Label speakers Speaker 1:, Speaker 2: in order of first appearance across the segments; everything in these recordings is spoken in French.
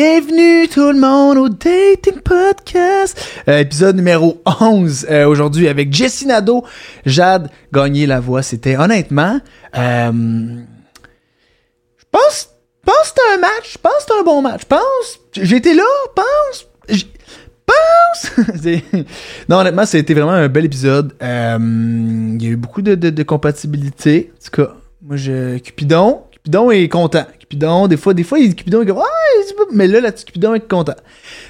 Speaker 1: Bienvenue tout le monde au Dating Podcast, Euh, épisode numéro 11 euh, aujourd'hui avec Jessie Nadeau, Jade Gagné la voix. C'était honnêtement, euh, je pense, pense que c'était un match, je pense que c'était un bon match, je pense, j'étais là, je pense, j- pense. C'est- non honnêtement, c'était vraiment un bel épisode. Euh, Il y a eu beaucoup de, de, de compatibilité, en tout cas. Moi je Cupidon, Cupidon est content. Cupidon, des fois, des fois, il- Cupidon est comme Ouais, c'est pas- mais là, là-dessus, Cupidon est content.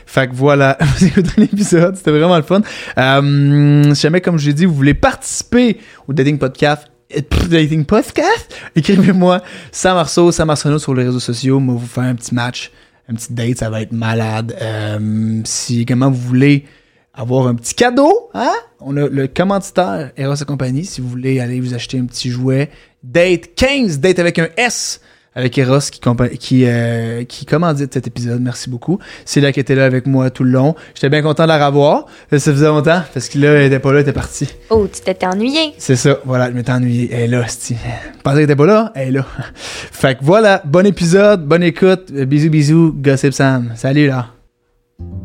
Speaker 1: Fait que voilà, vous écoutez l'épisode, c'était vraiment le fun. Euh, si jamais, comme je l'ai dit, vous voulez participer au Dating Podcast, euh, pff, Dating Podcast, écrivez-moi Sam Marceau, Sam Marceau sur les réseaux sociaux, moi, vous faire un petit match, un petit date, ça va être malade. Euh, si, comment vous voulez avoir un petit cadeau, hein? On a le commanditaire Eros et compagnie, si vous voulez aller vous acheter un petit jouet. Date 15, date avec un S avec Eros qui, compa- qui, euh, qui commandite cet épisode. Merci beaucoup. C'est là qui était là avec moi tout le long. J'étais bien content de la revoir. Ça faisait longtemps parce que là, elle était pas là, elle était partie.
Speaker 2: Oh, tu t'étais ennuyé.
Speaker 1: C'est ça, voilà, je m'étais ennuyé. Elle est là, c'ti. Je pensais qu'elle était pas là, elle est là. Fait que voilà, bon épisode, bonne écoute. Euh, Bisous, bisous, Gossip Sam. Salut là.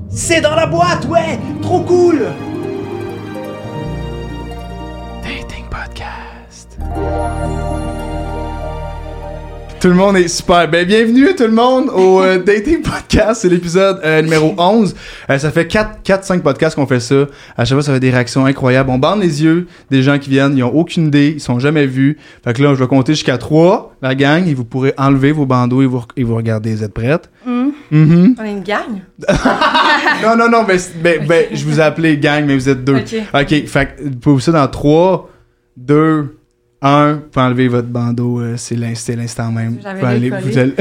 Speaker 1: C'est dans la boîte, ouais! Trop cool! Dating Podcast. Tout le monde est super. Ben, bienvenue tout le monde au euh, Dating Podcast. C'est l'épisode euh, numéro 11. Euh, ça fait 4-5 podcasts qu'on fait ça. À chaque fois, ça fait des réactions incroyables. On bande les yeux des gens qui viennent. Ils ont aucune idée. Ils sont jamais vus. Fait que là, je vais compter jusqu'à 3, la gang, et vous pourrez enlever vos bandeaux et vous, re- et vous regarder. Vous êtes prêtes? Mhm.
Speaker 3: On est une gang?
Speaker 1: Non, non, non, ben, c'est- ben, ben, je vous ai appelé gang, mais vous êtes deux.
Speaker 3: Ok.
Speaker 1: OK, fait que pour ça, dans 3, 2, 1, vous pouvez enlever votre bandeau, euh, c'est l'in- c'était l'instant même.
Speaker 3: J'avais
Speaker 1: Vous allez-
Speaker 3: décollé.
Speaker 1: vous allez-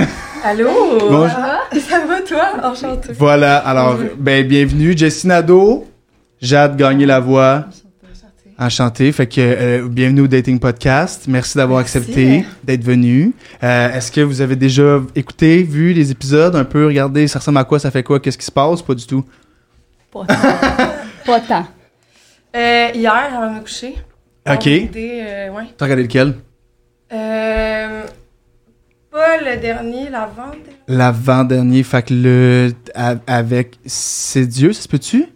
Speaker 3: Allô?
Speaker 1: Bonjour.
Speaker 3: Ça va? Ça va, toi? Enchantée.
Speaker 1: voilà, alors, ben, bienvenue, Jessie Nadeau, Jade Gagné la voix,
Speaker 3: Enchantée, enchantée.
Speaker 1: enchantée. Fait que, euh, bienvenue au Dating Podcast, merci d'avoir
Speaker 3: Merci.
Speaker 1: accepté d'être venu. Euh, Est-ce que vous avez déjà écouté, vu les épisodes, un peu, regardé, ça ressemble à quoi, ça fait quoi, qu'est-ce qui se passe, pas du tout?
Speaker 4: Pas tant.
Speaker 3: Euh, hier, avant de me coucher. on
Speaker 1: OK,
Speaker 3: a regardé, euh, ouais.
Speaker 1: t'as regardé lequel?
Speaker 3: Euh, pas le dernier, l'avant-dernier.
Speaker 1: L'avant-dernier, fait que le. a- avec. C'est Dieu, ça se peut-tu?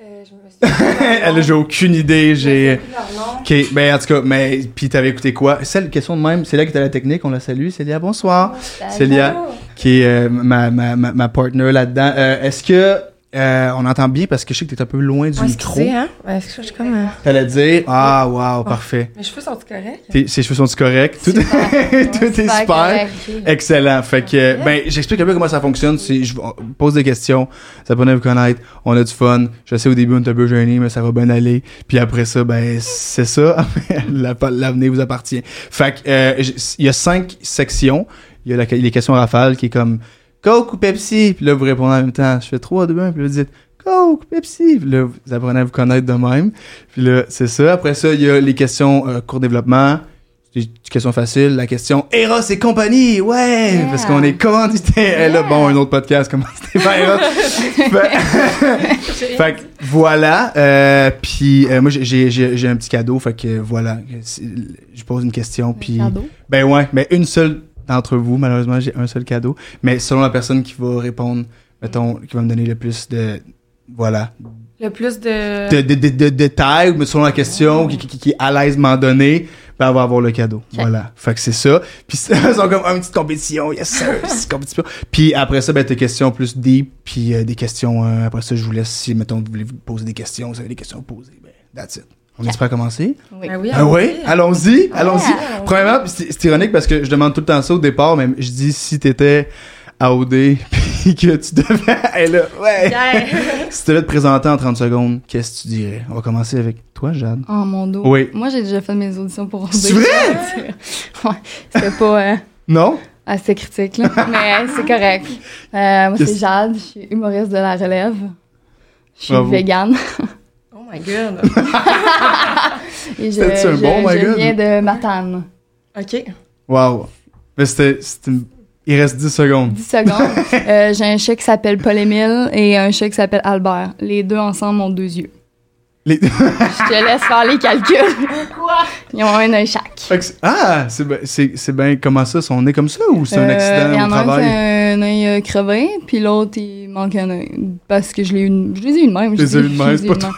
Speaker 3: Euh, je me suis.
Speaker 1: Elle, j'ai aucune idée, j'ai.
Speaker 3: Ok.
Speaker 1: Ok, ben en tout cas, mais. Puis t'avais écouté quoi? Celle, question de même, c'est là qui était à la technique, on la salue. Célia, bonsoir. Célia,
Speaker 3: Oh,
Speaker 1: qui est euh, ma, ma, ma, ma partner là-dedans. Euh, Est-ce que. euh, on entend bien parce que je sais que t'es un peu loin du
Speaker 3: Ouais,
Speaker 1: micro.
Speaker 3: excusez, hein? Ouais, excusez, je suis comme. euh,
Speaker 1: T'allais dire, ah, wow, parfait.
Speaker 3: Mes cheveux sont-ils corrects?
Speaker 1: Tes, ses cheveux sont-ils corrects? Tout,
Speaker 4: Super.
Speaker 1: tout est super. Excellent. Fait que, euh, ben, j'explique un peu comment ça fonctionne. C'est, je vous- on pose des questions. Ça permet de vous connaître. On a du fun. Je sais, au début, on est un peu gêné, mais ça va bien aller. Puis après ça, ben, c'est ça. La- L'avenir vous appartient. Fait que, euh, j- il y a cinq sections. Il y a la- les questions rafales qui est comme Coke ou Pepsi? Puis là, vous répondez en même temps. Je fais 3, 2, 1. Puis là, vous dites Coke, Pepsi. Puis là, vous apprenez à vous connaître de même. Puis là, c'est ça. Après ça, il y a les questions euh, court développement. Des questions faciles. La question Eros et compagnie. Ouais!
Speaker 4: Yeah.
Speaker 1: Parce qu'on est commandité. Eh là, bon, un autre podcast commandité par Eros. fait, fait que voilà. Euh, puis euh, moi, j'ai- j'ai j'ai- j'ai un petit cadeau. Fait que voilà. C'est- Je pose une question. Puis. Ben ouais, mais une seule d'entre vous, malheureusement, j'ai un seul cadeau. Mais selon la personne qui va répondre, mettons, qui va me donner le plus de. Voilà.
Speaker 3: Le plus de.
Speaker 1: De, de, de, de détails, mais selon la question, qui, qui, qui- qui est à l'aise m'en donner, ben, elle va avoir le cadeau. Voilà. Fait que c'est ça. Puis ils sont comme Ah, une petite compétition, yes sir, une petite compétition. Puis après ça, ben, tes questions plus deep, puis euh, des questions. euh, après ça, je vous laisse, si, mettons, vous voulez vous poser des questions, vous avez des questions à poser, ben, that's it. On est prêt à commencer?
Speaker 4: Oui.
Speaker 3: oui,
Speaker 1: Ah ouais, allons-y,
Speaker 3: allons-y.
Speaker 1: allons-y.
Speaker 3: allons-y.
Speaker 1: Premièrement, pis c'est c'est ironique parce que je demande tout le temps ça au départ, mais je dis si t'étais AOD puis que tu devais hey, là, Ah ouais.
Speaker 3: Yeah.
Speaker 1: Si tu devais te présenter en 30 secondes, qu'est-ce que tu dirais On va commencer avec toi, Jade.
Speaker 4: Oh mon dos.
Speaker 1: Oui.
Speaker 4: Moi, j'ai déjà fait mes auditions pour
Speaker 1: C'est
Speaker 4: Rodé.
Speaker 1: vrai?
Speaker 4: ouais. C'était pas euh,
Speaker 1: Non
Speaker 4: assez critique, là. Mais euh, c'est correct. Euh, moi, c'est
Speaker 1: Qu'est-ce-
Speaker 4: Jade. Je suis humoriste de la relève. Je suis
Speaker 1: Bravo.
Speaker 4: végane.
Speaker 3: Oh my god.
Speaker 4: Et je,
Speaker 1: C'est-tu un
Speaker 4: je-
Speaker 1: bon, my
Speaker 4: je
Speaker 1: God?
Speaker 4: viens de Matane.
Speaker 3: Ok.
Speaker 1: Wow. Mais c'était c'était une- il reste 10 secondes.
Speaker 4: 10 secondes. Euh, j'ai un chat qui s'appelle Paul-Émile et un chat qui s'appelle Albert. Les deux ensemble ont deux yeux.
Speaker 1: Les...
Speaker 4: Je te laisse faire les calculs. Ils ont un œil chaque.
Speaker 1: Fait que c'est- ah, c'est ben- c'est c'est bien comment ben ça, sont nés comme ça ou c'est un
Speaker 4: Euh,
Speaker 1: accident
Speaker 4: il y
Speaker 1: au
Speaker 4: en a un qui
Speaker 1: travail
Speaker 4: a un un œil euh, crevé, puis l'autre, il manque un œil. Parce que je l'ai eu, une- je les ai eu de même. je
Speaker 1: Les
Speaker 4: les ai-
Speaker 1: as eu de
Speaker 4: je
Speaker 1: même,
Speaker 4: les ai
Speaker 1: c'est
Speaker 4: eu
Speaker 1: pas
Speaker 4: de
Speaker 1: toi.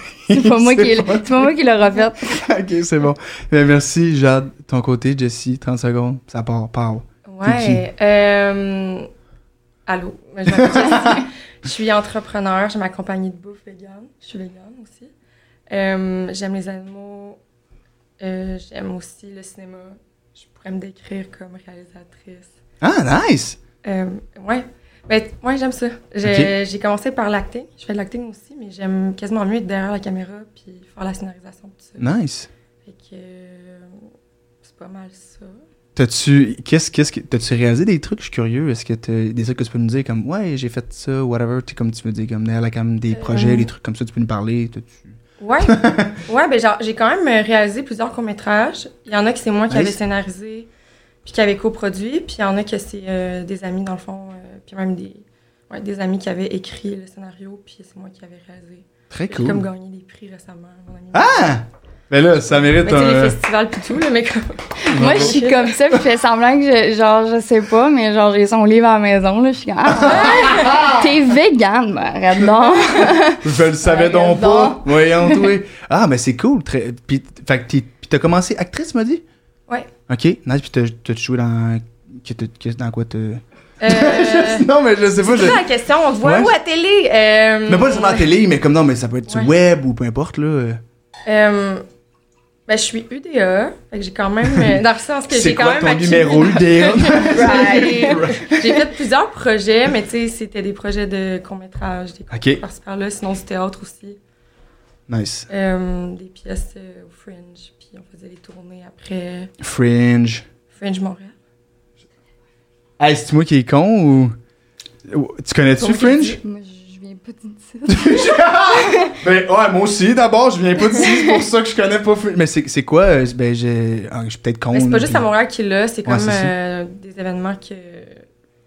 Speaker 4: C'est pas moi
Speaker 1: C'est
Speaker 4: qui l'ai-
Speaker 1: pas toi.
Speaker 4: c'est pas moi qui l'ai refait.
Speaker 1: ok, c'est bon. Ben, merci, Jade. Ton côté, Jessie, 30 secondes. Ça part, part.
Speaker 3: Ouais. Euh, allô, Ben, je m'appelle Jessie. Je suis entrepreneur, j'ai ma compagnie de bouffe vegan. Je suis vegan aussi. Euh, j'aime les animaux. Euh, j'aime aussi le cinéma. Je pourrais me décrire comme réalisatrice.
Speaker 1: Ah, nice!
Speaker 3: Euh, ouais. Ben, t- ouais, j'aime ça. J'ai j'ai commencé par l'acting. Je fais de l'acting aussi, mais j'aime quasiment mieux être derrière la caméra puis faire la scénarisation. Tout ça.
Speaker 1: Nice.
Speaker 3: Fait que euh, c'est pas mal ça.
Speaker 1: T'as-tu qu'est-ce, qu'est-ce que, t'as-tu réalisé des trucs? Je suis curieux. Est-ce que t'as des trucs que tu peux nous dire comme Ouais, j'ai fait ça, whatever. Tu sais, comme tu me dis, comme Nel a quand même des
Speaker 3: Euh,
Speaker 1: projets, des trucs comme ça, tu peux nous parler. T'as-tu...
Speaker 3: Ouais. ouais, ben genre, j'ai quand même euh, réalisé plusieurs courts-métrages. Il y en a que c'est moi qui
Speaker 1: Nice.
Speaker 3: avais scénarisé puis qui avait coproduit, puis il y en a que c'est euh, des amis dans le fond, euh, puis même des ouais, des amis qui avaient écrit le scénario, puis c'est moi qui avais réalisé.
Speaker 1: Très
Speaker 3: J'ai comme gagné des prix récemment, mon ami.
Speaker 1: Eh, Ah! Euh, Ben là, ça mérite
Speaker 3: Ben, tu sais,
Speaker 1: un.
Speaker 3: les festivals puis tout, là, mais comme... euh,
Speaker 4: Moi, je suis comme ça, puis je fais semblant que, je, genre, je sais pas, mais genre, j'ai son livre à la maison, là. Je suis comme, ah, t'es vegan, ben, arrête donc.
Speaker 1: Je le savais
Speaker 4: Ouais,
Speaker 1: donc pas.
Speaker 4: non.
Speaker 1: Voyons, oui. Ah, mais c'est cool. Très... Puis, t- fait que t'es- puis t'as commencé actrice, m'as dit?
Speaker 3: Ouais.
Speaker 1: OK, nice. Puis t'as, t'as joué dans... que t'as- que- dans quoi t'as...
Speaker 3: Euh,
Speaker 1: non, mais je sais pas.
Speaker 3: c'est
Speaker 1: Je...
Speaker 3: ça la question, on te voit
Speaker 1: Ouais.
Speaker 3: où à télé? Euh,
Speaker 1: Mais pas sur la télé, mais comme non, mais ça peut être du
Speaker 3: Ouais.
Speaker 1: web ou peu importe, là.
Speaker 3: Euh, ben, je suis UDA, fait que j'ai quand même... euh, Dans le sens que
Speaker 1: c'est
Speaker 3: j'ai quand
Speaker 1: quoi
Speaker 3: même
Speaker 1: ton
Speaker 3: acquis-
Speaker 1: numéro UDA?
Speaker 3: Right. J'ai fait plusieurs projets, mais tu sais, c'était des projets de court-métrage, des
Speaker 1: OK.
Speaker 3: cours par-ci par-là, sinon du théâtre aussi.
Speaker 1: Nice.
Speaker 3: Euh, des pièces euh, au Fringe, puis on faisait les tournées après
Speaker 1: Fringe.
Speaker 3: Fringe Montréal.
Speaker 1: Hey, c'est moi qui est con ou... ou- Tu connais-tu
Speaker 3: Ton
Speaker 1: Fringe?
Speaker 4: Moi, je viens pas d'ici.
Speaker 1: Ben ouais, moi aussi, d'abord, je viens pas d'ici, c'est pour ça que je connais pas Fringe. Mais c'est, c'est quoi? euh, Ben j'ai... ah, je suis peut-être con.
Speaker 3: Mais Ben, c'est pas
Speaker 1: là,
Speaker 3: juste
Speaker 1: puis-
Speaker 3: à Montréal qu'il l'a, c'est
Speaker 1: Ouais,
Speaker 3: comme
Speaker 1: c'est ça.
Speaker 3: euh, des événements que...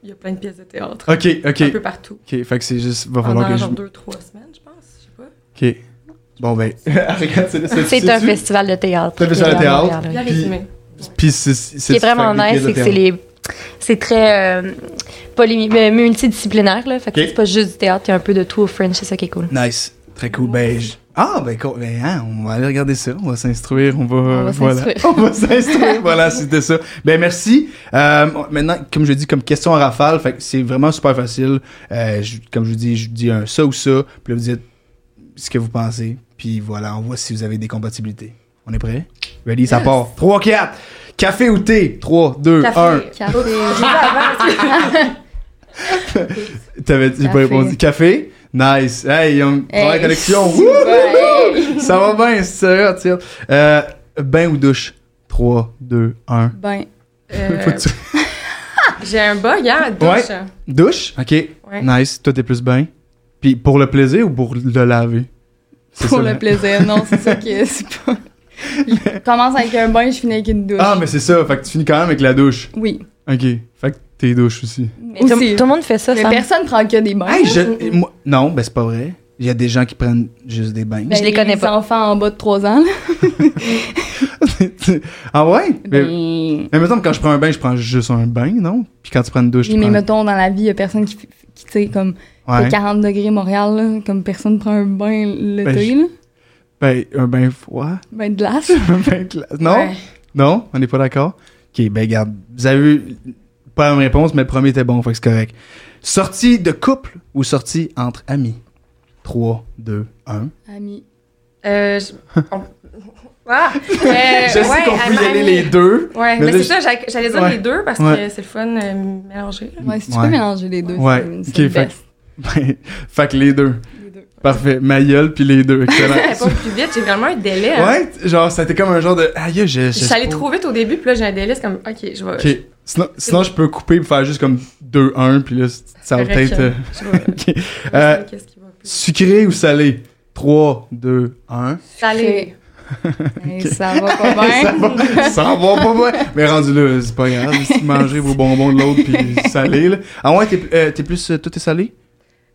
Speaker 3: Il y a plein de pièces de théâtre.
Speaker 1: OK, OK.
Speaker 3: Un peu partout.
Speaker 1: Ok, fait que c'est juste. Va falloir
Speaker 3: Pendant
Speaker 1: que je.
Speaker 3: genre deux, trois semaines, je pense. Je sais pas.
Speaker 1: Ok. Bon, ben. regarde, c'est-
Speaker 2: C'est un
Speaker 1: tu-
Speaker 2: festival de théâtre.
Speaker 1: C'est un festival de
Speaker 2: qui est à
Speaker 1: théâtre.
Speaker 2: Montréal, oui.
Speaker 3: Bien
Speaker 1: Puis-
Speaker 3: résumé.
Speaker 1: Puis c'est. c'est-
Speaker 2: Ce qui est vraiment
Speaker 1: fait des
Speaker 2: nice,
Speaker 1: pièces de
Speaker 2: c'est que c'est
Speaker 1: théâtre.
Speaker 2: les. C'est très euh, poly- euh, multidisciplinaire, là. Fait que
Speaker 1: Ok.
Speaker 2: c'est pas juste du théâtre, il y a un peu de tout au French, c'est ça qui est cool.
Speaker 1: Nice. Très cool. Ben. je- Ah, ben, cool. ben hein, on va aller regarder ça. On va s'instruire. On va.
Speaker 4: On va
Speaker 1: voilà.
Speaker 4: s'instruire.
Speaker 1: On va s'instruire. voilà, c'était ça. Ben, merci. Euh, maintenant, comme je dis, comme question en rafale, fait que c'est vraiment super facile. Euh, je- comme je vous dis, je vous dis un ça ou ça. Puis là, vous dites ce que vous pensez. Puis voilà, on voit si vous avez des compatibilités. On est prêt? Ready, ça part. 3, 4. Café ou thé? 3, 2, 1.
Speaker 3: Café.
Speaker 4: Café.
Speaker 3: J'ai dit avant, parce que-
Speaker 1: T'avais j'ai pas
Speaker 4: Café.
Speaker 1: répondu. Café? Nice. Hey, on prend la
Speaker 4: Hey.
Speaker 1: connexion. Wouhou!
Speaker 4: Ouais.
Speaker 1: Ça va bien, c'est ça, tiens. Euh, bain ou douche? 3, 2, 1.
Speaker 4: Ben,
Speaker 3: Euh, j'ai un bug, hein, à douche.
Speaker 1: Ouais. Douche? OK.
Speaker 3: Ouais.
Speaker 1: Nice. Toi, t'es plus bain. Puis pour le plaisir ou pour le laver? C'est
Speaker 4: pour
Speaker 1: ça,
Speaker 4: le
Speaker 1: hein?
Speaker 4: plaisir, non, c'est ça qui est. c'est pas- Je commence avec un bain, je finis avec une douche.
Speaker 1: Ah, mais c'est ça. Fait que tu finis quand même avec la douche.
Speaker 4: Oui.
Speaker 1: OK. Fait que t'es douche aussi.
Speaker 2: Mais tout,
Speaker 4: Aussi.
Speaker 2: tout le monde fait ça,
Speaker 4: Mais
Speaker 2: ça.
Speaker 4: personne prend que des bains.
Speaker 1: Hey, je, moi- non, ben c'est pas vrai. Il y a des gens qui prennent juste des bains.
Speaker 4: Ben,
Speaker 2: je les connais pas.
Speaker 4: Les enfants en bas de 3 ans, là.
Speaker 1: ah ouais? Mais,
Speaker 4: Ben,
Speaker 1: mais mettons que quand je prends un bain, je prends juste un bain, non? Puis quand tu prends une douche, tu
Speaker 4: oui, mais
Speaker 1: prends...
Speaker 4: mettons, dans la vie, il y a personne qui, qui tu sais, comme,
Speaker 1: Ouais.
Speaker 4: fait 40 degrés Montréal, là, comme personne prend un bain l'été,
Speaker 1: Ben,
Speaker 4: là.
Speaker 1: Ben, un bain froid.
Speaker 4: Bain de glace.
Speaker 1: un bain glace. Non?
Speaker 3: Ouais.
Speaker 1: Non? On n'est pas d'accord? OK, ben garde. Vous avez eu pas la même réponse, mais le premier était bon, fait que c'est correct. Sortie de couple ou sortie entre amis? 3, 2, 1.
Speaker 4: Ami.
Speaker 3: Euh, je... on- Ah! Euh, ouais,
Speaker 1: Je sais qu'on peut y
Speaker 3: ami-
Speaker 1: aller les deux.
Speaker 3: Ouais,
Speaker 1: mais
Speaker 3: mais,
Speaker 1: là,
Speaker 3: c'est ça, j'a- j'allais dire
Speaker 1: Ouais.
Speaker 3: les deux parce
Speaker 1: Ouais.
Speaker 3: que c'est le fun euh, mélangé. là.
Speaker 4: Ouais, si tu
Speaker 1: Ouais.
Speaker 4: peux mélanger les deux,
Speaker 1: Ouais.
Speaker 4: c'est-
Speaker 1: Ok,
Speaker 4: c'est le
Speaker 1: fait-
Speaker 4: best.
Speaker 1: Ben, fait que les deux.
Speaker 4: Les deux.
Speaker 1: Parfait. Ma gueule, puis les deux. Excellent.
Speaker 3: Ça va pas plus vite, j'ai vraiment un délai. hein.
Speaker 1: ouais, t- genre, c'était comme un genre de. Aïe, je.
Speaker 3: Je suis allée trop vite au début, puis là j'ai un délai, c'est comme, ok, je vais.
Speaker 1: OK. Sinon, sinon, je peux couper et faire juste comme 2, 1, puis là, ça va
Speaker 3: correct,
Speaker 1: peut-être.
Speaker 3: euh,
Speaker 1: euh,
Speaker 3: Je vais.
Speaker 1: OK.
Speaker 3: je vais
Speaker 1: Euh,
Speaker 3: essayer qu'est-ce qui va plus.
Speaker 1: Sucré ou salé? 3, 2, 1.
Speaker 3: Salé.
Speaker 4: Hey, ça va pas bien.
Speaker 1: Ça va, ça va pas moi. Mais rendu là, c'est pas grave. Si manger vos bonbons de l'autre puis salé, là. Ah ouais, t'es euh, t'es plus. euh, tout est salé?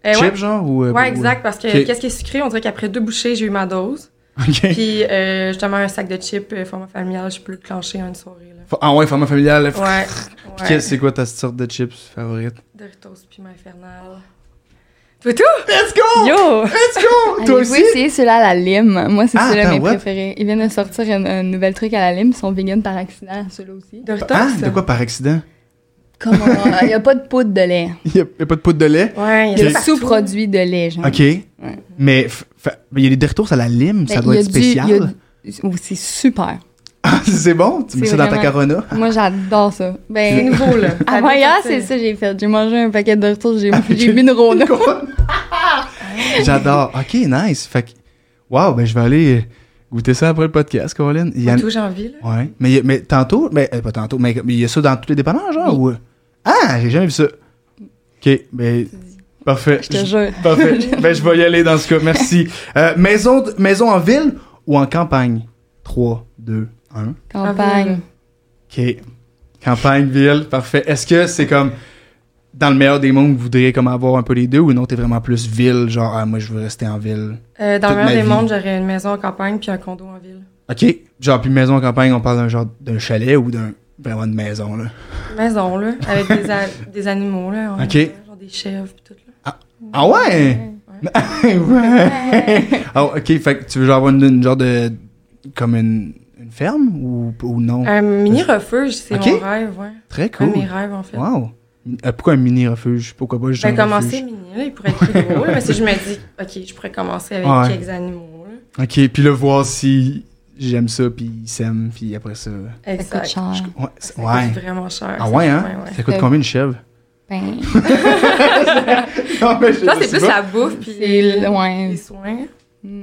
Speaker 3: Euh,
Speaker 1: Chip,
Speaker 3: ouais.
Speaker 1: genre? Ou, euh,
Speaker 3: Ouais,
Speaker 1: ou-
Speaker 3: exact, parce que
Speaker 1: Ok.
Speaker 3: qu'est-ce qui est sucré, on dirait qu'après deux bouchées, j'ai eu ma dose.
Speaker 1: OK.
Speaker 3: Puis euh, justement, un sac de chips, euh, format familial, je peux le clencher en une soirée. Là.
Speaker 1: Ah ouais, format familial. F-
Speaker 3: Ouais.
Speaker 1: Puis
Speaker 3: ouais.
Speaker 1: qu'est- C'est quoi ta sorte de chips favorite?
Speaker 3: Doritos, puis infernal. C'est tout?
Speaker 1: Let's go!
Speaker 3: Yo!
Speaker 1: Let's go! Toi
Speaker 4: Allez-vous
Speaker 1: aussi?
Speaker 4: essayer celui-là à la lime? Moi, c'est
Speaker 1: Ah,
Speaker 4: celui-là
Speaker 1: attends,
Speaker 4: mes
Speaker 1: what?
Speaker 4: préférés. Ils viennent de sortir un, un nouvel truc à la lime. Ils sont vegan par accident, celui-là aussi.
Speaker 3: Doritos?
Speaker 1: Ah, de quoi par accident?
Speaker 4: Comme on- il n'y a pas de poudre de lait.
Speaker 1: Il n'y a, il y a pas de poudre de lait?
Speaker 3: Ouais,
Speaker 4: Il y a
Speaker 3: il
Speaker 4: des
Speaker 3: partout.
Speaker 4: sous-produits de lait, genre.
Speaker 1: OK. Mais f- fa- il y a des retours à la lime,
Speaker 4: Ben,
Speaker 1: ça doit
Speaker 4: il y a
Speaker 1: être
Speaker 4: du- il y a
Speaker 1: spécial.
Speaker 4: du- oh, c'est super.
Speaker 1: Ah, c'est bon? Tu mets
Speaker 4: C'est
Speaker 1: ça dans ta
Speaker 4: vraiment-
Speaker 1: carona?
Speaker 4: Moi, j'adore ça.
Speaker 3: C'est
Speaker 4: Ben,
Speaker 3: nouveau, là.
Speaker 4: avant hier, c'est ça que j'ai fait. J'ai mangé un paquet de retours,
Speaker 1: Ah,
Speaker 4: j'ai j'ai bu une rona.
Speaker 1: Quoi? J'adore. OK, nice. Fait que, wow, ben je vais aller goûter ça après le podcast, Caroline. Il y en-
Speaker 3: Tout janvier, là.
Speaker 1: Ouais. Mais, il y a- mais tantôt, mais, euh, pas tantôt, mais mais il y a ça dans tous les dépanneurs, genre? ou- Ah, j'ai jamais vu ça. OK, ben, parfait.
Speaker 4: Je te jure.
Speaker 1: Parfait. ben, je vais y aller dans ce cas. Merci. Euh, maison, de- maison en ville ou en campagne? 3, 2, 1.
Speaker 4: Campagne.
Speaker 1: OK. Campagne, ville, parfait. Est-ce que c'est comme dans le meilleur des mondes, vous voudriez comme avoir un peu les deux ou non, t'es vraiment plus ville, genre ah, moi je veux rester en ville.
Speaker 3: Euh, dans
Speaker 1: Toute
Speaker 3: le
Speaker 1: ma
Speaker 3: meilleur
Speaker 1: vie.
Speaker 3: des mondes, j'aurais une maison en campagne puis un condo en ville.
Speaker 1: OK. Genre puis maison en campagne, on parle d'un genre d'un chalet ou d'un vraiment une maison là.
Speaker 3: Maison, là, avec des, a- des animaux, là. en
Speaker 1: Ok.
Speaker 3: arrière, genre des chèvres puis tout, là.
Speaker 1: Ah ouais. ouais. Ah, OK, fait que tu veux genre avoir une, une genre de comme une, une ferme ou, ou non
Speaker 3: Un mini refuge, c'est
Speaker 1: Ok.
Speaker 3: mon rêve, ouais.
Speaker 1: Très
Speaker 3: Un de mes
Speaker 1: cool.
Speaker 3: rêves, en fait.
Speaker 1: Wow. Euh, pourquoi un mini refuge Pourquoi pas juste
Speaker 3: J'ai
Speaker 1: un
Speaker 3: commencé
Speaker 1: refuge?
Speaker 3: mini, là, il pourrait être plus gros, là, mais si je me dis, OK, je pourrais commencer avec
Speaker 1: Ouais.
Speaker 3: quelques animaux, là.
Speaker 1: OK, puis le voir si j'aime ça puis il s'aime puis après ça.
Speaker 4: Ça coûte
Speaker 3: Exact.
Speaker 4: cher.
Speaker 1: Ouais, c'est-
Speaker 3: Ça coûte
Speaker 1: ouais.
Speaker 3: vraiment cher.
Speaker 1: Ah
Speaker 3: ça.
Speaker 1: ouais, hein?
Speaker 3: ouais.
Speaker 1: Ça coûte
Speaker 4: Euh,
Speaker 1: combien une chèvre?
Speaker 4: Ben,
Speaker 1: Non, mais je
Speaker 3: Je pense que
Speaker 1: sais
Speaker 3: c'est plus
Speaker 1: pas.
Speaker 3: la bouffe puis
Speaker 4: c'est loin.
Speaker 3: les soins.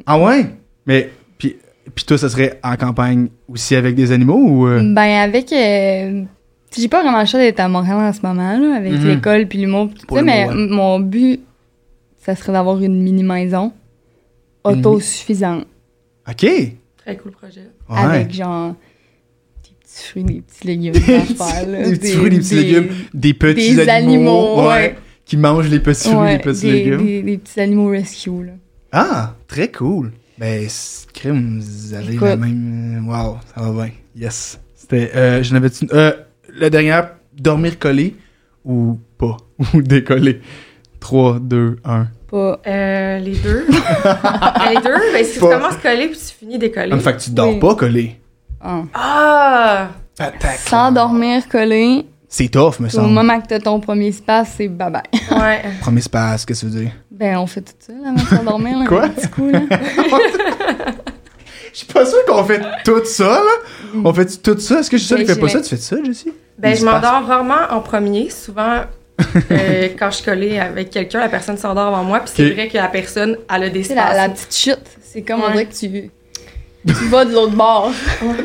Speaker 1: Ah ouais? Mais, puis, puis toi, ça serait en campagne aussi avec des animaux ou... euh,
Speaker 4: Ben, avec. euh, j'ai pas vraiment le choix d'être à Montréal en ce moment, là, avec
Speaker 1: Mhm.
Speaker 4: l'école puis l'humour. puis tout
Speaker 1: Pour
Speaker 4: ça, mais
Speaker 1: l'humour,
Speaker 4: m- mon but, ça serait d'avoir une mini-maison
Speaker 1: Une mi-
Speaker 4: autosuffisante.
Speaker 1: OK! Ouais.
Speaker 3: Très cool projet.
Speaker 4: Avec genre des petits fruits, des petits légumes. à faire, là,
Speaker 1: des petits fruits, des petits légumes, des petits
Speaker 4: des
Speaker 1: animaux,
Speaker 4: animaux,
Speaker 1: ouais,
Speaker 4: ouais.
Speaker 1: qui mangent les petits fruits,
Speaker 4: ouais,
Speaker 1: les petits
Speaker 4: des,
Speaker 1: légumes.
Speaker 4: Des, des petits animaux rescue. Là.
Speaker 1: Ah, très cool. Ben, c'est- crime, vous avez la
Speaker 4: Écoute.
Speaker 1: même... euh, Wow, ça va bien. Yes. C'était... Euh, je n'avais... Euh, la dernière, dormir collé ou pas, ou décoller. 3, 2, 1.
Speaker 4: Pas.
Speaker 3: Euh, les deux. les deux, ben, si tu
Speaker 1: Pas-
Speaker 3: commences coller puis tu finis décoller.
Speaker 1: En Ah, fait, que tu dors
Speaker 4: Oui.
Speaker 1: pas collé.
Speaker 4: hein.
Speaker 3: Ah!
Speaker 1: Attaque.
Speaker 4: Sans dormir collé,
Speaker 1: C'est tough, me
Speaker 4: au
Speaker 1: semble.
Speaker 4: moment que t'as ton premier espace, c'est bye bye.
Speaker 3: Ouais.
Speaker 1: Premier espace, qu'est-ce que tu veux dire?
Speaker 4: Ben, on fait tout ça, là, avant de s'endormir. là,
Speaker 1: Quoi?
Speaker 4: Un petit coup, là.
Speaker 1: Je suis pas sûr qu'on fait tout ça, là. On fait tout ça. Est-ce que je suis
Speaker 4: Ben,
Speaker 1: qui fait pas
Speaker 4: j'ai-
Speaker 1: ça? Tu fais ça, Jessie?
Speaker 3: Ben,
Speaker 1: Il se
Speaker 3: je m'endors rarement en premier. Souvent, euh, quand je collais avec quelqu'un, la personne s'endort avant moi. Puis c'est
Speaker 1: Ok.
Speaker 3: vrai que la personne, elle a des
Speaker 4: Tu sais, la, la
Speaker 3: espaces.
Speaker 4: petite chute, c'est comme on
Speaker 3: Ouais.
Speaker 4: dirait que tu, tu vas de l'autre bord.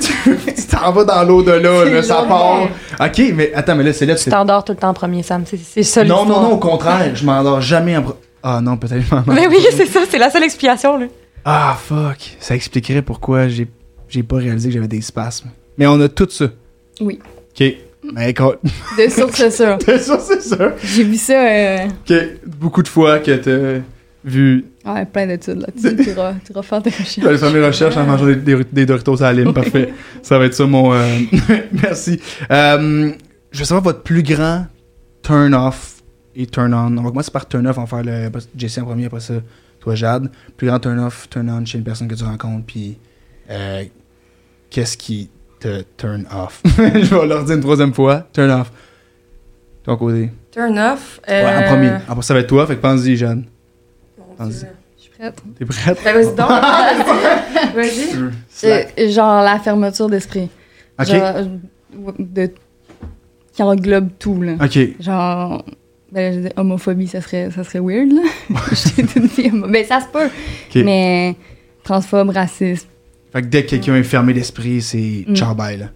Speaker 1: tu t'en vas dans l'au-delà, là,
Speaker 4: C'est
Speaker 1: ça part.
Speaker 4: l'au-delà.
Speaker 1: Ok, mais attends, mais là, c'est là que
Speaker 2: Tu
Speaker 1: c'est.
Speaker 2: t'endors tout le temps en premier, Sam. C'est- C'est ça
Speaker 1: Non, non,
Speaker 2: l'histoire.
Speaker 1: non, au contraire, je m'endors jamais en. pro- Ah non, peut-être je m'endors.
Speaker 2: Mais Ben oui, c'est ça. C'est la seule explication, là.
Speaker 1: Ah fuck, ça expliquerait pourquoi j'ai j'ai pas réalisé que j'avais des spasmes. Mais on a tout ça.
Speaker 4: Oui.
Speaker 1: Ok. Mais écoute,
Speaker 4: De source c'est sûr.
Speaker 1: ça, c'est sûr.
Speaker 4: J'ai vu ça, euh,
Speaker 1: Ok, beaucoup de fois que t'as vu
Speaker 4: ouais, plein d'études là-dessus. tu iras tu iras faire tes
Speaker 1: Je vais
Speaker 4: recherches.
Speaker 1: aller faire mes recherches en mangeant des, des- des Doritos à la lime. Parfait. Ça va être ça, mon. euh, Merci. Euh, je veux savoir votre plus grand turn-off et turn-on. On va commencer par turn-off. On va faire le Jesse en premier, après ça, toi, Jade. Plus grand turn-off, turn-on chez une personne que tu rencontres, puis euh, qu'est-ce qui te turn-off Je vais leur dire une troisième fois. Turn-off. Ton côté.
Speaker 3: Turn off.
Speaker 1: Ouais,
Speaker 3: Euh...
Speaker 1: en premier. Après, ça va être toi. Fait que pense-y, Jade.
Speaker 3: mon Dieu.
Speaker 4: Je suis prête.
Speaker 1: T'es prête
Speaker 3: Ben, vas-y donc. vas-y. Vas-y.
Speaker 1: Slack.
Speaker 4: Euh, genre la fermeture d'esprit.
Speaker 1: Ok.
Speaker 4: Genre, euh, de, qui englobe tout, là.
Speaker 1: Ok.
Speaker 4: Genre, ben là, je dis homophobie, ça serait, ça serait weird, là. J'étais une fille homo- Ben, ça se peut.
Speaker 1: Ok.
Speaker 4: Mais transphobe, raciste.
Speaker 1: Fait que dès que quelqu'un est fermé d'esprit, c'est
Speaker 4: Mm.
Speaker 1: ciao bye là.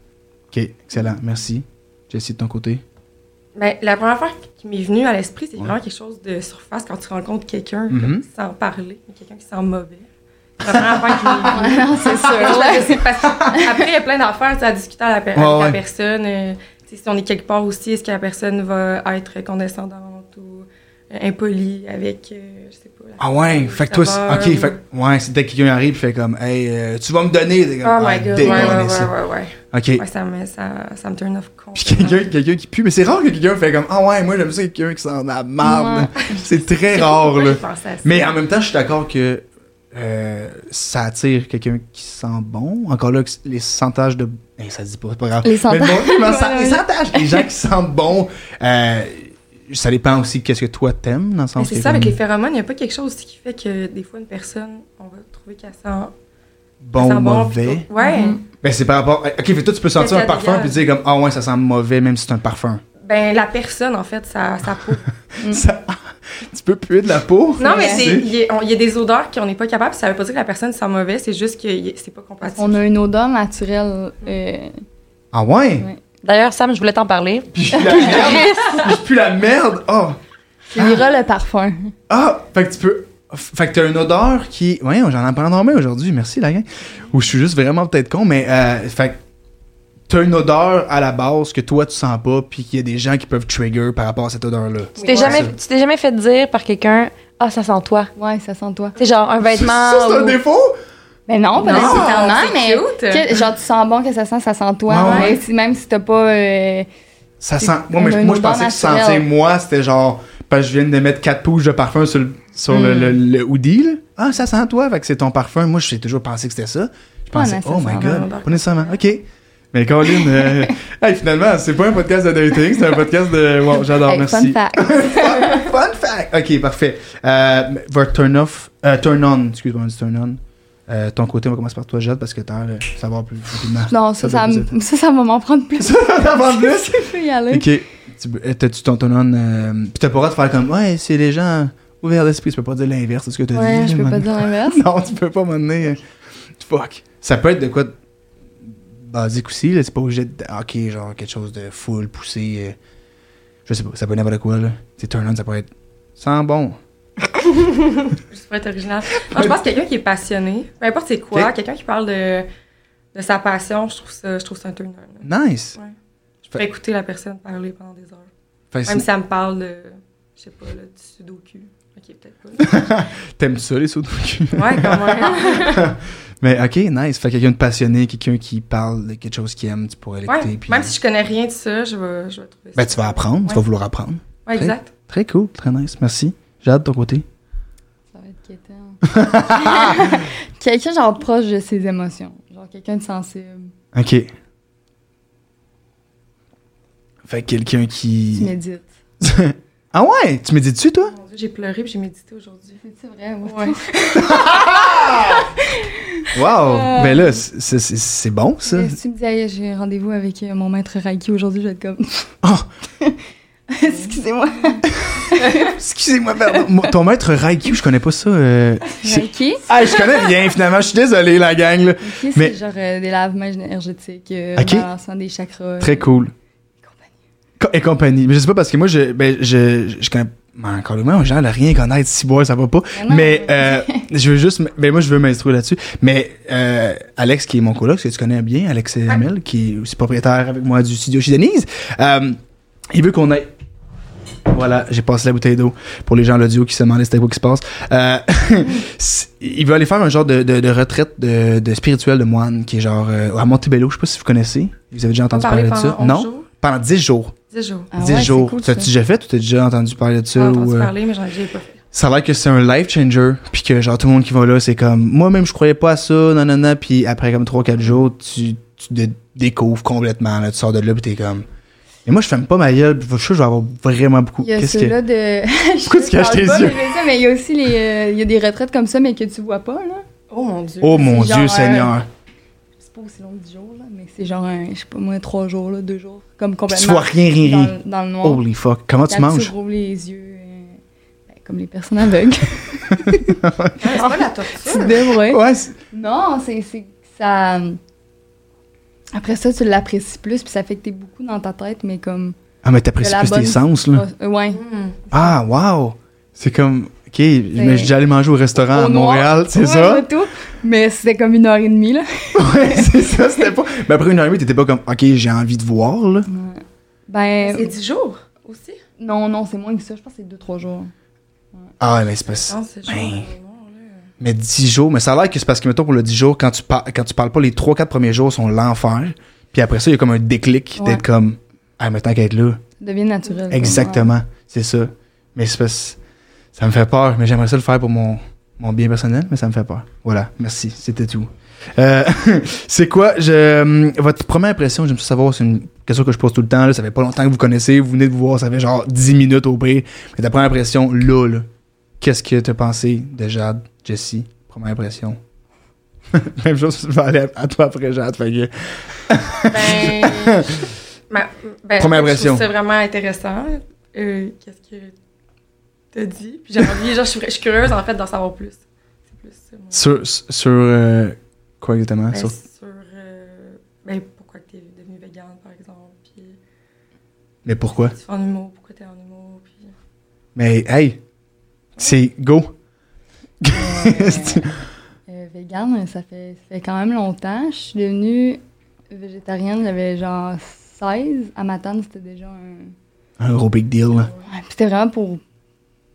Speaker 1: Ok, excellent, merci. Jessie de ton côté.
Speaker 3: Ben, la première affaire qui m'est venue à l'esprit, c'est
Speaker 1: Ouais.
Speaker 3: vraiment quelque chose de surface quand tu rencontres quelqu'un
Speaker 1: Mhm.
Speaker 3: comme, sans parler, quelqu'un qui sent mauvais. C'est la première affaire qui m'est venue.
Speaker 4: non, c'est sûr.
Speaker 3: Je pense que c'est parce que après, il y a plein d'affaires tu sais, à discuter à la per-
Speaker 1: Ouais,
Speaker 3: avec
Speaker 1: ouais.
Speaker 3: la personne. euh, tu sais, si on est quelque part aussi, est-ce que la personne va être condescendante ou impoli avec, euh, je sais pas. la-
Speaker 1: Ah ouais, fait que toi,
Speaker 3: Saveur,
Speaker 1: c'est- ok,
Speaker 3: ou-
Speaker 1: fait que- ouais, c'est dès que quelqu'un arrive, fait comme, hey, euh, tu vas me donner, t'es comme,
Speaker 3: Oh
Speaker 1: Ah,
Speaker 3: my god, ouais, ouais,
Speaker 1: dégonner
Speaker 3: ouais,
Speaker 1: ça.
Speaker 3: ouais, ouais.
Speaker 1: Ok.
Speaker 3: Ouais, ça me, ça, ça me turn off con.
Speaker 1: Puis quelqu'un quelqu'un qui pue, mais c'est rare que quelqu'un fait comme, ah ouais, moi j'aime ça quelqu'un qui s'en a marre. C'est très rare, là. Mais en même temps, je suis d'accord que euh, ça attire quelqu'un qui sent bon. Encore là, que les centages de. Eh, ça se dit pas, c'est pas grave.
Speaker 4: Les centages.
Speaker 1: Mais le monde- les cent-
Speaker 4: Ouais, ouais.
Speaker 1: les centages. Les gens qui sentent bon. euh, ça dépend aussi de qu'est-ce que toi t'aimes dans le
Speaker 3: Mais
Speaker 1: sens.
Speaker 3: c'est
Speaker 1: que
Speaker 3: ça, avec
Speaker 1: comme
Speaker 3: les phéromones, il n'y a pas quelque chose qui fait que des fois, une personne, on va trouver qu'elle sent
Speaker 1: bon,
Speaker 3: sent bon,
Speaker 1: mauvais.
Speaker 3: plutôt- Ouais.
Speaker 4: Mhm.
Speaker 1: Ben c'est par rapport. Ok, fait que toi tu peux sentir un
Speaker 3: ça
Speaker 1: parfum
Speaker 3: dégage.
Speaker 1: puis dire comme ah ouais ça sent mauvais même si c'est un parfum.
Speaker 3: Ben, la personne, en fait, sa, sa peau.
Speaker 1: Ça- tu peux puer de la peau.
Speaker 3: Mm. non, mais
Speaker 4: vrai.
Speaker 3: c'est- il y, a- on- il y a des odeurs qu'on n'est pas capable. Ça veut pas dire que la personne sent mauvais, c'est juste que y- c'est pas compatible.
Speaker 4: On a une odeur naturelle. euh,
Speaker 1: Ah ouais.
Speaker 2: D'ailleurs, Sam, je voulais t'en parler.
Speaker 1: Puis je pue la merde. Puis je pue la merde. Oh.
Speaker 4: tu liras le parfum.
Speaker 1: Ah! Fait que tu peux. Fait que t'as une odeur qui. Voyons, j'en apprends normé aujourd'hui, merci la gang. Ou je suis juste vraiment peut-être con, mais. euh, fait que t'as une odeur à la base que toi tu sens pas, puis qu'il y a des gens qui peuvent trigger par rapport à cette odeur-là.
Speaker 2: Tu t'es
Speaker 3: Ouais.
Speaker 2: jamais,
Speaker 1: Ça.
Speaker 2: tu t'es jamais fait dire par quelqu'un, ah, ça sent toi.
Speaker 4: Ouais, ça sent toi.
Speaker 2: Tu sais, genre un vêtement.
Speaker 1: Ça, c'est un
Speaker 2: ou-
Speaker 1: défaut?
Speaker 4: Mais non, pas
Speaker 3: Non,
Speaker 4: nécessairement,
Speaker 3: c'est
Speaker 4: mais.
Speaker 3: cute.
Speaker 4: que- genre, tu sens bon que ça sent, ça sent toi.
Speaker 1: Ouais, ouais.
Speaker 4: Mais si- même si t'as pas. euh,
Speaker 1: Ça
Speaker 4: C'est
Speaker 1: sent. Moi, mais,
Speaker 4: une
Speaker 1: moi je
Speaker 4: odeur
Speaker 1: pensais que
Speaker 4: naturelle.
Speaker 1: sentir moi, c'était genre. Parce que je viens de mettre 4 pouches de parfum sur le, sur le,
Speaker 4: Mm.
Speaker 1: le- le hoodie, là. Ah, ça sent toi, fait que c'est ton parfum. Moi, j'ai toujours pensé que c'était ça. Je
Speaker 4: Pas
Speaker 1: pensais, oh my
Speaker 4: nécessairement.
Speaker 1: god, pas nécessairement. Ok. Mais Colin, euh, hey, finalement, c'est pas un podcast de dating, c'est un podcast de. Wow, j'adore,
Speaker 4: hey,
Speaker 1: merci.
Speaker 4: fun fact.
Speaker 1: Fun- Fun fact! Ok, parfait. Euh, votre turn off. euh, turn on, excuse-moi, on dit turn on. Euh, ton côté, on va commencer par toi, Jade, parce que t'as l'air de savoir plus rapidement.
Speaker 4: Non, ça, ça,
Speaker 1: doit
Speaker 4: m- ça, ça va m'en prendre plus.
Speaker 1: vous aider. Ça va plus.
Speaker 4: Je peux y aller.
Speaker 1: Ok. Tu- euh, T'as-tu ton turn on. euh, pis t'as pas le droit de faire comme. Ouais, c'est les gens ouverts d'esprit, tu peux pas dire l'inverse de ce que t'as
Speaker 4: Ouais,
Speaker 1: dit.
Speaker 4: je peux
Speaker 1: man.
Speaker 4: pas dire l'inverse.
Speaker 1: Non, tu peux pas m'amener. euh, Fuck. Ça peut être de quoi de basique aussi, là. C'est pas obligé de. ah, Ok, genre quelque chose de full, poussé. euh, je sais pas, ça peut être n'importe quoi, là. C'est turn on, ça peut être. Sans bon.
Speaker 3: Juste pour être original. Non, je pense que quelqu'un qui est passionné, peu importe c'est quoi,
Speaker 1: Ok.
Speaker 3: quelqu'un qui parle de, de sa passion, je trouve ça, je trouve ça un turn on, là.
Speaker 1: Nice.
Speaker 3: Je pourrais écouter la personne parler pendant des heures.
Speaker 1: Fait que
Speaker 3: Même
Speaker 1: c'est-
Speaker 3: si elle me parle de, je sais pas, là, du sudoku. Ok, peut-être pas.
Speaker 1: T'aimes ça, les sauts de cul?
Speaker 3: Ouais, quand même.
Speaker 1: Mais ok, nice. Fait que quelqu'un de passionné, quelqu'un qui parle de quelque chose qu'il aime, tu pourrais l'écouter.
Speaker 3: Ouais,
Speaker 1: puis-
Speaker 3: même si je connais rien de ça, je vais, je vais trouver ça.
Speaker 1: Ben, tu vas apprendre, tu vas
Speaker 3: Ouais.
Speaker 1: vouloir apprendre.
Speaker 3: Ouais, exact.
Speaker 1: Très cool, très nice. Merci. Jade, ton côté.
Speaker 4: Ça va être quétaine. quelqu'un, genre, proche de ses émotions. Genre, quelqu'un de sensible,
Speaker 1: Ok. Fait que quelqu'un
Speaker 4: qui
Speaker 1: qui.
Speaker 4: médite.
Speaker 1: ah ouais, tu me dis dessus, toi?
Speaker 3: Mon Dieu, j'ai pleuré puis j'ai médité aujourd'hui.
Speaker 4: C'est vrai, moi.
Speaker 3: Ouais.
Speaker 1: Wow! Ben là, c'est- c'est- c'est c'est bon, ça.
Speaker 4: Euh, Si tu me dis, Hey, j'ai rendez-vous avec euh, mon maître Reiki aujourd'hui, je vais être comme.
Speaker 1: Oh!
Speaker 4: Excusez-moi.
Speaker 1: Excusez-moi, pardon. Moi, Ton maître Reiki, je connais pas ça. euh, c'est-
Speaker 4: Reiki,
Speaker 1: Ah, je connais rien, finalement. Je suis désolé, la gang, là.
Speaker 4: Reiki, c'est
Speaker 1: Mais-
Speaker 4: genre euh, des lavements énergétiques, euh,
Speaker 1: Ok.
Speaker 4: balancement des chakras. euh.
Speaker 1: Très cool.
Speaker 4: et compagnie.
Speaker 1: Co- et compagnie. Mais je sais pas parce que moi, je, ben, je, je, je connais. ben, encore le moins, on gère à rien connaître si bois, ça va pas.
Speaker 4: Mais Ben non,
Speaker 1: Mais euh, je veux juste. Ben, moi, je veux m'instruire là-dessus. Mais euh, Alex, qui est mon coloc, que tu connais bien, Alex Hamel, qui est aussi propriétaire avec moi du studio chez Denise, euh, il veut qu'on aille. Voilà, j'ai passé la bouteille d'eau pour les gens à l'audio qui se demandaient c'était quoi qui se passe. Euh, c'est- il veut aller faire un genre de, de, de retraite de, de spirituel de moine qui est genre euh, à Montebello. Je sais pas si vous connaissez. Vous avez déjà entendu parler,
Speaker 3: Parler
Speaker 1: de ça?
Speaker 3: pendant 11
Speaker 1: non?
Speaker 3: jours.
Speaker 1: Pendant 10 jours.
Speaker 3: 10 jours.
Speaker 4: Ah
Speaker 1: 10
Speaker 4: ouais, c'est
Speaker 1: jours.
Speaker 4: cool,
Speaker 1: T'as-tu
Speaker 4: ça.
Speaker 1: déjà fait ou t'as déjà entendu parler de ça?
Speaker 3: J'ai entendu
Speaker 1: ou, euh,
Speaker 3: parler, mais j'en ai pas fait.
Speaker 1: Ça a l'air que c'est un life changer. Puis que genre tout le monde qui va là, c'est comme moi-même je croyais pas à ça, non, non, non. Puis après comme 3-4 jours, tu, tu te découvres complètement. Là, tu sors de là, puis t'es comme. Mais moi je ferme pas ma gueule, puis je suis sûr que je vais avoir vraiment beaucoup.
Speaker 4: Il y a
Speaker 1: Qu'est-ce
Speaker 4: ceux-là
Speaker 1: que.
Speaker 4: de. Je
Speaker 1: Pourquoi tu caches
Speaker 4: parle
Speaker 1: tes
Speaker 4: pas,
Speaker 1: yeux?
Speaker 4: Mais, je veux dire, mais il y a aussi les, euh, il y a des retraites comme ça, mais que tu vois pas, là.
Speaker 3: Oh mon Dieu.
Speaker 1: Oh mon
Speaker 4: c'est genre,
Speaker 1: Dieu
Speaker 4: euh,
Speaker 1: Seigneur.
Speaker 4: C'est pas aussi long que 10 jours, là, mais c'est genre, un, je sais pas moi, 3 jours, là, 2 jours. Comme
Speaker 1: Tu
Speaker 4: complètement.
Speaker 1: vois rien, rien, rien.
Speaker 4: Dans, dans le noir.
Speaker 1: Holy fuck. Comment tu
Speaker 4: Quand tu
Speaker 1: manges?
Speaker 4: rouvres les yeux, euh, ben, comme les personnes aveugles.
Speaker 3: Ah, C'est pas la torture.
Speaker 4: tu te débrouilles.
Speaker 1: Ouais, c'est-
Speaker 4: Non, c'est c'est- ça. Après ça, tu l'apprécies plus, puis ça fait que t'es beaucoup dans ta tête, mais comme.
Speaker 1: Ah, mais t'apprécies
Speaker 4: De la
Speaker 1: plus tes
Speaker 4: bonne-
Speaker 1: sens, là.
Speaker 4: Euh, ouais.
Speaker 3: Hmm.
Speaker 1: Ah, wow! C'est comme. Ok, mais j'ai déjà allé manger au restaurant
Speaker 4: Ah, Au
Speaker 1: à Ah,
Speaker 4: noir.
Speaker 1: Montréal, c'est
Speaker 4: Ouais,
Speaker 1: ça?
Speaker 4: c'est tout. Mais c'était comme une heure et demie, là.
Speaker 1: Ouais, c'est ça, c'était pas. Mais après une heure et demie, t'étais pas comme, ok, j'ai envie de voir, là.
Speaker 4: Ben.
Speaker 3: C'est 10 jours aussi.
Speaker 4: Non, non, c'est moins que ça. Je pense que c'est 2-3 jours.
Speaker 1: Ah ouais, mais c'est pas si-
Speaker 3: Non, c'est genre.
Speaker 1: Ben.
Speaker 3: euh, non, là.
Speaker 1: Mais 10 jours, mais ça a l'air que c'est parce que, mettons, pour le 10 jours, quand tu, par- quand tu parles pas, les 3-4 premiers jours sont l'enfer. Puis après ça, il y a comme un déclic
Speaker 4: Ouais.
Speaker 1: d'être comme, ah, maintenant qu'être là.
Speaker 4: Ça devient naturel.
Speaker 1: Exactement, c'est ça. Mais c'est parce- ça me fait peur, mais j'aimerais ça le faire pour mon, mon bien personnel, mais ça me fait peur. Voilà, merci, c'était tout. Euh, c'est quoi je, hum, votre première impression? J'aime ça savoir, c'est une question que je pose tout le temps. Là, ça fait pas longtemps que vous connaissez, vous venez de vous voir, ça fait genre 10 minutes au prix. Mais ta première impression, là, là, qu'est-ce que t'as pensé de Jade, Jessie? Première impression. Même chose, je vais aller à, à toi après Jade. fait que-
Speaker 3: Ben, ma-
Speaker 1: Première
Speaker 3: ben, je trouve
Speaker 1: impression.
Speaker 3: C'est vraiment intéressant. Euh, Qu'est-ce que t'as dit? Puis j'ai envie, genre, je suis, je suis curieuse en fait d'en savoir plus. C'est plus ça, moi.
Speaker 1: Sur, sur euh, quoi exactement?
Speaker 3: Ben,
Speaker 1: Sur-
Speaker 3: sur, euh, ben, pourquoi t'es devenue végane, par exemple. Puis
Speaker 1: mais pourquoi?
Speaker 3: tu fais en humour, pourquoi t'es en humour. Puis
Speaker 1: Mais hey, c'est go.
Speaker 4: Euh, vegan, ça fait, ça fait quand même longtemps. Je suis devenue végétarienne, j'avais genre 16. À ma tante, c'était déjà un.
Speaker 1: un gros big deal. là.
Speaker 4: Ouais, puis c'était vraiment pour,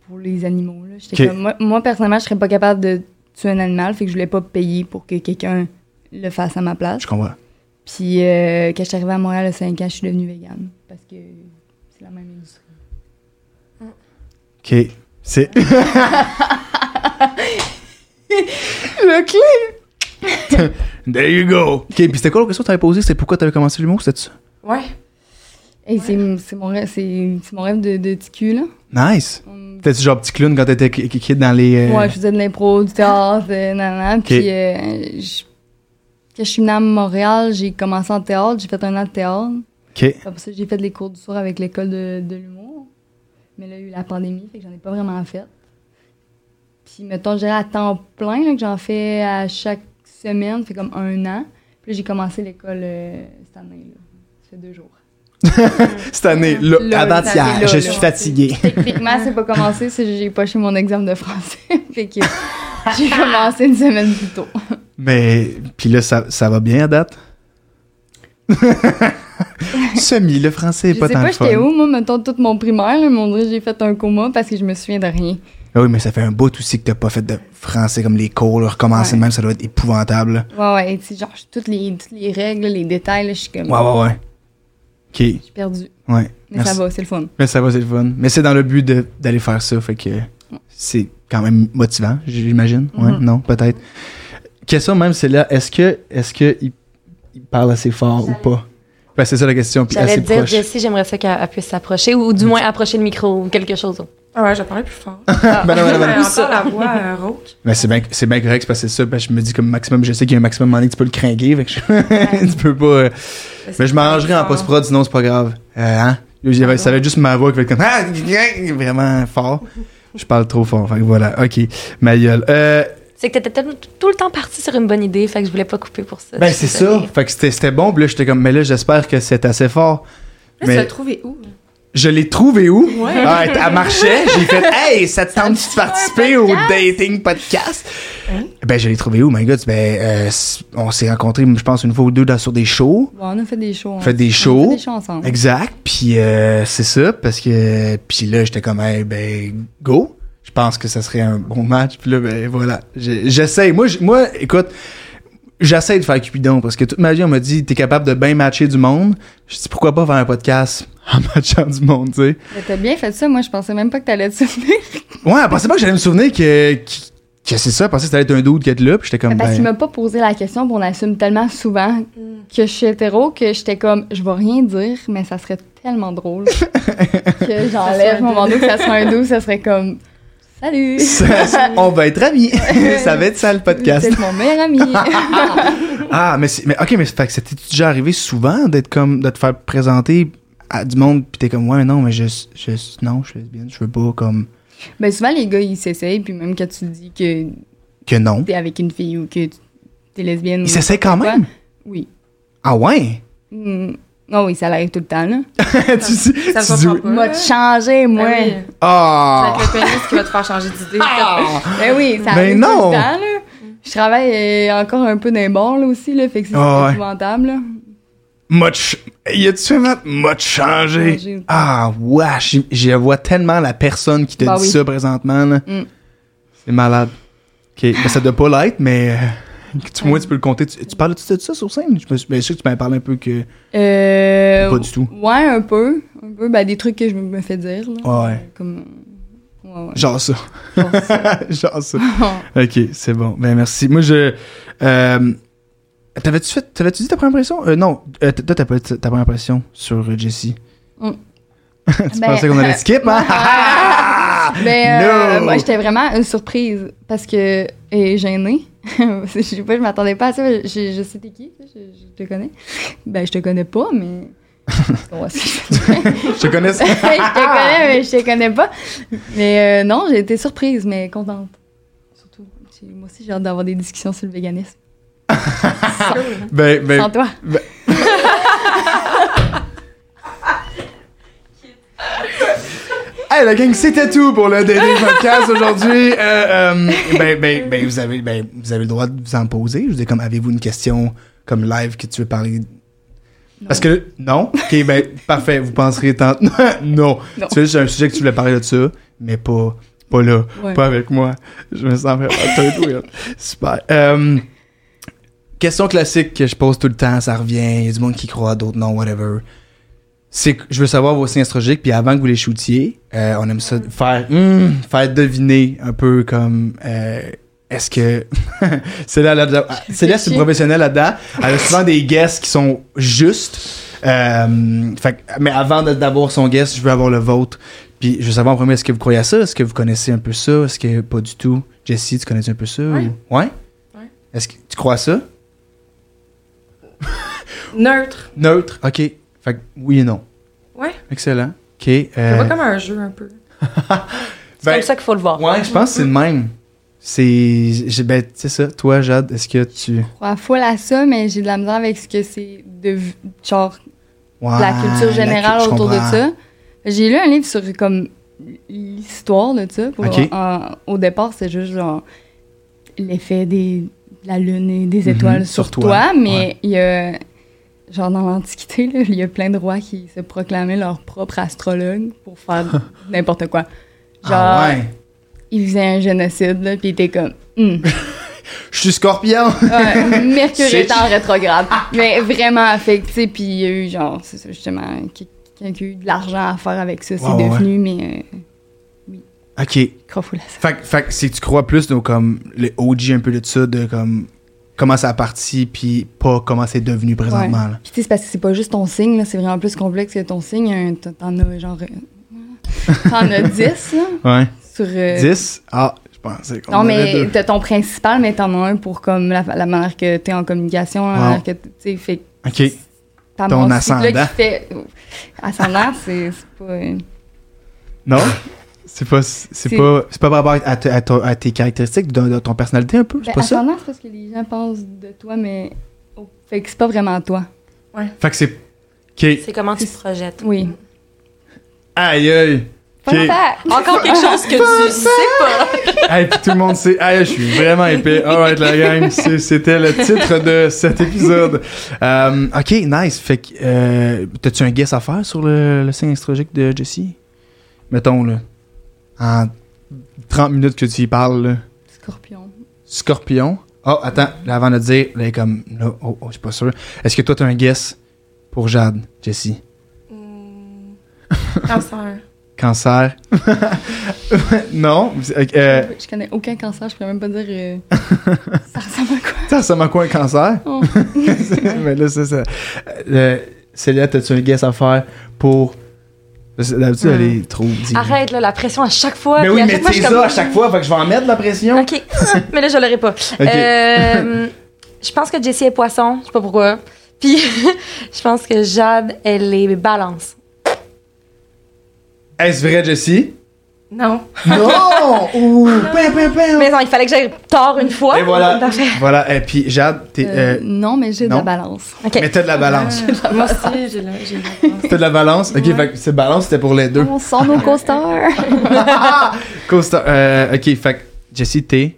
Speaker 4: pour les animaux. Là. J'étais
Speaker 1: Ok.
Speaker 4: comme, moi, moi, personnellement, je serais pas capable de tuer un animal, fait que je voulais pas payer pour que quelqu'un le fasse à ma place.
Speaker 1: Je comprends.
Speaker 4: Puis euh, quand je suis arrivée à Montréal à 5 ans, je suis devenue végane parce que c'est la même industrie.
Speaker 1: Ok. C'est.
Speaker 4: Le clé!
Speaker 1: There you go. Ok, puis c'était quoi la question que t'avais posée C'était pourquoi t'avais commencé l'humour C'était ça
Speaker 3: ouais,
Speaker 4: Et c'est, c'est mon rêve, c'est, c'est mon rêve de, de petit cul, là.
Speaker 1: Nice.
Speaker 4: On-
Speaker 1: T'étais-tu genre petit clown quand t'étais ki- ki- kid dans les. euh,
Speaker 4: Mm. Ouais, je faisais de l'impro, du théâtre, euh, nanana. Puis euh, je- quand je suis venue à Montréal, j'ai commencé en théâtre, j'ai fait un an de théâtre.
Speaker 1: Ok.
Speaker 4: Après ça, j'ai fait les cours du soir avec l'école de, de l'humour. Mais là, il y a eu la pandémie, fait que j'en ai pas vraiment fait. Puis, mettons, j'allais à temps plein, là, que j'en fais à chaque semaine, fait comme un an. Puis là, j'ai commencé l'école euh, cette année, là. Ça fait deux jours.
Speaker 1: Cette année, là,
Speaker 4: Là, cette année,
Speaker 1: avant-hier,
Speaker 4: là,
Speaker 1: je
Speaker 4: là.
Speaker 1: suis fatigué.
Speaker 4: Techniquement, c'est pas commencé, c'est que j'ai pas chez mon examen de français. fait que j'ai commencé une semaine plus tôt.
Speaker 1: Mais. Puis là, ça, ça va bien à date Semi, le français est
Speaker 4: Je
Speaker 1: pas
Speaker 4: sais
Speaker 1: tant
Speaker 4: pas,
Speaker 1: le fun.
Speaker 4: j'étais où, moi, mettons, toute mon primaire, là, mais on dirait que j'ai fait un coma parce que je me souviens de rien.
Speaker 1: Ah oui, mais ça fait un bout aussi que t'as pas fait de français comme les cours, là, recommencer
Speaker 4: Ouais.
Speaker 1: de même, ça doit être épouvantable. là.
Speaker 4: Ouais, ouais, tu sais, genre, toutes les, toutes les règles, les détails, là, je suis comme.
Speaker 1: Ouais, ouais, ouais. Ok.
Speaker 4: Je suis perdue.
Speaker 1: Ouais.
Speaker 4: Mais
Speaker 1: Merci.
Speaker 4: ça va, c'est le fun.
Speaker 1: Mais ça va, c'est le fun. Mais c'est dans le but de- d'aller faire ça, fait que c'est quand même motivant, j'imagine. Ouais,
Speaker 4: Mhm.
Speaker 1: non, peut-être. Question même, c'est là, est-ce que, est-ce que il, il parle assez fort ou pas? Ben, c'est ça la question, puis
Speaker 2: J'allais
Speaker 1: assez
Speaker 2: te dire,
Speaker 1: proche. Mm.
Speaker 2: Jessie, j'aimerais ça qu'elle elle puisse s'approcher ou du moins approcher le micro ou quelque chose.
Speaker 3: ah ouais, je parlais plus fort.
Speaker 1: Ben non, ben non, ben non.
Speaker 3: Encore la voix euh, rauque.
Speaker 1: Ben, c'est bien c'est bien correct, c'est parce que c'est ça, ben, je me dis comme maximum, je sais qu'il y a un maximum de moment donné que tu peux le cringuer, fait que je- tu peux pas... euh, Mais je m'arrangerai en post-prod, sinon c'est pas grave. Euh, hein? Il y avait- Ça va être juste ma voix qui va être comme Ah! vraiment fort. Je parle trop fort, fait que voilà, ok, ma gueule. Euh,
Speaker 2: C'est que t'étais tellement- tout le temps parti sur une bonne idée, fait que je voulais pas couper pour ça.
Speaker 1: Ben,
Speaker 2: Je
Speaker 1: c'est
Speaker 2: suis
Speaker 1: ça.
Speaker 2: désolée.
Speaker 1: Fait que c'était c'était bon. Puis là, j'étais comme, mais là, j'espère que c'est assez fort.
Speaker 3: Là,
Speaker 1: Mais-
Speaker 3: tu l'as trouvé où?
Speaker 1: Je l'ai trouvé où?
Speaker 3: Ouais.
Speaker 1: Ah, elle- elle marchait. J'ai fait, hey, ça te tente de participer au dating podcast?
Speaker 3: Hein?
Speaker 1: Ben, je l'ai trouvé où, my god? Ben, euh, s- on s'est rencontrés, je pense, une fois ou deux dans- sur des shows.
Speaker 4: Bon, on a fait des shows.
Speaker 1: On fait des
Speaker 4: ensemble.
Speaker 1: shows.
Speaker 4: On a fait des shows ensemble.
Speaker 1: Exact. Puis euh, c'est ça, parce que. Puis là, j'étais comme, hey, ben, go. Je pense que ça serait un bon match. Puis là, ben, voilà. Je- J'essaie. Moi, j- moi, écoute, j'essaie de faire Cupidon, parce que toute ma vie, on m'a dit, t'es capable de bien matcher du monde. Je dis, pourquoi pas faire un podcast en matchant du monde, tu sais.
Speaker 4: Mais T'as bien fait ça, moi, je pensais même pas que t'allais te souvenir.
Speaker 1: Ouais, je pensais pas que j'allais me souvenir que. que que c'est ça, je pensais que ça allait être un dude qui était là, puis j'étais comme.
Speaker 4: Parce qu'il
Speaker 1: ben,
Speaker 4: m'a pas posé la question, puis on assume tellement souvent que je suis hétéro que j'étais comme, je vais rien dire, mais ça serait tellement drôle que j'enlève
Speaker 3: un
Speaker 4: mon bandeau, que ça serait un doux, ça serait comme, salut!
Speaker 1: ça- on va être amis. ça va être ça, le podcast.
Speaker 4: C'est mon meilleur ami.
Speaker 1: Ah, mais, c'est- mais ok, mais fait que c'était déjà arrivé souvent d'être comme de te faire présenter à du monde puis t'es comme ouais mais non mais je je non je suis lesbienne je veux pas comme
Speaker 4: ben souvent les gars ils s'essayent puis même quand tu dis que
Speaker 1: que non.
Speaker 4: t'es avec une fille ou que tu- t'es lesbienne.
Speaker 1: Ils
Speaker 4: ou-
Speaker 1: s'essayent quand
Speaker 4: quoi,
Speaker 1: même.
Speaker 4: Oui.
Speaker 1: Ah ouais.
Speaker 4: Hmm. Non oui ça l'arrive tout le temps là.
Speaker 1: tu dis tu
Speaker 3: Ça
Speaker 1: dis-
Speaker 3: me comprend pas.
Speaker 4: Moi
Speaker 3: là.
Speaker 4: de changer moi.
Speaker 3: Ben oui. Ça
Speaker 1: ah.
Speaker 3: va être le pénis qui va te faire changer d'idée.
Speaker 1: Ah!
Speaker 4: Ben oui, ça
Speaker 1: Ben
Speaker 4: arrive
Speaker 1: non!
Speaker 4: tout le temps, là. Je travaille euh, encore un peu dans les bars, là, aussi, là, fait que c'est
Speaker 1: Ah ouais.
Speaker 4: épouvantable, là.
Speaker 1: Much Y a-tu vraiment m'a changé?
Speaker 4: Changé.
Speaker 1: Ah, wesh! j'y- Je vois tellement la personne qui te
Speaker 4: Bah
Speaker 1: dit
Speaker 4: oui.
Speaker 1: ça présentement. là.
Speaker 4: Mm.
Speaker 1: C'est malade. Ok, ben, ça doit pas l'être, mais euh, tu, moi, tu peux le compter. Tu, tu parles de ça sur scène? Je me suis ben, je sais que tu m'avais parlé un peu que.
Speaker 4: Euh,
Speaker 1: Pas du tout.
Speaker 4: Ouais, un peu. Un peu. Ben, des trucs que je me- me fais dire. Là.
Speaker 1: Ah Ouais.
Speaker 4: Euh, Comme. Ouais, ouais.
Speaker 1: Genre ça.
Speaker 4: Genre ça.
Speaker 1: Genre ça. Ok, c'est bon. Ben merci. Moi, je. euh, T'avais-tu fait, t'avais-tu dit ta première impression? Euh, non, euh, t- toi, t'as pas dit ta première impression sur euh, Jessie.
Speaker 4: Mm.
Speaker 1: tu
Speaker 4: Ben,
Speaker 1: pensais qu'on allait skip, hein? Ah!
Speaker 4: Ben, euh,
Speaker 1: No!
Speaker 4: moi, j'étais vraiment une surprise parce que. Et gênée. je sais pas, je m'attendais pas à ça. Je, je sais t'es qui, je, je te connais. Ben, je te connais pas, mais. On va se-
Speaker 1: Je te connais.
Speaker 4: je te connais, mais je te connais pas. Mais euh, non, j'ai été surprise, mais contente. Surtout, j'ai- moi aussi, j'ai hâte d'avoir des discussions sur le véganisme.
Speaker 1: ben, ben,
Speaker 4: Sans toi.
Speaker 1: Hey, la gang, c'était tout pour le DD Podcast aujourd'hui. Euh, euh, ben, ben, ben, vous avez, ben, vous avez le droit de vous en poser. Je vous dis, comme, avez-vous une question comme live que tu veux parler? Parce que, non? Ok, ben, parfait. Vous penserez tant. non.
Speaker 4: Non.
Speaker 1: Tu sais, c'est un sujet que tu voulais parler de ça, mais pas, pas là.
Speaker 4: Ouais.
Speaker 1: Pas avec moi. Je me sens vraiment tout weird. Super. Euh, question classique que je pose tout le temps, ça revient. Il y a du monde qui croit, d'autres non, whatever. C'est que je veux savoir vos signes astrologiques, puis avant que vous les shootiez, euh, on aime ça faire, hmm, faire deviner un peu comme. euh, est-ce que. Célia, elle a- Célia, ah, c'est une
Speaker 4: chier.
Speaker 1: professionnelle là-dedans. Elle a souvent des guesses qui sont justes. Euh, fait que- mais avant de- d'avoir son guess, je veux avoir le vôtre. Puis je veux savoir en premier, est-ce que vous croyez à ça? Est-ce que vous connaissez un peu ça? Est-ce que pas du tout? Jessie, tu connais un peu ça?
Speaker 3: Ouais.
Speaker 1: ou- Ouais?
Speaker 3: Ouais.
Speaker 1: Est-ce que tu crois à ça?
Speaker 3: Neutre.
Speaker 1: Neutre, ok. Fait que oui et non.
Speaker 3: Ouais.
Speaker 1: Excellent. Ok.
Speaker 3: C'est
Speaker 1: euh,
Speaker 3: pas comme un jeu, un peu.
Speaker 2: C'est
Speaker 1: ben,
Speaker 2: comme ça qu'il faut le voir.
Speaker 1: ouais, je pense que c'est le même. C'est. j'ai- Ben, tu sais ça, toi, Jade, est-ce que tu.
Speaker 4: Je crois full à ça, mais j'ai de la misère avec ce que c'est de v- genre
Speaker 1: Ouais,
Speaker 4: la culture générale
Speaker 1: cu- je
Speaker 4: autour de
Speaker 1: comprends.
Speaker 4: ça. J'ai lu un livre sur comme l'histoire de ça. pour-
Speaker 1: Ok.
Speaker 4: en- au départ, c'est juste genre l'effet des de la lune et des étoiles
Speaker 1: Mhm,
Speaker 4: sur,
Speaker 1: sur toi,
Speaker 4: toi, mais
Speaker 1: ouais.
Speaker 4: il y a genre dans l'antiquité, là, il y a plein de rois qui se proclamaient leur propre astrologue pour faire n'importe quoi. Genre,
Speaker 1: Ah ouais.
Speaker 4: ils faisaient un génocide, là, puis ils étaient comme, Hmm.
Speaker 1: Je suis scorpion!
Speaker 4: Ouais, Mercure
Speaker 1: C'est-
Speaker 4: est en rétrograde. Mais vraiment affecté, puis il y a eu, genre, c'est ça, justement, quelqu'un qui a eu de l'argent à faire avec ça, c'est
Speaker 1: Ouais, ouais,
Speaker 4: devenu, mais euh,
Speaker 1: ok.
Speaker 4: crofoule à ça.
Speaker 1: Fait, que- fait que c'est que tu crois plus donc comme le OG un peu de ça, de comme comment ça a parti, puis pas comment c'est devenu présentement. là.
Speaker 4: Puis tu sais, c'est parce que c'est pas juste ton signe, là, c'est vraiment plus complexe que ton signe. Un- t'en- T'en as, genre, euh, t'en as 10, là,
Speaker 1: Ouais.
Speaker 4: sur... euh,
Speaker 1: 10? Ah, je pensais qu'on
Speaker 4: Non,
Speaker 1: en avait
Speaker 4: mais
Speaker 1: deux.
Speaker 4: t'as ton principal, mais t'en as un pour, comme, la, la manière que t'es en communication, la
Speaker 1: Wow.
Speaker 4: manière que, t- tu sais, fait que
Speaker 1: Ok.
Speaker 4: t'as
Speaker 1: Ton
Speaker 4: mon cycle,
Speaker 1: ascendant.
Speaker 4: là, qui fait... euh, Ascendant, c'est c'est pas... euh,
Speaker 1: Non? C'est pas, c'est
Speaker 4: C'est-
Speaker 1: pas, c'est pas par rapport à, te- à ton- à tes caractéristiques, de, de ton personnalité un peu? C'est
Speaker 4: Ben,
Speaker 1: pas ça?
Speaker 4: ascendant, c'est parce que les gens pensent de toi, mais. oh, Fait que c'est pas vraiment toi.
Speaker 1: Fait que c'est. Ok.
Speaker 2: C'est comment tu te projettes.
Speaker 4: Oui.
Speaker 1: Aïe aïe!
Speaker 4: Fun
Speaker 1: Ok.
Speaker 4: fact!
Speaker 2: Encore quelque chose que tu sais pas.
Speaker 1: Hey, puis tout le monde sait, hey, je suis vraiment épais. Alright, la gang, c'est- c'était le titre de cet épisode. Euh, ok, nice. Fait que, euh, t'as-tu un guess à faire sur le, le signe astrologique de Jessie? Mettons, là, en 30 minutes que tu y parles, là.
Speaker 4: Scorpion.
Speaker 1: Scorpion. Oh, attends, là, avant de dire, là, elle est comme, là, oh, oh, je suis pas sûr. Est-ce que toi, t'as un guess pour Jade, Jessie?
Speaker 3: Hmm. Cancer.
Speaker 1: Cancer? non? Euh,
Speaker 4: Je connais aucun cancer, je pourrais même pas dire. euh, ça ressemble à quoi?
Speaker 1: ça ressemble à quoi un cancer?
Speaker 4: Oh.
Speaker 1: Mais là, ça, ça. Euh, Célia, t'as-tu un guess à faire pour. D'habitude, elle est trop dit.
Speaker 2: Arrête, là, la pression à chaque fois.
Speaker 1: Mais
Speaker 2: puis
Speaker 1: oui,
Speaker 2: à
Speaker 1: mais
Speaker 2: chaque fois,
Speaker 1: c'est
Speaker 2: je suis
Speaker 1: ça à chaque fois, fait que je vais en mettre de la pression.
Speaker 2: OK. mais là, je l'aurai pas. Euh, je pense que Jessie est poisson. Je sais pas pourquoi. Puis, je pense que Jade, elle est balance.
Speaker 1: Est-ce vrai, Jessie?
Speaker 3: Non.
Speaker 1: Non! Ouh! Pim, pim, pim!
Speaker 2: Mais non, il fallait que j'aille tard une fois.
Speaker 1: Et voilà.
Speaker 2: Parfait.
Speaker 1: Voilà. Et puis, Jade, t'es.
Speaker 4: Euh,
Speaker 1: euh,
Speaker 4: non, mais j'ai de
Speaker 1: non.
Speaker 4: la balance.
Speaker 2: OK.
Speaker 1: Mais t'as de la balance.
Speaker 2: Euh.
Speaker 3: Ah, Moi aussi, j'ai la, j'ai la
Speaker 1: T'as de la balance? Ok,
Speaker 3: Ouais.
Speaker 1: fait que cette balance, c'était pour les deux.
Speaker 4: On sort nos coasters!
Speaker 1: Costa- euh, ok, fait que Jessie, t'es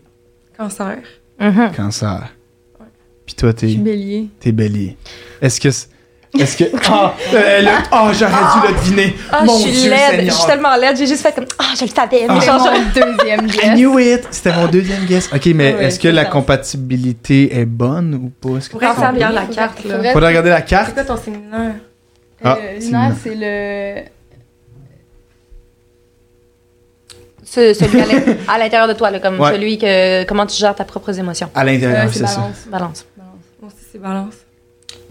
Speaker 3: Cancer.
Speaker 2: Mhm.
Speaker 1: cancer.
Speaker 3: Ouais.
Speaker 1: Puis toi,
Speaker 4: Je suis
Speaker 1: t'es
Speaker 4: bélier.
Speaker 1: t'es bélier. Est-ce que. c'est- Est-ce que. Ah, euh, le- ah, j'aurais dû le deviner.
Speaker 2: Ah,
Speaker 1: Mon
Speaker 2: je suis
Speaker 1: Dieu,
Speaker 2: laide. Je
Speaker 1: Seigneur.
Speaker 2: suis tellement laide. J'ai juste fait comme Ah, je le savais. mais genre, je-
Speaker 4: mon deuxième
Speaker 1: I
Speaker 4: guess.
Speaker 1: knew it! C'était mon deuxième guess. Ok,
Speaker 2: Ah
Speaker 1: mais
Speaker 3: Ouais,
Speaker 1: est-ce que
Speaker 3: c'est
Speaker 1: la
Speaker 3: ça.
Speaker 1: compatibilité est bonne ou pas? Est-ce que
Speaker 3: Pour être bien
Speaker 1: Faudrait
Speaker 3: la carte, là.
Speaker 4: Faudrait-
Speaker 1: regarder la
Speaker 3: C'est
Speaker 1: carte.
Speaker 3: quoi ton séminaire?
Speaker 1: Ah,
Speaker 4: Euh,
Speaker 1: c'est
Speaker 4: lunaire,
Speaker 1: mignon.
Speaker 4: c'est le.
Speaker 2: ce- celui à l'in- à l'intérieur de toi, là, comme
Speaker 1: Ouais.
Speaker 2: celui que. Comment tu gères tes propres émotions.
Speaker 1: À l'intérieur,
Speaker 4: euh,
Speaker 1: Ah, c'est
Speaker 4: c'est
Speaker 1: ça.
Speaker 4: balance.
Speaker 2: Balance.
Speaker 4: balance.
Speaker 3: Moi aussi, c'est balance.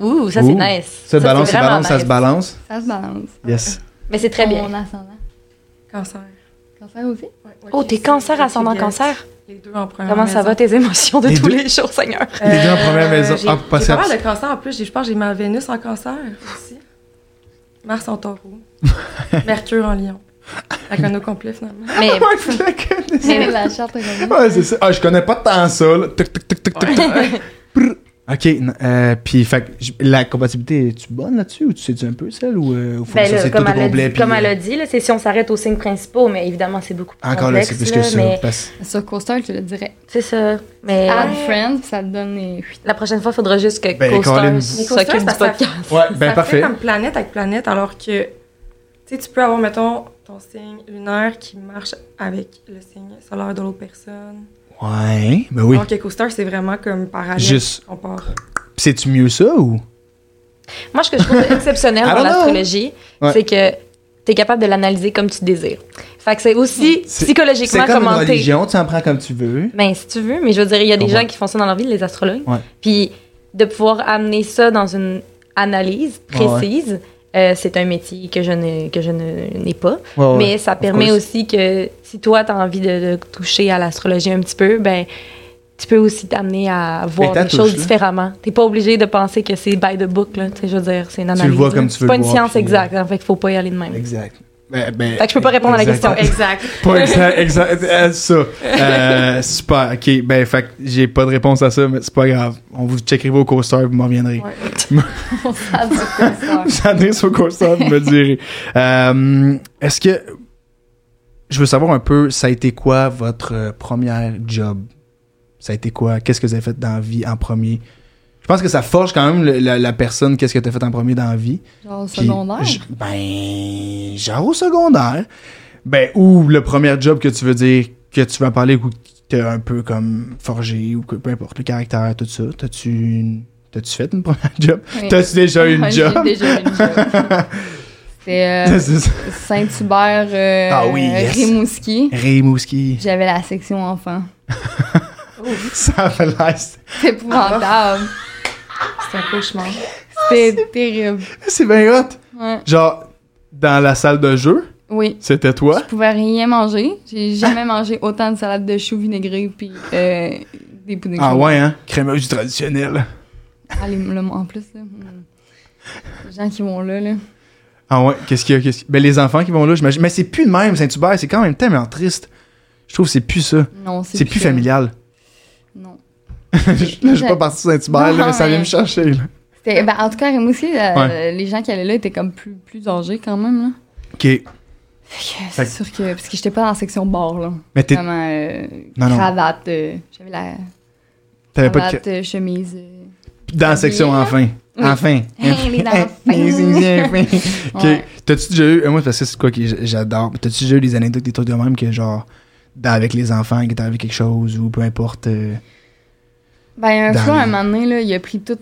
Speaker 2: Ouh, ça, c'est
Speaker 1: Ouh.
Speaker 2: nice.
Speaker 1: Ça, balance, ça
Speaker 2: vraiment
Speaker 1: balance, ça se
Speaker 2: nice.
Speaker 1: balance.
Speaker 4: Ça se balance.
Speaker 1: Yes.
Speaker 2: Mais c'est très bien.
Speaker 4: Mon ascendant.
Speaker 3: Cancer.
Speaker 4: Cancer aussi?
Speaker 3: Ouais, ouais,
Speaker 2: Oh,
Speaker 3: j'ai
Speaker 2: t'es
Speaker 3: essayé
Speaker 2: cancer,
Speaker 3: de
Speaker 2: ascendant
Speaker 3: checker
Speaker 2: cancer.
Speaker 3: Les deux en première
Speaker 2: Comment ça
Speaker 3: maison. Euh,
Speaker 2: va tes émotions de
Speaker 1: Les
Speaker 2: tous
Speaker 1: deux?
Speaker 2: les jours, Seigneur?
Speaker 1: Les deux en première maison.
Speaker 3: J'ai,
Speaker 1: Ah,
Speaker 3: j'ai
Speaker 1: passez
Speaker 3: pas
Speaker 1: à-
Speaker 3: mal de cancer en plus. J'ai- Je pense que j'ai ma Vénus en cancer aussi. Mars en taureau. Mercure en lion. Avec un au complet finalement.
Speaker 2: Mais
Speaker 1: Ouais, je la connais.
Speaker 2: Mais-
Speaker 4: la charte est comme ça.
Speaker 1: Ouais, c'est ça. Ah, je connais pas tant ça, là. Tic, tic, tic, tic, tic, tic. Brr. Ok, n- euh, puis fait que j- la compatibilité, es-tu bonne là-dessus ou tu sais-tu un peu celle ou euh, faut
Speaker 2: Ben
Speaker 1: que ça
Speaker 2: là,
Speaker 1: c'est tout
Speaker 2: comme,
Speaker 1: au
Speaker 2: elle a
Speaker 1: complet?
Speaker 2: dit,
Speaker 1: puis,
Speaker 2: comme elle
Speaker 1: euh,
Speaker 2: a dit, là, c'est si on s'arrête aux signes principaux, mais évidemment, c'est beaucoup plus
Speaker 1: Encore là,
Speaker 2: complexe.
Speaker 1: c'est plus que
Speaker 2: là,
Speaker 1: ça.
Speaker 2: mais
Speaker 1: parce-
Speaker 4: Sur Coaster, je te le dirais.
Speaker 2: C'est ça. Mais
Speaker 4: Add friends, puis ça te donne les.
Speaker 2: la prochaine fois, il faudra juste que
Speaker 1: Ben, Colin-
Speaker 2: Coaster
Speaker 3: Mais Coaster,
Speaker 2: s'occupe du
Speaker 3: parce que ça-
Speaker 2: podcast.
Speaker 1: Ouais, ben
Speaker 3: ça
Speaker 1: parfait.
Speaker 3: fait comme planète avec planète alors que tu sais, tu peux avoir, mettons, ton signe lunaire qui marche avec le signe solaire de l'autre personne.
Speaker 1: Ouais, ben oui.
Speaker 3: Alors que Coaster, c'est vraiment comme parallèle.
Speaker 1: Juste.
Speaker 3: On part.
Speaker 1: Puis c'est-tu mieux ça ou?
Speaker 2: Moi, ce que je trouve exceptionnel
Speaker 1: I
Speaker 2: dans
Speaker 1: don't know.
Speaker 2: l'astrologie,
Speaker 1: Ouais.
Speaker 2: c'est que tu es capable de l'analyser comme tu désires. Fait que c'est aussi
Speaker 1: C'est-
Speaker 2: psychologiquement
Speaker 1: C'est comme une
Speaker 2: commenté.
Speaker 1: religion, tu en prends comme tu veux.
Speaker 2: Ben, si tu veux, mais je veux dire, il y a des
Speaker 1: Comprends.
Speaker 2: gens qui font ça dans leur vie, les astrologues.
Speaker 1: Ouais.
Speaker 2: Puis de pouvoir amener ça dans une analyse
Speaker 1: Ouais, ouais.
Speaker 2: précise, euh, c'est un métier que je ne, que je ne- n'ai pas.
Speaker 1: Ouais, Ah ouais.
Speaker 2: mais ça permet
Speaker 1: course.
Speaker 2: aussi que si toi, tu as envie de, de toucher à l'astrologie un petit peu, ben tu peux aussi t'amener à voir
Speaker 1: ta
Speaker 2: les
Speaker 1: touche,
Speaker 2: choses
Speaker 1: là. différemment.
Speaker 2: différemment. T'es pas obligé de penser que c'est by the book, là. Tu sais, je veux dire, c'est une analyse.
Speaker 1: le vois
Speaker 2: là.
Speaker 1: comme tu veux
Speaker 2: C'est pas
Speaker 1: le
Speaker 2: une
Speaker 1: voir,
Speaker 2: science
Speaker 1: puis- euh,
Speaker 2: exacte, hein, fait qu'il faut pas y aller de même.
Speaker 1: Exact. Ben, ben,
Speaker 2: Fait que je peux pas répondre à la
Speaker 1: exact.
Speaker 2: question.
Speaker 3: Exact.
Speaker 1: Pas exact, exact, euh, ça. Euh, super, ok. Ben, fait que j'ai pas de réponse à ça, mais c'est pas grave. On vous checkerez vos coasters, vous m'en reviendrez.
Speaker 3: Ouais.
Speaker 4: On s'add sur Coaster.
Speaker 1: Vous allez sur Coaster, vous me le direz. Euh, Est-ce que. Je veux savoir un peu, ça a été quoi votre euh, première job? Ça a été quoi? Qu'est-ce que vous avez fait dans la vie en premier? Je pense que ça forge quand même le- la, la personne, qu'est-ce que tu as fait en premier dans la vie.
Speaker 4: Genre
Speaker 1: Puis,
Speaker 4: secondaire.
Speaker 1: je- ben, genre au secondaire. Ben, ou le premier job que tu veux dire, que tu vas parler ou qui t'a un peu comme forgé ou que, peu importe le caractère, tout ça. T'as-tu une- T'as-tu fait une première job?
Speaker 4: Oui.
Speaker 1: T'as-tu déjà eu une
Speaker 4: J'ai
Speaker 1: job?
Speaker 4: déjà eu une job. C'était euh,
Speaker 1: C'est ça.
Speaker 4: Saint-Hubert, euh,
Speaker 1: Ah oui, yes.
Speaker 4: Rimouski.
Speaker 1: Rimouski.
Speaker 4: J'avais la section enfant.
Speaker 1: Ça avait l'air.
Speaker 4: C'était épouvantable.
Speaker 3: C'est un cauchemar.
Speaker 4: C'était terrible.
Speaker 1: Ah, C'est bien hot.
Speaker 4: Ouais.
Speaker 1: Genre, dans la salle de jeu,
Speaker 4: Oui.
Speaker 1: c'était toi.
Speaker 4: Je pouvais rien manger. J'ai jamais mangé autant de salade de choux vinaigrés puis euh, des poudres
Speaker 1: Ah ouais, hein? Crémeuse traditionnelle.
Speaker 4: Ah, les- le- en plus, là, hmm. les gens qui vont là, là.
Speaker 1: Ah ouais, qu'est-ce qu'il y a? qu'est-ce qu'il y a? Ben, les enfants qui vont là, j'imagine. Mais c'est plus de même, Saint-Hubert, c'est quand même tellement triste. Je trouve que c'est plus ça.
Speaker 4: Non, c'est
Speaker 1: C'est plus
Speaker 4: ça.
Speaker 1: familial.
Speaker 4: Non.
Speaker 1: là, je suis pas parti sur Saint-Hubert, là,
Speaker 4: Non,
Speaker 1: mais ça vient
Speaker 4: mais-
Speaker 1: me chercher, là.
Speaker 4: C'était- ben, en tout cas, Rimouski, euh,
Speaker 1: Ouais.
Speaker 4: les gens qui allaient là étaient comme plus, plus âgés quand même. Là.
Speaker 1: Ok.
Speaker 4: Fait que
Speaker 1: Fait
Speaker 4: C'est
Speaker 1: que-
Speaker 4: sûr que. Parce que j'étais pas dans la section bar, là.
Speaker 1: Mais t'es-
Speaker 4: Vraiment, euh,
Speaker 1: Non, non.
Speaker 4: cravate. euh, J'avais la
Speaker 1: t'avais pas de.
Speaker 4: cravate, euh, chemise. euh.
Speaker 1: Dans la section enfin. Enfin.
Speaker 4: Hey, les enfants.
Speaker 1: Ok.
Speaker 4: Ouais.
Speaker 1: T'as-tu déjà eu. euh, Moi, parce que c'est quoi que j- j'adore. T'as-tu déjà eu des anecdotes, des trucs de même que genre. dans- avec les enfants, qui t'arrive quelque chose ou peu importe. euh,
Speaker 4: Ben, un
Speaker 1: Dans
Speaker 4: fois,
Speaker 1: le-
Speaker 4: un moment donné, là, il a pris tout,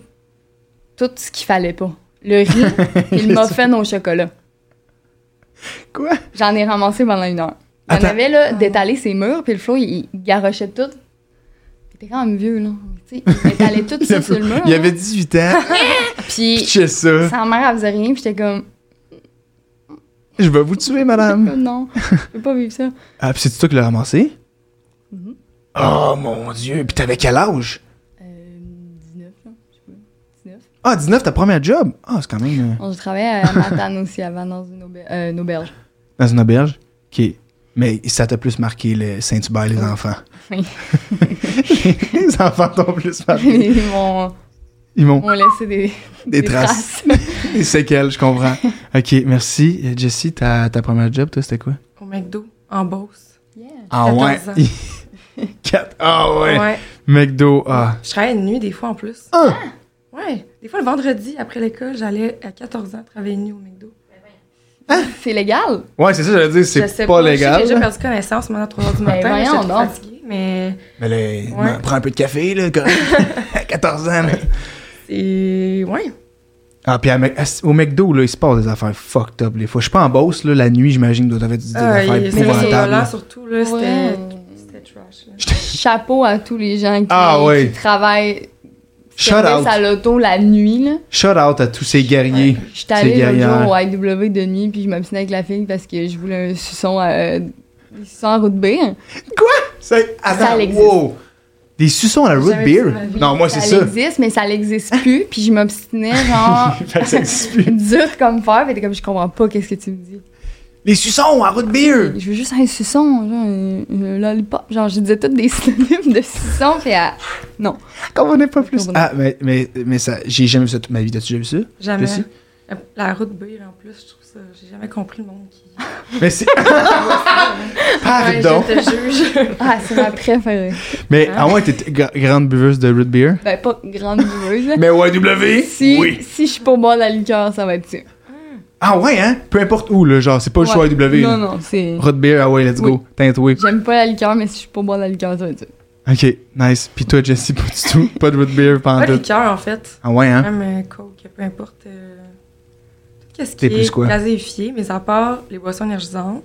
Speaker 4: tout ce qu'il fallait pas. Le riz et
Speaker 1: Qu'est-ce
Speaker 4: le muffin au chocolat.
Speaker 1: Quoi?
Speaker 4: J'en ai ramassé pendant une heure. J'en
Speaker 1: Attends.
Speaker 4: avais, là, d'étaler ses murs, puis le flow, il, il garochait tout. Il était quand même vieux, là. Tu sais, il étalait tout
Speaker 1: Il
Speaker 4: ça
Speaker 1: avait-
Speaker 4: sur le mur. hein.
Speaker 1: Il
Speaker 4: là.
Speaker 1: avait 18 ans,
Speaker 4: Puis,
Speaker 1: pitchait ça.
Speaker 4: sa mère, elle faisait rien, puis j'étais comme,
Speaker 1: Je vais vous tuer, madame.
Speaker 4: non, je peux pas vivre ça.
Speaker 1: Ah, puis c'est toi qui l'as ramassé?
Speaker 4: Mhm.
Speaker 1: Oh mon dieu, puis t'avais quel âge?
Speaker 4: Euh, 19, là, je sais pas. 19.
Speaker 1: Ah, 19, ta première job? Ah, c'est quand même euh,
Speaker 4: Bon, je travaillais à Matane aussi avant dans une, auber- euh, une auberge.
Speaker 1: dans une auberge. Ok. Mais ça t'a plus marqué le Saint-Hubert, les enfants.
Speaker 4: Oui.
Speaker 1: les enfants t'ont plus marqué.
Speaker 4: Ils m'ont
Speaker 1: Ils m'ont
Speaker 4: m'ont laissé des,
Speaker 1: des, traces, des séquelles, je comprends. Ok, merci. Euh, Jessie, ta, ta première job, toi, c'était quoi?
Speaker 3: Au McDo, en Beauce.
Speaker 4: Yeah.
Speaker 1: Ah
Speaker 3: 14
Speaker 1: ouais. Quatre- Ah ouais.
Speaker 3: ouais.
Speaker 1: McDo, ah.
Speaker 3: Je travaillais de nuit des fois en plus.
Speaker 1: Ah!
Speaker 3: Ouais. Ouais. Des fois, le vendredi, après l'école, j'allais à 14 ans travailler nu au McDo.
Speaker 4: C'est légal?
Speaker 1: Ouais, c'est ça, j'allais dire,
Speaker 3: Je sais
Speaker 1: c'est pas
Speaker 3: je sais que
Speaker 1: légal.
Speaker 3: J'ai déjà perdu connaissance maintenant à 3 h du
Speaker 4: Ben
Speaker 3: matin. mais
Speaker 4: voyons
Speaker 3: j'étais trop
Speaker 4: donc.
Speaker 3: fatiguée, mais
Speaker 1: Mais là,
Speaker 3: Ouais.
Speaker 1: ben, prends un peu de café, là, quand à 14 ans. mais-
Speaker 3: c'est. Ouais.
Speaker 1: Ah, puis à Mc- à- au McDo, là, il se passe des affaires fucked up, des fois. Je suis pas en bosse, là, la nuit, j'imagine, doit être des
Speaker 3: Ah,
Speaker 1: affaires
Speaker 3: et- mais
Speaker 4: épouvantable,
Speaker 3: là,
Speaker 1: épouvantables. là.
Speaker 3: surtout, là,
Speaker 4: Ouais.
Speaker 3: c'était. C'était trash, là.
Speaker 4: Chapeau à tous les gens qui,
Speaker 1: Ah ouais.
Speaker 4: qui travaillent
Speaker 1: Shout
Speaker 4: service
Speaker 1: out.
Speaker 4: à l'auto la nuit. Là.
Speaker 1: Shout out à tous ces guerriers.
Speaker 4: Je suis allée
Speaker 1: C'est
Speaker 4: l'autre
Speaker 1: galère.
Speaker 4: jour au IW de nuit, puis je m'obstinais avec la fille parce que je voulais un suçon à, suçon à route B. hein.
Speaker 1: C'est
Speaker 4: Ça, elle existe.
Speaker 1: wow. Des suçons à la root
Speaker 3: Jamais
Speaker 1: beer.
Speaker 3: vu de ma vie.
Speaker 1: Non, moi, c'est ça.
Speaker 4: existe, mais ça n'existe plus, puis je m'obstinais genre
Speaker 1: Fait que ça existe plus.
Speaker 4: dur comme fer, puis t'es comme je comprends pas qu'est-ce que tu me dis.
Speaker 1: Les suçons à root beer.
Speaker 4: Je veux juste un suçon, genre un, un lollipop. Genre, je disais toutes des synonymes de suçon, puis à... non.
Speaker 1: Comprenez pas plus.
Speaker 4: Comprenez.
Speaker 1: Ah, mais, mais, mais ça, j'ai jamais vu ça toute ma vie. T'as-tu jamais vu ça?
Speaker 3: Jamais.
Speaker 1: Jessie?
Speaker 3: La, la route beer, en plus, je trouve ça. J'ai jamais compris le monde qui.
Speaker 1: Mais c'est.
Speaker 3: Ouais,
Speaker 1: Pardon.
Speaker 3: je te juge.
Speaker 4: Ah, c'est ma préférée. Hein?
Speaker 1: mais à moi, t'es grande buveuse de root beer.
Speaker 4: Ben, pas grande buveuse. là.
Speaker 1: Mais YW?
Speaker 4: Si,
Speaker 1: Oui.
Speaker 4: si je suis pas boire de la liqueur, ça va être ça.
Speaker 1: Ah ouais, hein? Peu importe où, là. Genre, c'est pas le choix
Speaker 4: Ouais.
Speaker 1: YW.
Speaker 4: Non,
Speaker 1: là.
Speaker 4: non, c'est.
Speaker 1: Root beer, ah ouais, let's go. Teinte, oui.
Speaker 4: J'aime pas la liqueur, mais si je suis pas boire de la liqueur, ça va être ça.
Speaker 1: Ok, nice. Puis toi, Jessie, pas du tout. Pas de root beer
Speaker 3: Pas
Speaker 1: pendant
Speaker 3: de
Speaker 1: tout.
Speaker 3: liqueur, en fait.
Speaker 1: Ah ouais, hein?
Speaker 3: Même euh, Coke, peu importe. euh, tout Qu'est-ce qui
Speaker 1: T'es
Speaker 3: est
Speaker 1: plus quoi?
Speaker 3: gazéifié, mais à part les boissons énergisantes.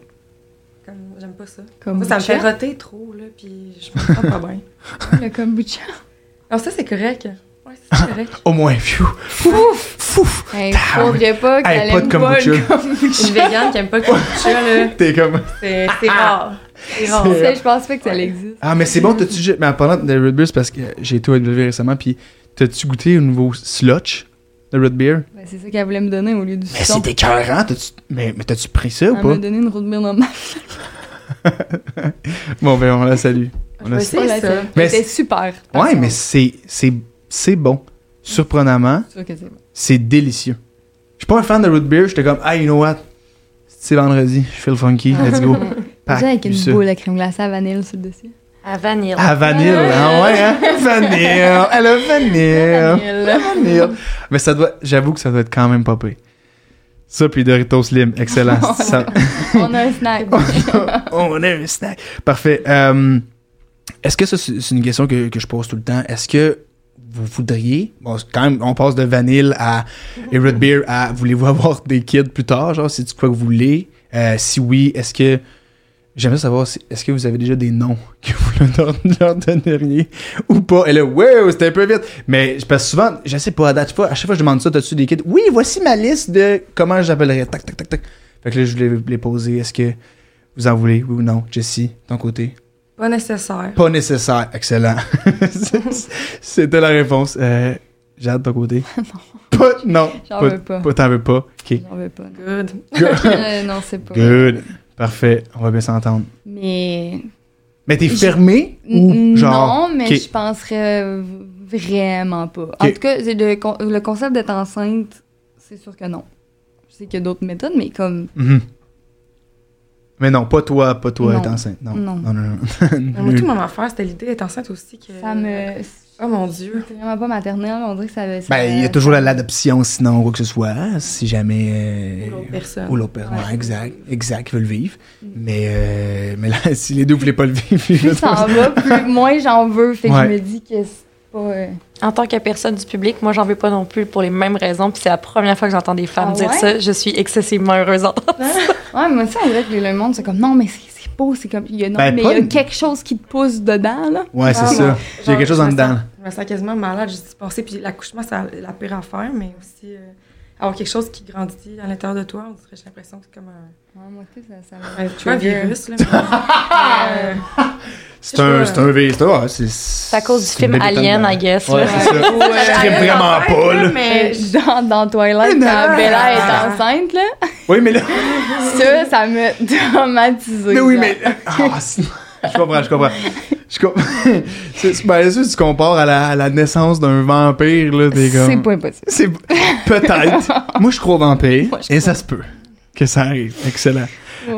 Speaker 3: Comme, j'aime pas ça.
Speaker 4: Comme
Speaker 3: ça, ça me fait roter trop, là, puis je me sens pas bien.
Speaker 4: le kombucha.
Speaker 3: Non, ça, c'est correct. Ouais, c'est correct.
Speaker 1: Au moins, phew. Fouf! Fouf!
Speaker 4: Hey, faudrait pas que
Speaker 1: Hey,
Speaker 4: t'allais
Speaker 1: pas de
Speaker 4: me voir le kombucha.
Speaker 3: Une végane qui aime pas le kombucha, là,
Speaker 1: T'es comme.
Speaker 3: c'est c'est rare. Ah, C'est rare.
Speaker 4: Tu sais, je pense pas que ça existe.
Speaker 1: Ah, mais c'est bon, t'as-tu. ju- Mais en parlant de Red Beer, c'est parce que j'ai été au W récemment, puis t'as-tu goûté au nouveau slotch de Red Beer?
Speaker 4: Ben, c'est ça qu'elle voulait me donner au lieu du
Speaker 1: Mais
Speaker 4: suçon.
Speaker 1: c'est écœurant, t'as-tu. Mais, mais t'as-tu pris ça ou
Speaker 4: Elle
Speaker 1: pas?
Speaker 4: m'a donné une route bien normale.
Speaker 1: Bon, ben, on la salue. On
Speaker 3: Je vais
Speaker 1: la-
Speaker 3: essayer
Speaker 4: Voilà,
Speaker 3: ça.
Speaker 1: Mais
Speaker 4: C'était
Speaker 1: c'est-
Speaker 4: super.
Speaker 1: Ouais, mais c'est. C'est c'est bon. Surprenamment,
Speaker 4: C'est sûr que c'est bon.
Speaker 1: c'est délicieux. Je suis pas un fan de root beer, j'étais comme, ah, you know what? C'est vendredi, je fais le funky, let's go. Pack,
Speaker 4: Déjà avec
Speaker 1: bu ça.
Speaker 4: une boule à crème glacée à vanille sur le dossier.
Speaker 2: À Vanille.
Speaker 1: Ah, vanille, hein, ouais, hein? Vanille, elle a vanille. Vanille. Mais ça doit, j'avoue que ça doit être quand même pas pire. Ça, puis Doritos Slim, excellent. Ça-
Speaker 4: On a un snack.
Speaker 1: on a un snack. Parfait. Euh, est-ce que ça, c'est c'est une question que, que je pose tout le temps? Est-ce que vous voudriez, bon, c'est quand même, on passe de vanille à et root beer à voulez-vous avoir des kids plus tard? Genre, c'est quoi que vous voulez? Euh, si oui, est-ce que. J'aimerais savoir, si- est-ce que vous avez déjà des noms que vous leur, leur donneriez ou pas? Et là, wow, c'était un peu vite. Mais je passe souvent, je sais pas, à, date, je sais pas, à chaque fois que je demande ça, t'as-tu des kids? Oui, voici ma liste de comment j'appellerais. Tac, tac, tac, tac. Fait que là, je voulais vous les poser. Est-ce que vous en voulez, oui ou non, Jessie, ton côté?
Speaker 3: Pas nécessaire.
Speaker 1: Pas nécessaire. Excellent. C'était la réponse. Euh, Jade, ton côté? Non. Pas, non.
Speaker 4: J'en
Speaker 1: pas,
Speaker 4: veux pas.
Speaker 1: T'en veux pas? OK.
Speaker 4: J'en veux pas. non.
Speaker 3: Good.
Speaker 4: Euh, non, c'est pas.
Speaker 1: Good. Parfait. On va bien s'entendre.
Speaker 4: Mais.
Speaker 1: Mais t'es
Speaker 4: Je-
Speaker 1: fermé ou
Speaker 4: N-
Speaker 1: genre...
Speaker 4: non, mais
Speaker 1: OK.
Speaker 4: je penserais euh, vraiment pas. En
Speaker 1: Ok.
Speaker 4: tout cas, c'est le, con- le concept d'être enceinte, c'est sûr que non. Je sais qu'il y a d'autres méthodes, mais comme.
Speaker 1: Mhm. Mais non, pas toi, pas toi,
Speaker 4: Non.
Speaker 1: être enceinte. Non,
Speaker 4: Non.
Speaker 1: non, non.
Speaker 3: Mais
Speaker 1: non.
Speaker 3: Moi, tout
Speaker 1: Nul.
Speaker 3: mon affaire, c'était l'idée d'être enceinte aussi. Que...
Speaker 4: Ça me.
Speaker 3: Oh mon Dieu.
Speaker 4: C'est vraiment pas maternel, on dirait que ça. ça-
Speaker 1: Ben, il y a toujours la- l'adoption, sinon, quoi que ce soit, hein, si jamais... euh,
Speaker 3: Ou l'autre personne.
Speaker 1: Ou l'autre personne.
Speaker 4: Ouais.
Speaker 1: Ouais, exact, exact, ils veulent vivre. Mais, euh, mais là, si les deux voulaient pas le vivre, ils
Speaker 4: Plus
Speaker 1: le
Speaker 4: ça en va, plus moins j'en veux. Fait que
Speaker 1: Ouais.
Speaker 4: je me dis que c'est pas. euh,
Speaker 2: En tant que personne du public, moi, j'en veux pas non plus pour les mêmes raisons. Puis c'est la première fois que j'entends des femmes
Speaker 4: Ah
Speaker 2: dire
Speaker 4: ouais?
Speaker 2: ça. Je suis excessivement heureuse d'entendre.
Speaker 4: hein? Ouais, mais moi ça, on dirait que le monde, c'est comme non, mais c'est c'est beau, c'est comme. Il y a, non,
Speaker 1: Ben,
Speaker 4: mais il
Speaker 1: pas
Speaker 4: y a
Speaker 1: une-
Speaker 4: quelque chose qui te pousse dedans, là.
Speaker 1: Ouais, c'est
Speaker 3: Ah,
Speaker 1: ça.
Speaker 3: ouais.
Speaker 1: J'ai quelque chose en
Speaker 3: je me
Speaker 1: dedans.
Speaker 3: sens-
Speaker 1: là.
Speaker 3: Je me sens quasiment malade, j'ai dispensé. Puis l'accouchement, c'est la pire affaire, mais aussi euh, avoir quelque chose qui grandit à l'intérieur de toi, on dirait, j'ai l'impression que c'est comme un,
Speaker 4: Ouais, moi aussi, ça, ça
Speaker 3: un,
Speaker 4: me-
Speaker 3: un virus. Là, mais- Euh,
Speaker 1: C'est un,
Speaker 3: pas.
Speaker 1: c'est un V- c'est- ouais,
Speaker 2: C'est à cause du film Alien, I guess.
Speaker 1: hein. Ouais,
Speaker 2: là.
Speaker 1: c'est ça.
Speaker 3: Ouais,
Speaker 1: Je tripe
Speaker 3: ouais,
Speaker 1: vraiment pas,
Speaker 3: ouais,
Speaker 1: là.
Speaker 3: Mais
Speaker 4: Euh, dans, dans Twilight,
Speaker 1: Non.
Speaker 4: quand Bella est enceinte, là,
Speaker 1: Oui, mais là.
Speaker 4: ça, ça m'a traumatisée.
Speaker 1: Mais oui,
Speaker 4: genre.
Speaker 1: mais. Ah, c'est- je comprends, je comprends. Je comprends. c'est, c'est- ben, sûr, tu compares à la, à la naissance d'un vampire, là, t'es comme.
Speaker 4: C'est pas impossible.
Speaker 1: C'est- Peut-être. Moi, je crois au vampire.
Speaker 4: Moi, je
Speaker 1: et
Speaker 4: crois.
Speaker 1: ça se peut que ça arrive. Excellent.
Speaker 4: Ouais.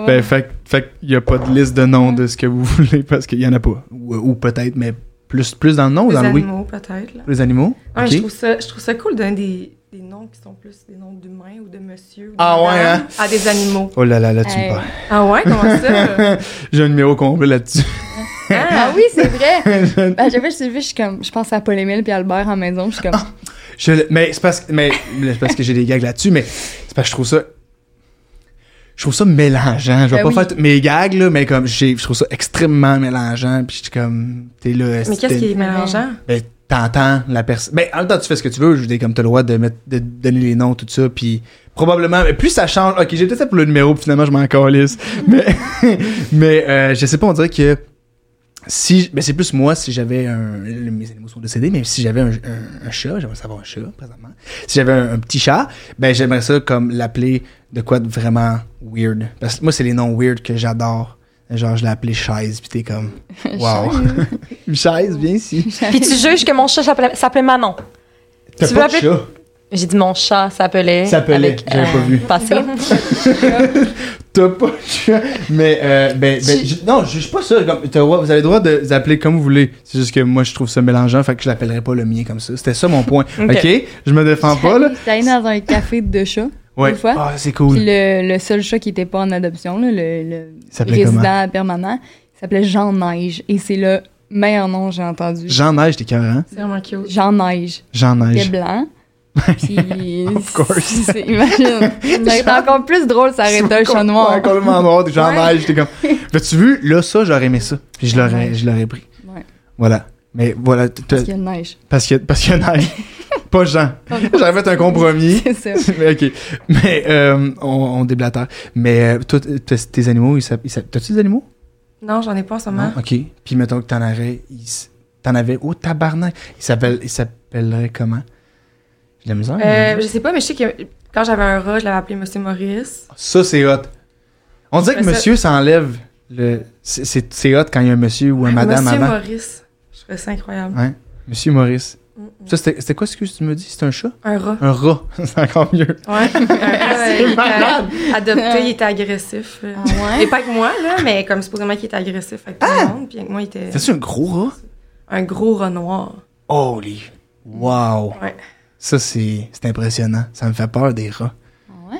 Speaker 1: Ben, fait, que- fait qu'il y a pas de liste de noms de ce que vous voulez parce qu'il y en a pas. Ou, ou peut-être, mais Plus, plus dans le nom ou
Speaker 3: Les
Speaker 1: dans le oui?
Speaker 3: animaux, peut-être. là.
Speaker 1: Les animaux?
Speaker 3: Ah,
Speaker 1: Ok.
Speaker 3: je, trouve ça, je trouve ça cool de donner des, des noms qui sont plus des noms d'humains ou de monsieur ou de
Speaker 1: Ah ouais,
Speaker 3: madame
Speaker 1: hein?
Speaker 3: à des animaux.
Speaker 1: Oh là là, là, tu me
Speaker 4: Hey.
Speaker 1: parles.
Speaker 3: Ah ouais, comment ça?
Speaker 1: J'ai un numéro complet là-dessus.
Speaker 4: Ah oui, c'est vrai! Ben, j'avais je suis levée, je suis comme, je pense à Paul Émile puis Albert en maison, je suis
Speaker 1: Ah,
Speaker 4: comme,
Speaker 1: Je le- mais c'est parce que, mais, c'est parce que j'ai des gags là-dessus, mais c'est parce que je trouve ça. Je trouve ça mélangeant. Je vais
Speaker 4: Ben
Speaker 1: pas
Speaker 4: oui.
Speaker 1: faire tous mes gags, là, mais comme j'ai- je trouve ça extrêmement mélangeant. Puis je suis comme, t'es là.
Speaker 3: Mais
Speaker 1: est-ce
Speaker 3: qu'est-ce
Speaker 1: que-
Speaker 3: qui est mélangeant?
Speaker 1: Ben, t'entends la personne. Ben, en même temps, tu fais ce que tu veux. Je veux dire, comme t'as le droit de, mettre, de donner les noms, tout ça. Puis probablement, mais plus ça change. Ok, j'ai peut-être ça pour le numéro, puis finalement, je m'en calisse. mais mais euh, je sais pas, on dirait que. Si, ben c'est plus moi si j'avais un. Mes animaux sont décédés, mais si j'avais un, un- un chat, j'aimerais savoir un chat présentement. Si j'avais un, un petit chat, ben j'aimerais ça comme l'appeler de quoi de vraiment weird. Parce que moi, c'est les noms weird que j'adore. Genre, je l'ai appelé chaise, puis t'es comme. Wow. chaise, viens ici.
Speaker 2: Puis tu juges que mon chat s'appelait s'appelait Manon.
Speaker 1: T'as
Speaker 2: Tu
Speaker 1: pas
Speaker 2: veux
Speaker 1: de
Speaker 2: appeler-
Speaker 1: chat.
Speaker 2: J'ai dit mon chat s'appelait.
Speaker 1: S'appelait,
Speaker 2: avec, euh,
Speaker 1: j'avais pas vu.
Speaker 2: Passé.
Speaker 1: T'as pas de chat. Mais, euh, ben, ben,
Speaker 2: Tu-
Speaker 1: je- non, je juge pas ça. Comme, t'as le droit- vous avez le droit de vous appeler comme vous voulez. C'est juste que moi, je trouve ça mélangeant, fait que je l'appellerai pas le mien comme ça. C'était ça mon point.
Speaker 2: Ok.
Speaker 1: ok? Je me défends pas, là.
Speaker 4: J'étais allée dans un café de chats.
Speaker 1: Ouais.
Speaker 4: Une fois.
Speaker 1: Ah, c'est cool.
Speaker 4: Puis le, le seul chat qui n'était pas en adoption, là, le, le
Speaker 1: Il s'appelait
Speaker 4: résident
Speaker 1: comment?
Speaker 4: permanent, il s'appelait Jean Neige. Et c'est le meilleur nom que j'ai entendu.
Speaker 1: Jean Neige, t'es cœur, hein?
Speaker 3: C'est vraiment cute.
Speaker 4: Jean Neige.
Speaker 1: Jean
Speaker 4: Il était
Speaker 1: Neige.
Speaker 4: blanc. Puis.
Speaker 1: Of course.
Speaker 4: c'est- Imagine. C'est encore plus drôle, ça aurait été un chat noir.
Speaker 1: Ouais, complètement noir, des Jean
Speaker 4: Ouais.
Speaker 1: Neige. J'étais comme. As-tu vu? Là, ça, j'aurais aimé ça. Puis je l'aurais, je l'aurais pris.
Speaker 4: Ouais.
Speaker 1: Voilà. Mais voilà. t-
Speaker 4: Parce
Speaker 1: t-
Speaker 4: qu'il y a une neige.
Speaker 1: Parce qu'il y a- parce qu'il y a Neige. pas Jean. J'avais fait un compromis.
Speaker 4: C'est ça.
Speaker 1: mais ok. Mais euh, on, on déblatère. Mais euh, toi, t- t- tes animaux, ils s'app- ils s'app- t'as-tu des animaux?
Speaker 3: Non, j'en ai pas en ce moment.
Speaker 1: Non, Ok. Puis mettons que t'en avais. ils s- T'en avais. Oh, tabarnak. Ils s'appellent- ils s'appelleraient comment? J'ai de la misère.
Speaker 3: Euh,
Speaker 1: mais-
Speaker 3: je sais pas, mais je sais que quand j'avais un rat, je l'avais appelé Monsieur Maurice.
Speaker 1: Ça, c'est hot. On dirait que
Speaker 3: Mais ça-
Speaker 1: monsieur s'enlève. Le... c'est- C'est c'est hot quand il y a un monsieur ou une madame
Speaker 3: Ah, Monsieur
Speaker 1: avant.
Speaker 3: Maurice. Je trouvais ça incroyable.
Speaker 1: Ouais. Monsieur Maurice.
Speaker 3: Mm, mm.
Speaker 1: Ça, c'était c'était quoi ce que tu me dis? C'est un chat?
Speaker 3: Un rat.
Speaker 1: Un rat. c'est encore mieux.
Speaker 3: Ouais. Un rat, euh, il était
Speaker 1: malade.
Speaker 3: adopté, il était agressif. euh.
Speaker 4: Ah
Speaker 3: Et pas que moi, là, mais comme supposément qu'il était agressif avec tout
Speaker 1: Ah!
Speaker 3: le monde, puis avec moi, il était
Speaker 1: C'est-tu un gros rat?
Speaker 3: un gros rat noir.
Speaker 1: Holy. Wow.
Speaker 3: Ouais.
Speaker 1: Ça, c'est c'est impressionnant. Ça me fait peur des rats.
Speaker 4: ouais?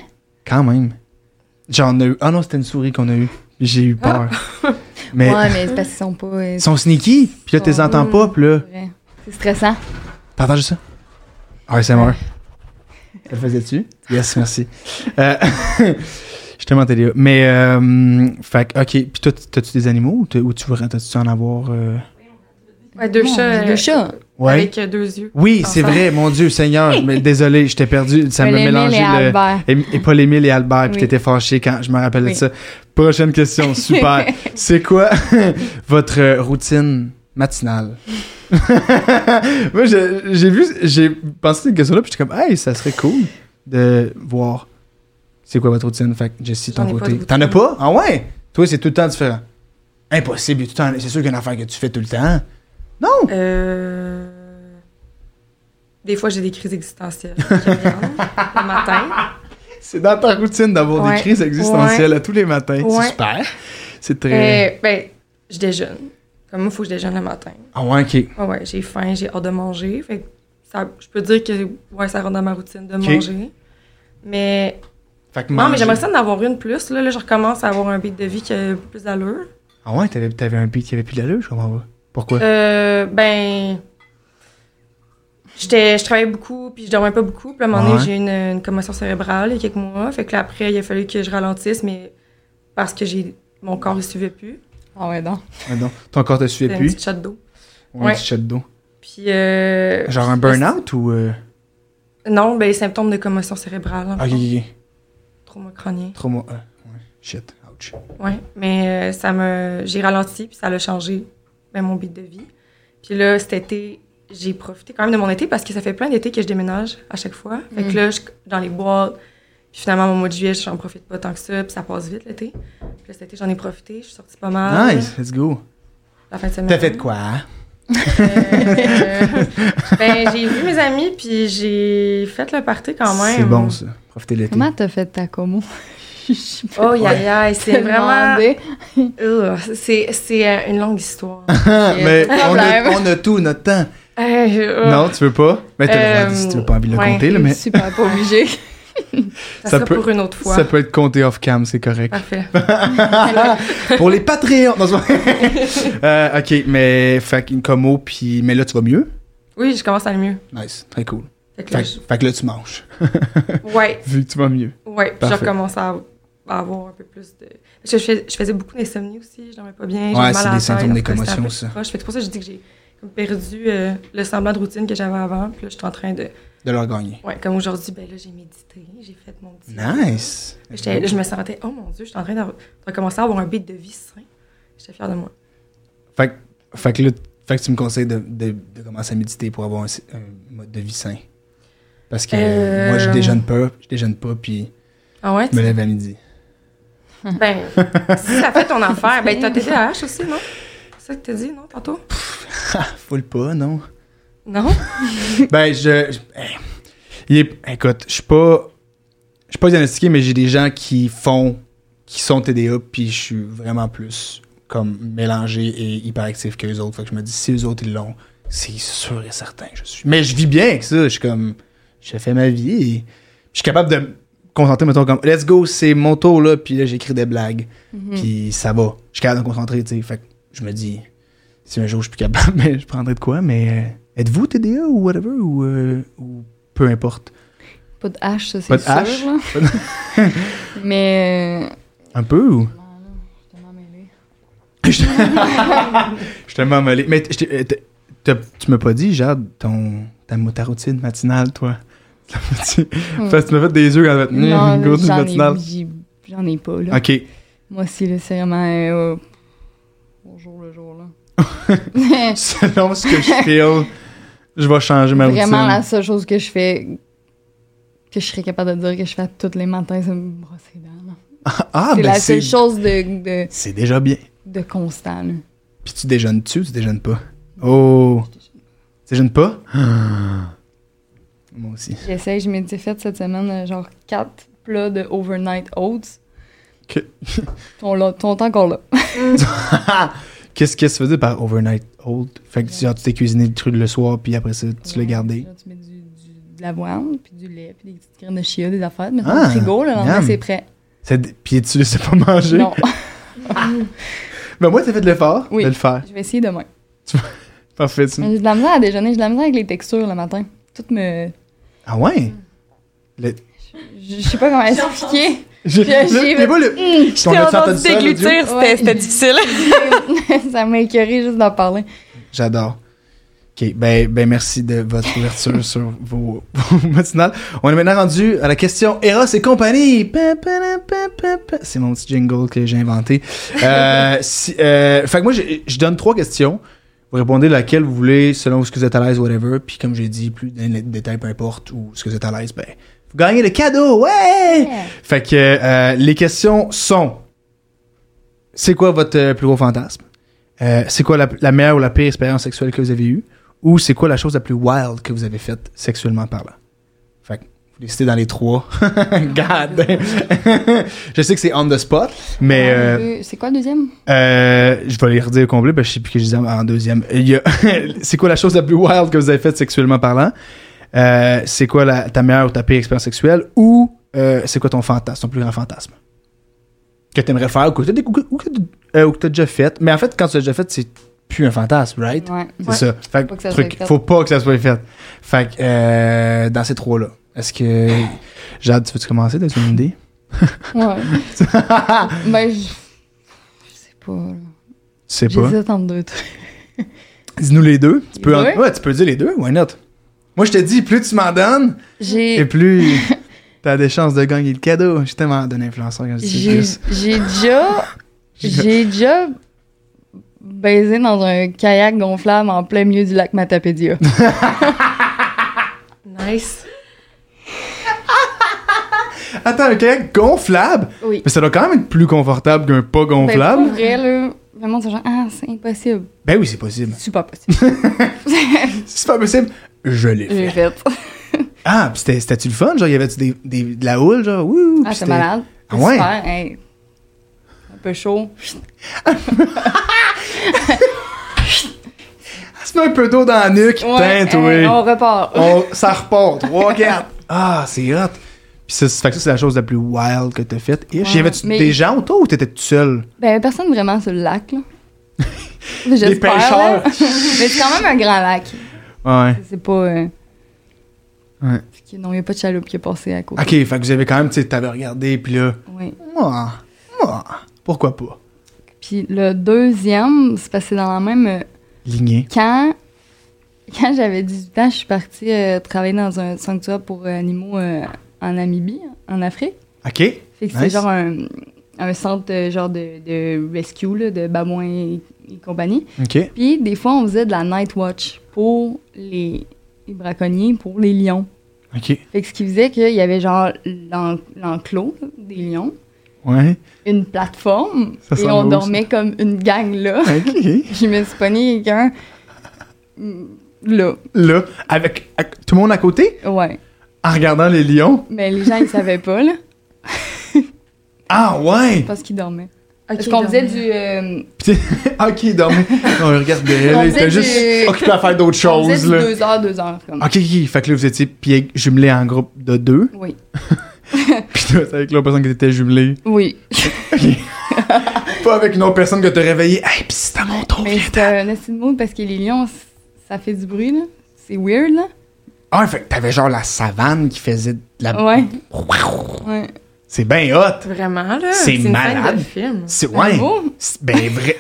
Speaker 1: Quand même. J'en ai eu. Ah non, c'était une souris qu'on a eue. J'ai eu peur. Mais
Speaker 4: Ah. Ouais, Mm. mais c'est parce qu'ils sont pas. euh,
Speaker 1: ils sont sneaky. Puis là, tu les
Speaker 4: Sont-
Speaker 1: entends pas. Puis là,
Speaker 4: c'est vrai. C'est stressant.
Speaker 1: t'entends juste ça? ASMR. Elle faisait-tu? Yes, merci. Euh, Je suis tellement télé. Mais, euh, fait que, OK. Puis toi, t'as-tu des animaux ou, t'as- ou tu voudrais, t'as-tu en avoir? euh?
Speaker 3: Ouais, deux
Speaker 4: Mon
Speaker 3: chats.
Speaker 4: Dieu, Deux
Speaker 3: euh,
Speaker 4: chats.
Speaker 1: Ouais.
Speaker 4: Ben,
Speaker 3: Avec euh, deux yeux.
Speaker 1: Oui, c'est
Speaker 3: Enfin.
Speaker 1: vrai, mon Dieu, Seigneur. mais désolé, je t'ai perdu. Ça me
Speaker 4: Paul Émile
Speaker 1: mélangeait
Speaker 4: et
Speaker 1: le.
Speaker 4: Albert.
Speaker 1: Et, et Paul Émile et Albert, puis
Speaker 4: Oui.
Speaker 1: t'étais fâché quand je me rappelle de
Speaker 4: Oui.
Speaker 1: ça. Prochaine question, super. c'est quoi votre euh, routine matinale? Moi, je- j'ai vu, j'ai pensé à cette question-là, puis j'étais comme, hey, ça serait cool de voir c'est quoi votre routine. Fait que Jessie, ton
Speaker 3: J'en ai pas de
Speaker 1: côté.
Speaker 3: routine.
Speaker 1: T'en as pas? Ah ouais? Toi, c'est tout le temps différent. Impossible, il y a tout le temps- c'est sûr qu'il y a une affaire que tu fais tout le temps. Non!
Speaker 3: Euh... Des fois, j'ai des crises existentielles. qui viennent le matin.
Speaker 1: C'est dans ta routine d'avoir
Speaker 3: Ouais.
Speaker 1: des crises existentielles à tous les matins. C'est
Speaker 3: Ouais.
Speaker 1: super. C'est très.
Speaker 3: Et, ben, je déjeune. Comme moi, il faut que je déjeune le matin.
Speaker 1: Ah ouais, ok.
Speaker 3: Ouais, ouais, j'ai faim, j'ai hâte de manger. Fait que ça, je peux dire que ouais, ça rentre dans ma routine de
Speaker 1: Ok.
Speaker 3: manger. Mais
Speaker 1: Fait que
Speaker 3: non, mais
Speaker 1: manger-
Speaker 3: j'aimerais ça en avoir une plus. Là, là, je recommence à avoir un beat de vie qui a plus d'allure.
Speaker 1: Ah ouais, t'avais, t'avais un beat qui avait plus d'allure, je comprends pas. Pourquoi?
Speaker 3: Euh, ben. J'étais, je travaillais beaucoup, puis je dormais pas beaucoup. Puis à un moment donné,
Speaker 1: Ouais.
Speaker 3: j'ai eu une, une commotion cérébrale il y a quelques mois. Fait que là, après, il a fallu que je ralentisse, mais parce que j'ai mon corps, il suivait plus.
Speaker 4: Ah ouais, non.
Speaker 1: Ah non. Ton corps te suivait
Speaker 3: C'était une
Speaker 1: plus?
Speaker 3: petite shot d'eau.
Speaker 1: Ou un
Speaker 3: ouais.
Speaker 1: petit shot d'eau?
Speaker 3: Puis. euh,
Speaker 1: Genre un burn-out ou... euh,
Speaker 3: Non, ben, les symptômes de commotion cérébrale. en
Speaker 1: Ah, ok,
Speaker 3: fait.
Speaker 1: ok, ok.
Speaker 3: Trauma crânien.
Speaker 1: Trop mo- ah, ouais. Shit, ouch.
Speaker 3: Ouais. Mais euh, ça me. J'ai ralenti, puis ça l'a changé, ben, mon beat de vie. Puis là, cet été, j'ai profité quand même de mon été parce que ça fait plein d'été que je déménage à chaque fois. Fait que là, je suis dans les boîtes. Puis finalement, mon mois de juillet, j'en profite pas tant que ça, puis ça passe vite l'été. Puis là, cet été, j'en ai profité, je suis sortie pas mal.
Speaker 1: Nice, let's go.
Speaker 3: La fin de semaine.
Speaker 1: T'as fait de quoi? hein?
Speaker 3: Euh, euh, ben, j'ai vu mes amis, puis j'ai fait le party quand même.
Speaker 1: C'est bon, ça. Profitez de l'été.
Speaker 4: Comment t'as fait ta commo? je suis pas
Speaker 3: Oh, yeah, yeah, c'est vraiment.
Speaker 4: demandée.
Speaker 3: Ugh, c'est, c'est euh, une longue histoire.
Speaker 1: Mais
Speaker 4: pas de
Speaker 1: on a,
Speaker 4: problème.
Speaker 1: on a tout notre temps.
Speaker 3: Euh,
Speaker 1: Non, tu veux pas? Mais t'as le droit
Speaker 3: Euh,
Speaker 1: si tu veux pas envie de le
Speaker 3: ouais.
Speaker 1: compter, là, mais
Speaker 4: Je suis pas, pas obligée.
Speaker 3: ça,
Speaker 1: ça
Speaker 3: sera
Speaker 1: peut-
Speaker 3: pour une autre fois. Ah,
Speaker 1: ça peut être compté off-cam, c'est correct.
Speaker 3: Parfait.
Speaker 1: Pour les Patreons! Non, c'est pas- Euh, ok, mais fait une commo, puis. Mais là, tu vas mieux?
Speaker 3: Oui, je commence à aller mieux.
Speaker 1: Nice, très cool.
Speaker 3: Fait que là,
Speaker 1: Fait, fait que là, tu manges.
Speaker 3: je- Ouais,
Speaker 1: Vu que tu vas mieux.
Speaker 3: ouais. puis
Speaker 1: Parfait.
Speaker 3: Je recommence à, à avoir un peu plus de. Parce que je, fais- je faisais beaucoup d'insomnie aussi, je dormais pas bien. j'avais
Speaker 1: Ouais,
Speaker 3: mal
Speaker 1: c'est
Speaker 3: à la
Speaker 1: des
Speaker 3: tête,
Speaker 1: symptômes
Speaker 3: en tout cas, c'était un
Speaker 1: d'écommotion,
Speaker 3: peu
Speaker 1: ça.
Speaker 3: proche. Fait que c'est pour ça que je dis que j'ai comme perdu euh, le semblant de routine que j'avais avant. Puis là, je suis en train de.
Speaker 1: De leur gagner.
Speaker 3: Ouais, comme aujourd'hui, ben là, j'ai médité, j'ai fait mon petit.
Speaker 1: Nice!
Speaker 3: J'étais- là, je me sentais, oh mon Dieu, je suis en train de, de recommencer à avoir un beat de vie sain. J'étais fière de moi.
Speaker 1: Fait, que- fait que là, fait que tu me conseilles de, de- de commencer à méditer pour avoir un, si- un mode de vie sain. Parce que
Speaker 3: Euh.
Speaker 1: moi, je déjeune pas, je déjeune pas, puis
Speaker 3: Ah ouais?
Speaker 1: je me lève à midi.
Speaker 3: Ben, si ça fait ton affaire, ben t'as TDAH aussi, non? C'est ça que t'as dit, non, tantôt?
Speaker 1: Faut le pas, non?
Speaker 3: Non?
Speaker 1: ben, je. je- eh, il est- écoute, je suis pas. Je suis pas diagnostiqué, mais j'ai des gens qui font. qui sont TDA, puis je suis vraiment plus comme mélangé et hyperactif que les autres. Fait que je me dis, si les autres ils l'ont, c'est sûr et certain que je suis. Mais je vis bien avec ça. Je suis comme. J'ai fait ma vie et. Je suis capable de me concentrer, mettons, comme. Let's go, c'est mon tour là, puis là, j'écris des blagues, puis ça va. Je suis capable de me concentrer, tu sais. Fait que je me dis si un jour je suis plus capable, mais je prendrai de quoi. Mais euh, êtes-vous TDA ou whatever ou, euh, ou peu importe?
Speaker 4: Pas de hache, ça,
Speaker 1: Pas
Speaker 4: c'est
Speaker 1: de
Speaker 4: sûr.
Speaker 1: hache?
Speaker 4: là.
Speaker 1: Pas de-
Speaker 4: Mais.
Speaker 1: Un peu ou?
Speaker 4: euh, Non, non, je suis tellement mêlée.
Speaker 1: je suis tellement mollé. Mais je t'ai- euh, t'as- t'as- tu m'as pas dit, Jade, ton, ta, ta routine matinale, toi? Tu m'as dit- Parce que tu m'as fait des yeux quand t'as fait Hum,
Speaker 4: Hmm. Non,
Speaker 1: une routine
Speaker 4: là, j'en
Speaker 1: matinale.
Speaker 4: ai, j'ai- j'en ai pas, là.
Speaker 1: Ok.
Speaker 4: Moi aussi, là, c'est vraiment. euh, au jour le jour, là.
Speaker 1: Selon ce que je feel, je vais changer ma routine.
Speaker 4: vraiment la seule chose que je fais que je serais capable de dire que je fais tous les matins c'est me brosser les dents là.
Speaker 1: Ah,
Speaker 4: c'est
Speaker 1: ben
Speaker 4: la
Speaker 1: c'est
Speaker 4: seule chose de, de,
Speaker 1: c'est déjà bien.
Speaker 4: de constant là.
Speaker 1: Puis tu déjeunes-tu ou tu déjeunes pas? Oh! Tu déjeunes pas? Ah. Moi aussi.
Speaker 4: j'essaie je m'étais fait cette semaine euh, genre quatre plats de overnight oats
Speaker 1: Que-
Speaker 4: ton, là, ton temps encore là
Speaker 1: Qu'est-ce que ça veut dire par overnight old? Fait que genre, tu t'es cuisiné le truc le soir, puis après ça, tu l'as gardé.
Speaker 4: Là, tu mets du, du- de l'avoine puis du lait puis des petites graines de chia des affaires mais
Speaker 1: Ah,
Speaker 4: au frigo là, le lendemain
Speaker 1: miam.
Speaker 4: c'est prêt
Speaker 1: Ça dé- Puis tu le sais pas manger?
Speaker 4: non
Speaker 1: Mais moi, t'as fait de l'effort
Speaker 4: Oui. Mm.
Speaker 1: de le faire.
Speaker 4: je vais essayer demain
Speaker 1: Parfait. tu-
Speaker 4: j'ai de la misère à déjeuner j'ai de la misère avec les textures le matin tout me
Speaker 1: Ah ouais? Le...
Speaker 4: je je sais pas comment expliquer
Speaker 1: J'ai
Speaker 4: J'ai- j'ai- Mm,
Speaker 1: pas le...
Speaker 2: J'ai
Speaker 1: Ton as-tu entendu ça, l'audio?
Speaker 2: déglutir, c'était
Speaker 4: Ouais.
Speaker 2: c'était difficile.
Speaker 4: ça m'a écœuré juste d'en parler.
Speaker 1: J'adore. OK. Ben, ben, merci de votre ouverture sur vos, vos matinales. On est maintenant rendu à la question Eros et compagnie. Pa, pa, la, pa, pa, pa. C'est mon petit jingle que j'ai inventé. Euh, si- euh, fait que moi, je, je donne trois questions. Vous répondez laquelle vous voulez, selon ce que vous êtes à l'aise, whatever. Puis comme j'ai dit, plus de détails, peu importe, ou ce que vous êtes à l'aise, ben, vous gagnez le cadeau. Ouais! Fait que euh, les questions sont c'est quoi votre euh, plus gros fantasme Euh, C'est quoi la, la meilleure ou la pire expérience sexuelle que vous avez eue Ou c'est quoi la chose la plus wild que vous avez faite sexuellement parlant Fait que vous décidez dans les trois. God damn. Je sais que c'est on the spot, mais euh,
Speaker 4: Euh, C'est quoi le deuxième?
Speaker 1: euh, je vais les redire au complet, parce que je sais plus que je disais en deuxième. Il y a- c'est quoi la chose la plus wild que vous avez faite sexuellement parlant? Euh, c'est quoi la, ta meilleure ou ta pire expérience sexuelle? Ou euh, c'est quoi ton fantasme, ton plus grand fantasme? Que t'aimerais faire ou que t'as dé- ou que- ou que t'as- euh, ou que t'as déjà fait. Mais en fait, quand tu l'as déjà fait, c'est plus un fantasme, right?
Speaker 4: Ouais.
Speaker 1: C'est ça. Fait que
Speaker 4: Faut pas que ça
Speaker 1: truc,
Speaker 4: soit fait.
Speaker 1: faut pas que ça soit fait. Fait que euh, dans ces trois-là, est-ce que. Jade, tu veux-tu commencer? T'as une idée?
Speaker 4: Ouais. ben, je... je sais pas. là.
Speaker 1: Tu sais pas.
Speaker 4: J'hésite entre deux trucs.
Speaker 1: Dis-nous les deux. Tu
Speaker 4: Les
Speaker 1: peux, en-
Speaker 4: deux?
Speaker 1: ouais, tu peux dire les deux, why not? Moi, je te dis, plus tu m'en donnes, et,
Speaker 4: J'ai...
Speaker 1: plus t'as des chances de gagner le cadeau. Je suis tellement d'un influenceur quand je dis
Speaker 4: J'ai
Speaker 1: plus.
Speaker 4: j'ai déjà... J'ai déjà baisé dans un kayak gonflable en plein milieu du lac Matapédia.
Speaker 3: Nice.
Speaker 1: Attends, un kayak gonflable?
Speaker 4: Oui.
Speaker 1: Mais ça doit quand même être plus confortable qu'un pas
Speaker 4: Ben,
Speaker 1: gonflable.
Speaker 4: pour vrai, là, vraiment, c'est genre, ah, c'est impossible.
Speaker 1: Ben oui, c'est possible.
Speaker 4: C'est super possible.
Speaker 1: Si c'est pas possible, je l'ai
Speaker 4: J'ai
Speaker 1: fait.
Speaker 4: fait.
Speaker 1: Ah, pis c'était- c'était-tu le fun? Genre, y avait-tu des, des- de la houle, genre? Ouh,
Speaker 4: Ah,
Speaker 1: pis
Speaker 4: c'est
Speaker 1: c'était-
Speaker 4: malade.
Speaker 1: Ah ouais?
Speaker 4: Super, hey. Un peu chaud.
Speaker 1: Elle se met un peu d'eau dans la nuque.
Speaker 4: Ouais,
Speaker 1: Putain, toi.
Speaker 4: hey, on repart.
Speaker 1: On- ça repart. 3, 4. Ah, c'est hot. Puis ça, c'est- fait que ça, c'est la chose la plus wild que t'as faite. Et
Speaker 4: Ouais,
Speaker 1: J'avais-tu
Speaker 4: mais-
Speaker 1: des gens autour ou t'étais toute seule?
Speaker 4: Ben, personne vraiment sur le lac, là. J'espère,
Speaker 1: Des pêcheurs.
Speaker 4: là. Mais c'est quand même un grand lac.
Speaker 1: Ouais.
Speaker 4: C'est pas. euh,
Speaker 1: Ouais.
Speaker 4: fait que non, il n'y a pas de chaloupe qui est passée à côté.
Speaker 1: Ok, fait que vous avez quand même, tu sais, t'avais regardé, puis là,
Speaker 4: Ouais.
Speaker 1: moi, moi, pourquoi pas?
Speaker 4: Puis le deuxième, c'est passé dans la même. euh,
Speaker 1: Ligné.
Speaker 4: Quand, quand j'avais 18 ans, je suis partie euh, travailler dans un sanctuaire pour animaux euh, en Namibie, en Afrique.
Speaker 1: Ok.
Speaker 4: Fait que
Speaker 1: Nice.
Speaker 4: c'est genre un, un centre euh, genre de, de rescue, là, de babouins et, et compagnie.
Speaker 1: Ok.
Speaker 4: Puis des fois, on faisait de la night watch pour les, les braconniers, pour les lions.
Speaker 1: Ok.
Speaker 4: Fait que ce qui faisait qu'il y avait genre l'en- l'enclos là, des lions,
Speaker 1: Ouais.
Speaker 4: une plateforme,
Speaker 1: Ça
Speaker 4: et
Speaker 1: semble
Speaker 4: on
Speaker 1: beau,
Speaker 4: dormait comme une gang là.
Speaker 1: Ok.
Speaker 4: Je me suis pogné quelqu'un mm, là,
Speaker 1: là, avec, avec tout le monde à côté,
Speaker 4: ouais.
Speaker 1: en regardant les lions.
Speaker 4: Mais les gens, ils savaient pas, là,
Speaker 1: Ah ouais!
Speaker 4: parce qu'ils dormaient.
Speaker 3: Ok,
Speaker 4: Parce qu'on
Speaker 3: donc-
Speaker 4: faisait du... euh,
Speaker 1: ok, il dormait. On regardait,
Speaker 4: On
Speaker 1: il
Speaker 4: faisait
Speaker 1: était juste
Speaker 4: du-
Speaker 1: occupé à faire d'autres
Speaker 4: on
Speaker 1: choses,
Speaker 4: faisait
Speaker 1: là.
Speaker 4: du deux heures, deux heures, comme.
Speaker 1: Ok, ok, fait que là, vous étiez pieds jumelés en groupe de deux,
Speaker 4: Oui.
Speaker 1: puis toi, t'es avec l'autre personne qui était jumelée.
Speaker 4: Oui.
Speaker 1: Pas avec une autre personne que t'as réveillée. Hey, pis c'est à mon tour,
Speaker 4: Mais
Speaker 1: viens
Speaker 4: c'était un assez de mot parce que les lions, c- ça fait du bruit, là. C'est weird, là.
Speaker 1: Ah, fait que t'avais genre la savane qui faisait de la.
Speaker 4: Ouais. Ouais.
Speaker 1: C'est bien hot!
Speaker 3: Vraiment, là.
Speaker 1: C'est
Speaker 3: une scène
Speaker 1: malade.
Speaker 3: de film.
Speaker 1: C'est ouais!
Speaker 4: beau.
Speaker 1: C'est ben vrai!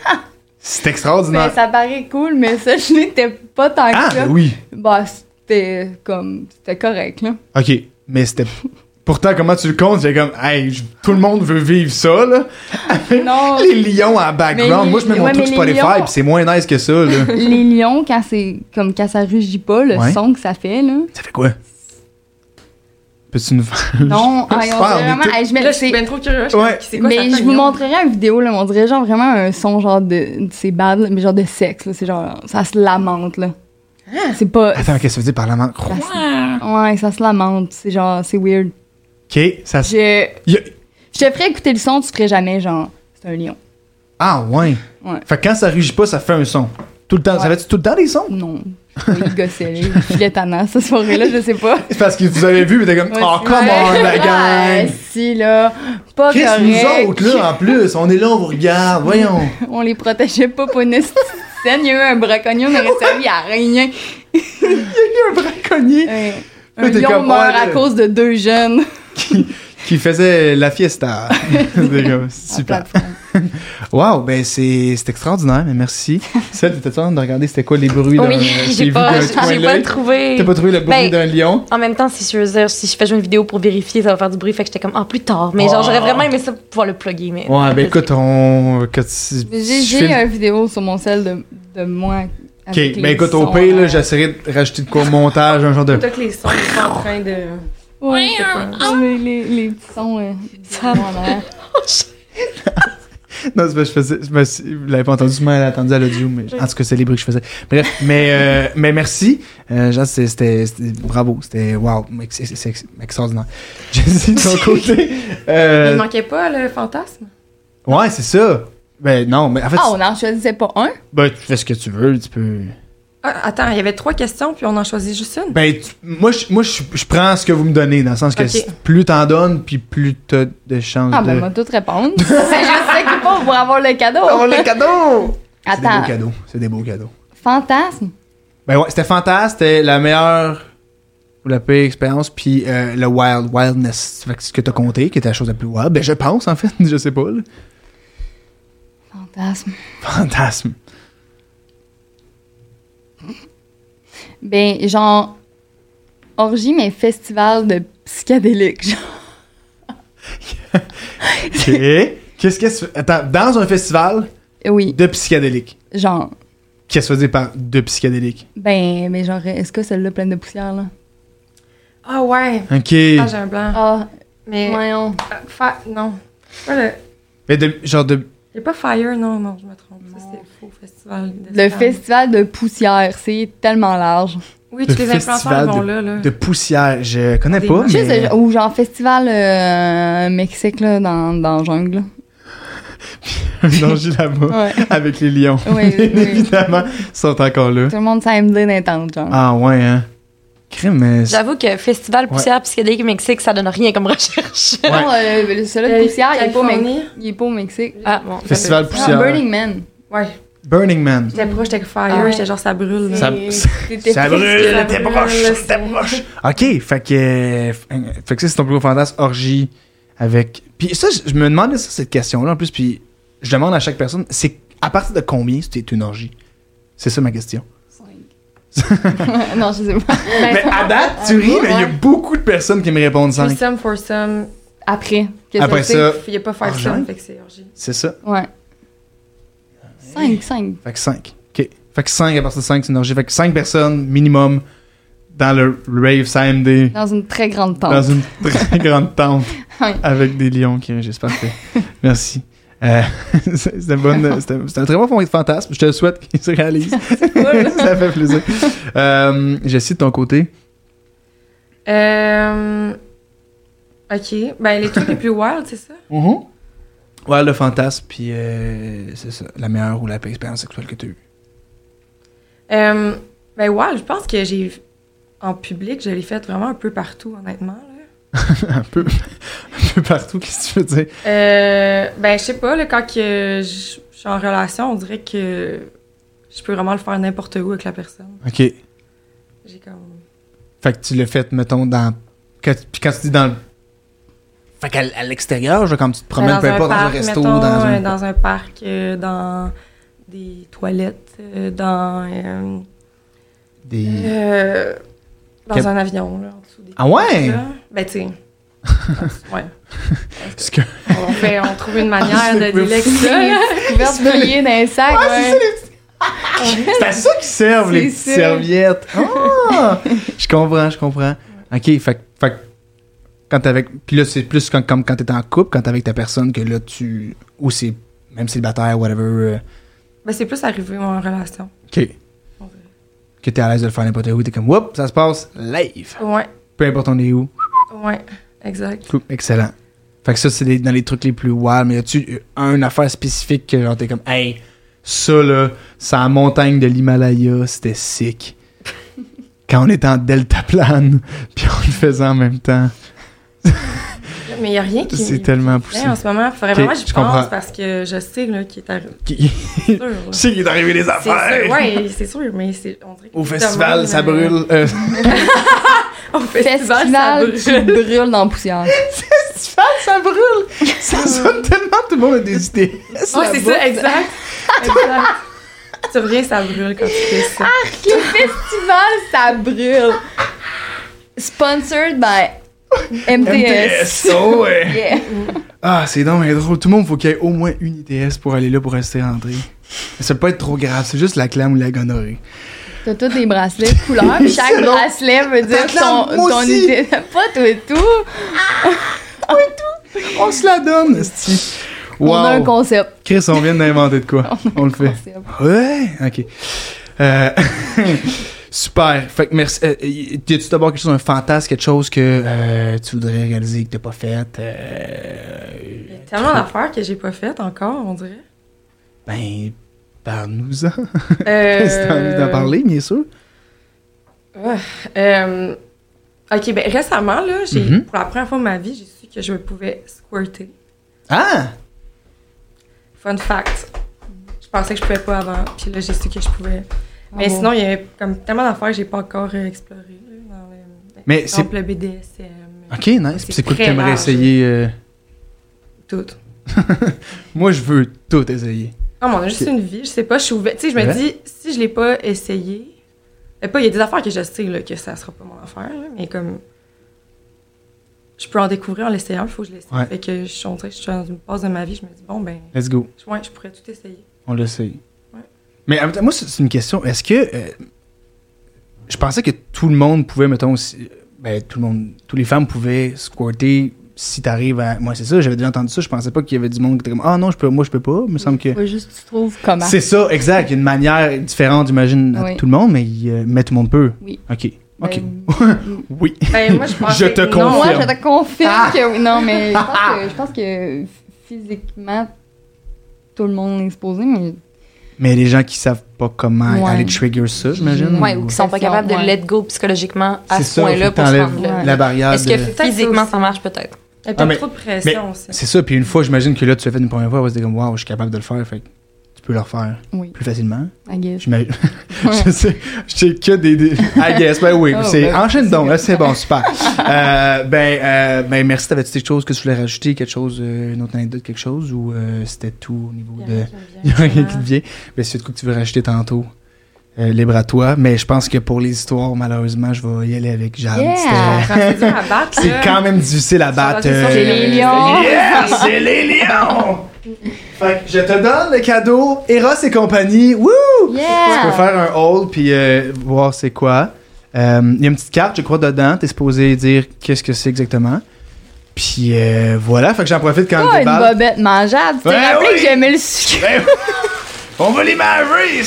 Speaker 1: C'est
Speaker 4: Mais
Speaker 1: extraordinaire!
Speaker 4: ça paraît cool, mais ça, je n'étais pas tant que
Speaker 1: Ah,
Speaker 4: ça.
Speaker 1: ben oui!
Speaker 4: Bah, c'était comme... C'était correct, là.
Speaker 1: Ok, mais c'était. Pourtant, comment tu le comptes? C'est comme, hey, je- tout le monde veut vivre ça, là. Hein?
Speaker 4: Non.
Speaker 1: Les lions en
Speaker 4: Mais
Speaker 1: background.
Speaker 4: les-
Speaker 1: Moi, je mets mon
Speaker 4: ouais,
Speaker 1: truc
Speaker 4: mais
Speaker 1: Spotify,
Speaker 4: les lions-
Speaker 1: pis c'est moins nice que ça, là.
Speaker 4: Les lions, quand c'est... Comme quand ça rugit pas, le
Speaker 1: Ouais.
Speaker 4: son que ça fait, là.
Speaker 1: ça fait quoi? Peux-tu nous faire.
Speaker 4: Non.
Speaker 1: Peux-tu
Speaker 4: hey, on
Speaker 1: faire des
Speaker 4: dirait vraiment...
Speaker 1: trucs?
Speaker 4: hey, je mets-
Speaker 3: Là, je suis
Speaker 4: c'est-
Speaker 3: bien trop curieuse.
Speaker 1: Ouais.
Speaker 3: C'est quoi, ça
Speaker 4: Mais
Speaker 3: fait
Speaker 4: je vous
Speaker 3: un nom?
Speaker 4: montrerai une vidéo, là, on dirait genre vraiment un son genre de. C'est bad, là, mais genre de sexe, là. C'est genre. Ça se lamente, là.
Speaker 3: Ah!
Speaker 4: C'est pas.
Speaker 1: Attends, qu'est-ce que ça veut dire par la main? Ok,
Speaker 4: Ouais, ça se lamente. C'est genre. C'est weird.
Speaker 1: ça se.
Speaker 4: Je.
Speaker 1: Y a-
Speaker 4: Je te ferais écouter le son, tu ferais jamais genre. C'est un lion.
Speaker 1: Ah, ouais.
Speaker 4: Ouais.
Speaker 1: Fait que quand ça rugit pas, ça fait un son. Tout le temps. Ça
Speaker 4: Ouais.
Speaker 1: fait tout le temps des sons?
Speaker 4: Non. Il gossait, là, il filait tannant, cette soirée-là, je sais pas.
Speaker 1: C'est parce que vous avez vu, mais t'es comme,
Speaker 4: Ouais,
Speaker 1: oh,
Speaker 4: c'est-
Speaker 1: come on, la
Speaker 4: Ouais,
Speaker 1: gang!
Speaker 4: si, là. Pas
Speaker 1: Qu'est-ce que nous
Speaker 4: correct.
Speaker 1: autres, là, en plus? On est là, on vous regarde, voyons.
Speaker 4: On les protégeait pas pour une petite scène. Il y a eu un braconnier, on aurait servi à rien.
Speaker 1: Il y a eu un braconnier
Speaker 4: Un,
Speaker 1: Là,
Speaker 4: un
Speaker 1: t'es
Speaker 4: lion
Speaker 1: comme,
Speaker 4: meurt
Speaker 1: ouais,
Speaker 4: à
Speaker 1: là.
Speaker 4: cause de deux jeunes.
Speaker 1: qui faisait la fiesta. C'est comme, super. Wow, ben c'est c'est extraordinaire, mais merci. Celle, t'étais en train de regarder c'était quoi les bruits d'un...
Speaker 2: Oui,
Speaker 1: je t'ai
Speaker 2: j'ai
Speaker 1: vu
Speaker 2: pas,
Speaker 1: d'un
Speaker 2: j'ai
Speaker 1: coin
Speaker 2: j'ai
Speaker 1: de
Speaker 2: pas
Speaker 1: l'œil.
Speaker 2: trouvé.
Speaker 1: T'as pas trouvé le bruit
Speaker 2: Ben,
Speaker 1: d'un lion?
Speaker 2: En même temps, si je veux dire, si je fais jouer une vidéo pour vérifier, ça va faire du bruit. Fait que j'étais comme, ah, plus tard. Mais
Speaker 1: Oh.
Speaker 2: genre, j'aurais vraiment aimé ça pour pouvoir le plugger. Mais
Speaker 1: Ouais, ben écoute, on... que tu-
Speaker 4: J'ai
Speaker 1: je
Speaker 4: j'ai
Speaker 1: filme-
Speaker 4: une vidéo sur mon cell de, de moi.
Speaker 1: Ok, ben écoute, au pire,
Speaker 4: euh,
Speaker 1: là, j'essaierai de rajouter de quoi au montage, un genre de...
Speaker 3: Toi que les sons ils sont en train de.
Speaker 4: Ouais, les, les, les petits sons. euh,
Speaker 2: Ça-
Speaker 4: en arrière.
Speaker 1: Non, c'est parce que je faisais. Je me suis- vous l'avez pas entendu, mais elle a entendu à l'audio, mais en tout cas, c'est les bruits que je faisais. Bref, mais, euh, mais merci. Euh, genre, c'est- c'était. c'était- Bravo. C'était. Wow. mais C'est c'est- c'est extraordinaire. Jessie, de ton côté.
Speaker 3: Il
Speaker 1: euh,
Speaker 3: manquait pas le fantasme.
Speaker 1: ouais, c'est ça. Ben non, mais en fait,
Speaker 4: Ah, on n'en choisissait pas un.
Speaker 1: ben, tu fais ce que tu veux, tu peux.
Speaker 3: Ah, attends, il y avait trois questions, puis on en choisit juste une.
Speaker 1: Ben, tu- moi, je, moi je, je prends ce que vous me donnez, dans le sens que
Speaker 3: Ok.
Speaker 1: si- plus t'en donnes, puis plus t'as de chances
Speaker 4: Ah,
Speaker 1: de.
Speaker 4: ben, m'a tout répondre. C'est juste ça qu'il faut pour avoir le cadeau.
Speaker 1: Oh, les cadeaux! C'est des beaux
Speaker 4: Attends,
Speaker 1: cadeaux. C'est des beaux cadeaux.
Speaker 4: fantasme.
Speaker 1: Ben ouais, c'était fantastique, c'était la meilleure ou la pire expérience, puis euh, le wild, wildness, fait que ce que t'as compté, qui était la chose la plus wild, ben je pense en fait, je sais pas, là.
Speaker 4: Fantasme.
Speaker 1: Fantasme.
Speaker 4: Ben, genre, orgie, mais festival de psychédélique. Genre,
Speaker 1: Ok. Qu'est-ce que tu fais- Attends, dans un festival
Speaker 4: oui,
Speaker 1: de psychédélique,
Speaker 4: genre,
Speaker 1: qu'est-ce que ça veut dire par de psychédélique?
Speaker 4: ben, mais genre, est-ce que celle-là pleine de poussière, là?
Speaker 3: Ah ouais.
Speaker 1: Ok.
Speaker 3: Ah, j'ai un blanc.
Speaker 4: Ah,
Speaker 3: Mais.
Speaker 4: voyons.
Speaker 2: hein.
Speaker 3: Ah, fa- Non. Pas le-
Speaker 1: Mais de, genre de.
Speaker 3: Il n'y a pas Fire, non, non, je me trompe. Ça, c'est faux festival. de
Speaker 4: Le
Speaker 3: femmes.
Speaker 4: festival de poussière, c'est tellement large.
Speaker 3: Oui,
Speaker 1: Le
Speaker 3: tous les influenceurs
Speaker 1: festival
Speaker 3: vont là, là.
Speaker 1: de poussière. Je connais
Speaker 3: Des
Speaker 1: pas,
Speaker 3: marches.
Speaker 4: Tu sais,
Speaker 1: mais
Speaker 4: c'est- ou genre festival euh, Mexique, là, dans, dans jungle.
Speaker 1: non, j'ai là-bas
Speaker 4: Ouais.
Speaker 1: avec les lions.
Speaker 4: Ah. Oui, oui, oui.
Speaker 1: Évidemment, ils sont encore là.
Speaker 4: Tout le monde s'aime dans les tentes, genre.
Speaker 1: Ah ouais, hein. Crime, mais...
Speaker 2: J'avoue que Festival Poussière Psychédélique Mexique, ça donne rien comme recherche.
Speaker 1: Ouais.
Speaker 4: Non, euh, le- celui-là
Speaker 3: Euh,
Speaker 4: de poussière, il est, pas au Mexique.
Speaker 3: Californie.
Speaker 4: il est pas au Mexique.
Speaker 2: Ah, bon.
Speaker 1: Festival
Speaker 4: Ah,
Speaker 1: Poussière.
Speaker 4: Burning Man.
Speaker 3: Ouais.
Speaker 1: Burning Man.
Speaker 3: J'étais proche, j'étais fire,
Speaker 4: Ah ouais.
Speaker 3: j'étais genre ça brûle. là.
Speaker 1: Ça-
Speaker 4: Et-
Speaker 1: ça-
Speaker 4: t'étais
Speaker 1: ça
Speaker 4: presque-
Speaker 1: brûle,
Speaker 3: ça
Speaker 1: t'es
Speaker 3: brûle,
Speaker 1: proche,
Speaker 3: c'est-
Speaker 1: t'es proche. OK, fait que... euh, Fait que ça, c'est ton plus gros fantasme, orgie, avec... Puis ça, je- je me demandais ça, cette question-là, en plus, puis je demande à chaque personne, c'est à partir de combien c'était une orgie? C'est ça ma question.
Speaker 4: Cinq. non, je sais pas.
Speaker 3: Ben,
Speaker 1: Mais à date, tu ris, mais il y a
Speaker 4: Ben, ouais.
Speaker 1: beaucoup de personnes qui me répondent 5.
Speaker 3: Threesome, foursome,
Speaker 4: Après. qu'est-ce
Speaker 1: Après
Speaker 4: que c'est?
Speaker 1: ça,
Speaker 3: il n'y a pas
Speaker 1: Argent.
Speaker 3: fivesome, fait que c'est orgie.
Speaker 1: c'est ça.
Speaker 4: Ouais. 5, 5.
Speaker 1: Fait que 5. OK. Fait que 5, à partir de 5, c'est une orgie. Fait que 5 personnes, minimum, dans le rave CMD.
Speaker 4: Dans une très grande tente.
Speaker 1: Dans une très grande tente
Speaker 4: Oui.
Speaker 1: avec des lions qui rugissent. Parfait. Merci. Euh, c'est- c'est une bonne- c'est un, c'est un très bon fond de fantasme. Je te le souhaite qu'il se réalise. ça fait plaisir. Euh, Jessie, de ton côté.
Speaker 3: Euh, ok, ben les trucs les plus wild, c'est ça?
Speaker 1: Mm-hmm. Ouais, le fantasme, puis euh, c'est ça, la meilleure ou la pire expérience sexuelle que tu as eue.
Speaker 3: Euh, ben wild, je pense que j'ai, en public, je l'ai fait vraiment un peu partout, honnêtement. là.
Speaker 1: un, peu, un peu partout, qu'est-ce que tu veux dire?
Speaker 3: Euh, ben, je sais pas, là, quand que je je suis en relation, on dirait que je peux vraiment le faire n'importe où avec la personne.
Speaker 1: OK.
Speaker 3: J'ai comme.
Speaker 1: Fait que tu l'as fait, mettons, dans. Quand, puis quand tu dis dans le. Fait qu'à à l'extérieur, genre, quand tu te promènes,
Speaker 3: Ben,
Speaker 1: peu importe, dans un
Speaker 3: parc,
Speaker 1: resto,
Speaker 3: mettons,
Speaker 1: dans
Speaker 3: euh,
Speaker 1: un.
Speaker 3: dans un parc, euh, dans des toilettes, euh, dans. euh,
Speaker 1: Des...
Speaker 3: euh, dans
Speaker 1: Cap-
Speaker 3: un avion, là, en dessous des.
Speaker 1: Ah ouais?
Speaker 3: là. Ben, tu sais. ouais.
Speaker 1: Parce que-
Speaker 3: On, fait, on trouve une manière
Speaker 1: Ah, c'est
Speaker 3: de
Speaker 1: plus
Speaker 3: dire ça, là.
Speaker 4: Couverte mouillée dans les sacs.
Speaker 1: Ah, c'est ça,
Speaker 4: ouais.
Speaker 1: les petits- C'est à ça qu'ils servent, les
Speaker 4: C'est
Speaker 1: petites
Speaker 4: ça.
Speaker 1: serviettes. Ah! je comprends, je comprends. OK, fait, que- fait que quand t'es avec. Puis là, c'est plus quand- comme quand t'es en couple, quand t'es avec ta personne, que là, tu. Ou c'est. Même célibataire, whatever. euh,
Speaker 3: Ben, c'est plus arrivé moi, en relation.
Speaker 1: OK. Que t'es à l'aise de le faire n'importe où, t'es comme, whoop, ça se passe live.
Speaker 3: Ouais,
Speaker 1: Peu importe on est où.
Speaker 3: ouais, exact.
Speaker 1: Cool, Excellent. Fait que ça, c'est des- dans les trucs les plus wild. Mais as-tu une affaire spécifique que genre t'es comme, hey, ça là, c'est en montagne de l'Himalaya, c'était sick. Quand on était en deltaplane, puis on le faisait en même temps.
Speaker 3: Mais il n'y a rien qui.
Speaker 1: C'est tellement poussé.
Speaker 3: Ouais, en ce moment, il faudrait
Speaker 1: Ok,
Speaker 3: vraiment que j'y
Speaker 1: je
Speaker 3: pense
Speaker 1: comprends.
Speaker 3: parce que je sais là, qu'il est arrivé.
Speaker 1: Qui-
Speaker 3: C'est sûr. là.
Speaker 1: Je sais qu'il est arrivé des
Speaker 3: C'est sûr,
Speaker 1: affaires.
Speaker 3: ouais, c'est sûr, mais c'est. on dirait que
Speaker 1: Au
Speaker 3: c'est
Speaker 1: festival,
Speaker 3: demain,
Speaker 1: ça
Speaker 3: mais-
Speaker 1: brûle. Euh,
Speaker 3: Au festival, ça
Speaker 4: Festival qui
Speaker 3: brûle.
Speaker 4: brûle dans la poussière.
Speaker 1: festival, ça brûle. Ça sonne tellement, tout le monde a des idées.
Speaker 3: Ouais, c'est ça, exact. exact. C'est vrai, ça brûle quand tu fais ça.
Speaker 4: Les festivals, ça brûle. Sponsored by MTS.
Speaker 3: euh,
Speaker 1: MTS. oh, ouais.
Speaker 4: Yeah.
Speaker 1: Ah, c'est donc bien drôle. Tout le monde, faut qu'il y ait au moins une ITS pour aller là pour rester rentré. Mais ça peut pas être trop grave, c'est juste la clame ou la gonorrhée.
Speaker 4: T'as tous des bracelets de couleur, puis chaque
Speaker 1: C'est long.
Speaker 4: bracelet veut dire
Speaker 1: T'acclames,
Speaker 4: ton,
Speaker 1: moi
Speaker 4: ton
Speaker 1: aussi.
Speaker 4: idée. Pas toi et tout.
Speaker 1: On se la donne, esti. Wow.
Speaker 4: On a un concept.
Speaker 1: Chris, on vient d'inventer de quoi. on le fait.
Speaker 4: Concept.
Speaker 1: Ouais, ok. Euh, super. Fait que merci. Euh, y a-tu d'abord quelque chose, un fantasme, quelque chose que euh, tu voudrais réaliser que t'as pas fait?
Speaker 3: Il y
Speaker 1: euh,
Speaker 3: a tellement d'affaires que j'ai pas faites encore, on dirait.
Speaker 1: ben, parle-nous-en.
Speaker 3: Euh,
Speaker 1: si t'as envie d'en parler, bien sûr.
Speaker 3: euh, ok, ben récemment, là, j'ai,
Speaker 1: Mhm.
Speaker 3: pour la première fois de ma vie, j'ai su que je pouvais squirter.
Speaker 1: Ah!
Speaker 3: Fun fact. Je pensais que je pouvais pas avant, puis là, j'ai su que je pouvais. Mais
Speaker 4: Ah bon.
Speaker 3: sinon, il y a comme tellement d'affaires que j'ai pas encore euh, explorées. là, dans le- ben,
Speaker 1: Mais
Speaker 3: par
Speaker 1: c'est-
Speaker 3: exemple, le BDSM,
Speaker 1: Ok, nice. Puis C'est quoi que
Speaker 3: très
Speaker 1: t'aimerais
Speaker 3: large.
Speaker 1: essayer? euh,
Speaker 3: tout.
Speaker 1: Moi, je veux tout essayer.
Speaker 3: Ah, mais on a juste une vie, je sais pas, je suis ouverte. Tu sais, je me
Speaker 1: Ouais.
Speaker 3: dis, si je l'ai pas essayé. ben pas, il y a des affaires que je sais là, que ça sera pas mon affaire, là, mais comme. Je peux en découvrir en l'essayant, il faut que je l'essaye.
Speaker 1: Ouais.
Speaker 3: Fait que je suis, on dirait que je suis dans une passe de ma vie, je me dis, bon, ben,
Speaker 1: Let's go.
Speaker 3: je, ouais, je pourrais tout essayer.
Speaker 1: On l'essaye.
Speaker 3: Ouais.
Speaker 1: Mais en même temps, moi, c'est c'est une question. Est-ce que. euh, je pensais que tout le monde pouvait, mettons, aussi- ben, tout le monde. Tous les femmes pouvaient squatter si t'arrives à. Moi, c'est ça, j'avais déjà entendu ça. Je pensais pas qu'il y avait du monde qui était comme Ah non, je peux, moi, je peux pas. Il me semble que.
Speaker 4: Faut juste que tu trouves comment.
Speaker 1: C'est ça, exact. Il y a une manière différente, j'imagine, à
Speaker 4: Oui.
Speaker 1: tout le monde, mais, il, euh, mais tout le monde peut.
Speaker 4: Oui.
Speaker 1: OK. OK.
Speaker 4: Ben,
Speaker 1: oui.
Speaker 3: Ben, moi, je pense
Speaker 1: Je te
Speaker 3: que-
Speaker 1: confirme. Ah.
Speaker 3: non,
Speaker 4: Moi,
Speaker 3: moi,
Speaker 4: je te confirme que oui. Non, mais je pense que, je pense que physiquement, tout le monde est exposé, mais
Speaker 1: Mais les gens qui savent pas comment
Speaker 4: Ouais.
Speaker 1: aller trigger ça, j'imagine.
Speaker 2: Ouais, ou qui sont pas
Speaker 4: Question,
Speaker 2: capables
Speaker 4: ouais.
Speaker 2: de let go psychologiquement à
Speaker 1: C'est
Speaker 2: ce
Speaker 1: ça,
Speaker 2: point-là
Speaker 1: faut que
Speaker 2: pour se
Speaker 1: t'enlèves
Speaker 2: rendre là.
Speaker 4: Ouais.
Speaker 1: la barrière.
Speaker 2: Est-ce
Speaker 1: de-
Speaker 2: que physiquement ça marche peut-être?
Speaker 3: Il y a peut-être
Speaker 1: Ah, mais-
Speaker 3: trop de pression aussi.
Speaker 1: C'est ça, puis une fois, j'imagine que là, tu l'as fait une première fois, on se dit comme, waouh, je suis capable de le faire, fait que tu peux le refaire
Speaker 4: oui,
Speaker 1: plus facilement.
Speaker 4: I guess.
Speaker 1: J'imagine. je sais, je sais que des. des... Ah, yes, ben oui,
Speaker 4: Oh,
Speaker 1: c'est
Speaker 4: ben,
Speaker 1: enchaîne
Speaker 4: c'est
Speaker 1: donc,
Speaker 4: bien.
Speaker 1: là, c'est bon, super. euh, ben, euh, ben, merci, t'avais-tu quelque chose que tu voulais rajouter, quelque chose, euh, une autre anecdote, quelque chose, ou euh, c'était tout au niveau
Speaker 3: Il y en
Speaker 1: de.
Speaker 3: a qui
Speaker 1: Il y a
Speaker 3: aiment bien.
Speaker 1: rien qui te vient. Mais c'est de quoi que tu veux rajouter tantôt. Euh, libre à toi, mais je pense que pour les histoires, malheureusement, je vais y aller avec Jade.
Speaker 4: Yeah!
Speaker 1: C'était-
Speaker 3: Quand c'est dur à battre,
Speaker 1: C'est
Speaker 4: Euh,
Speaker 3: là.
Speaker 1: quand même difficile à battre.
Speaker 3: C'est
Speaker 1: euh,
Speaker 4: les lions.
Speaker 1: Yeah, c'est les lions! Fait que je te donne le cadeau Eros et compagnie. Wouh!
Speaker 4: Yeah!
Speaker 1: Tu peux faire un haul puis euh, voir c'est quoi. Euh, Il y a une petite carte, je crois, dedans. T'es supposé dire qu'est-ce que c'est exactement. Puis euh, voilà, fait que j'en profite quand
Speaker 4: Pas
Speaker 1: je
Speaker 4: Ah, une
Speaker 1: déballe.
Speaker 4: bobette mangeable. Tu t'es
Speaker 1: Ouais,
Speaker 4: rappelé
Speaker 1: Ben oui.
Speaker 4: que j'aimais le sucre.
Speaker 1: Ben, on va les marrer!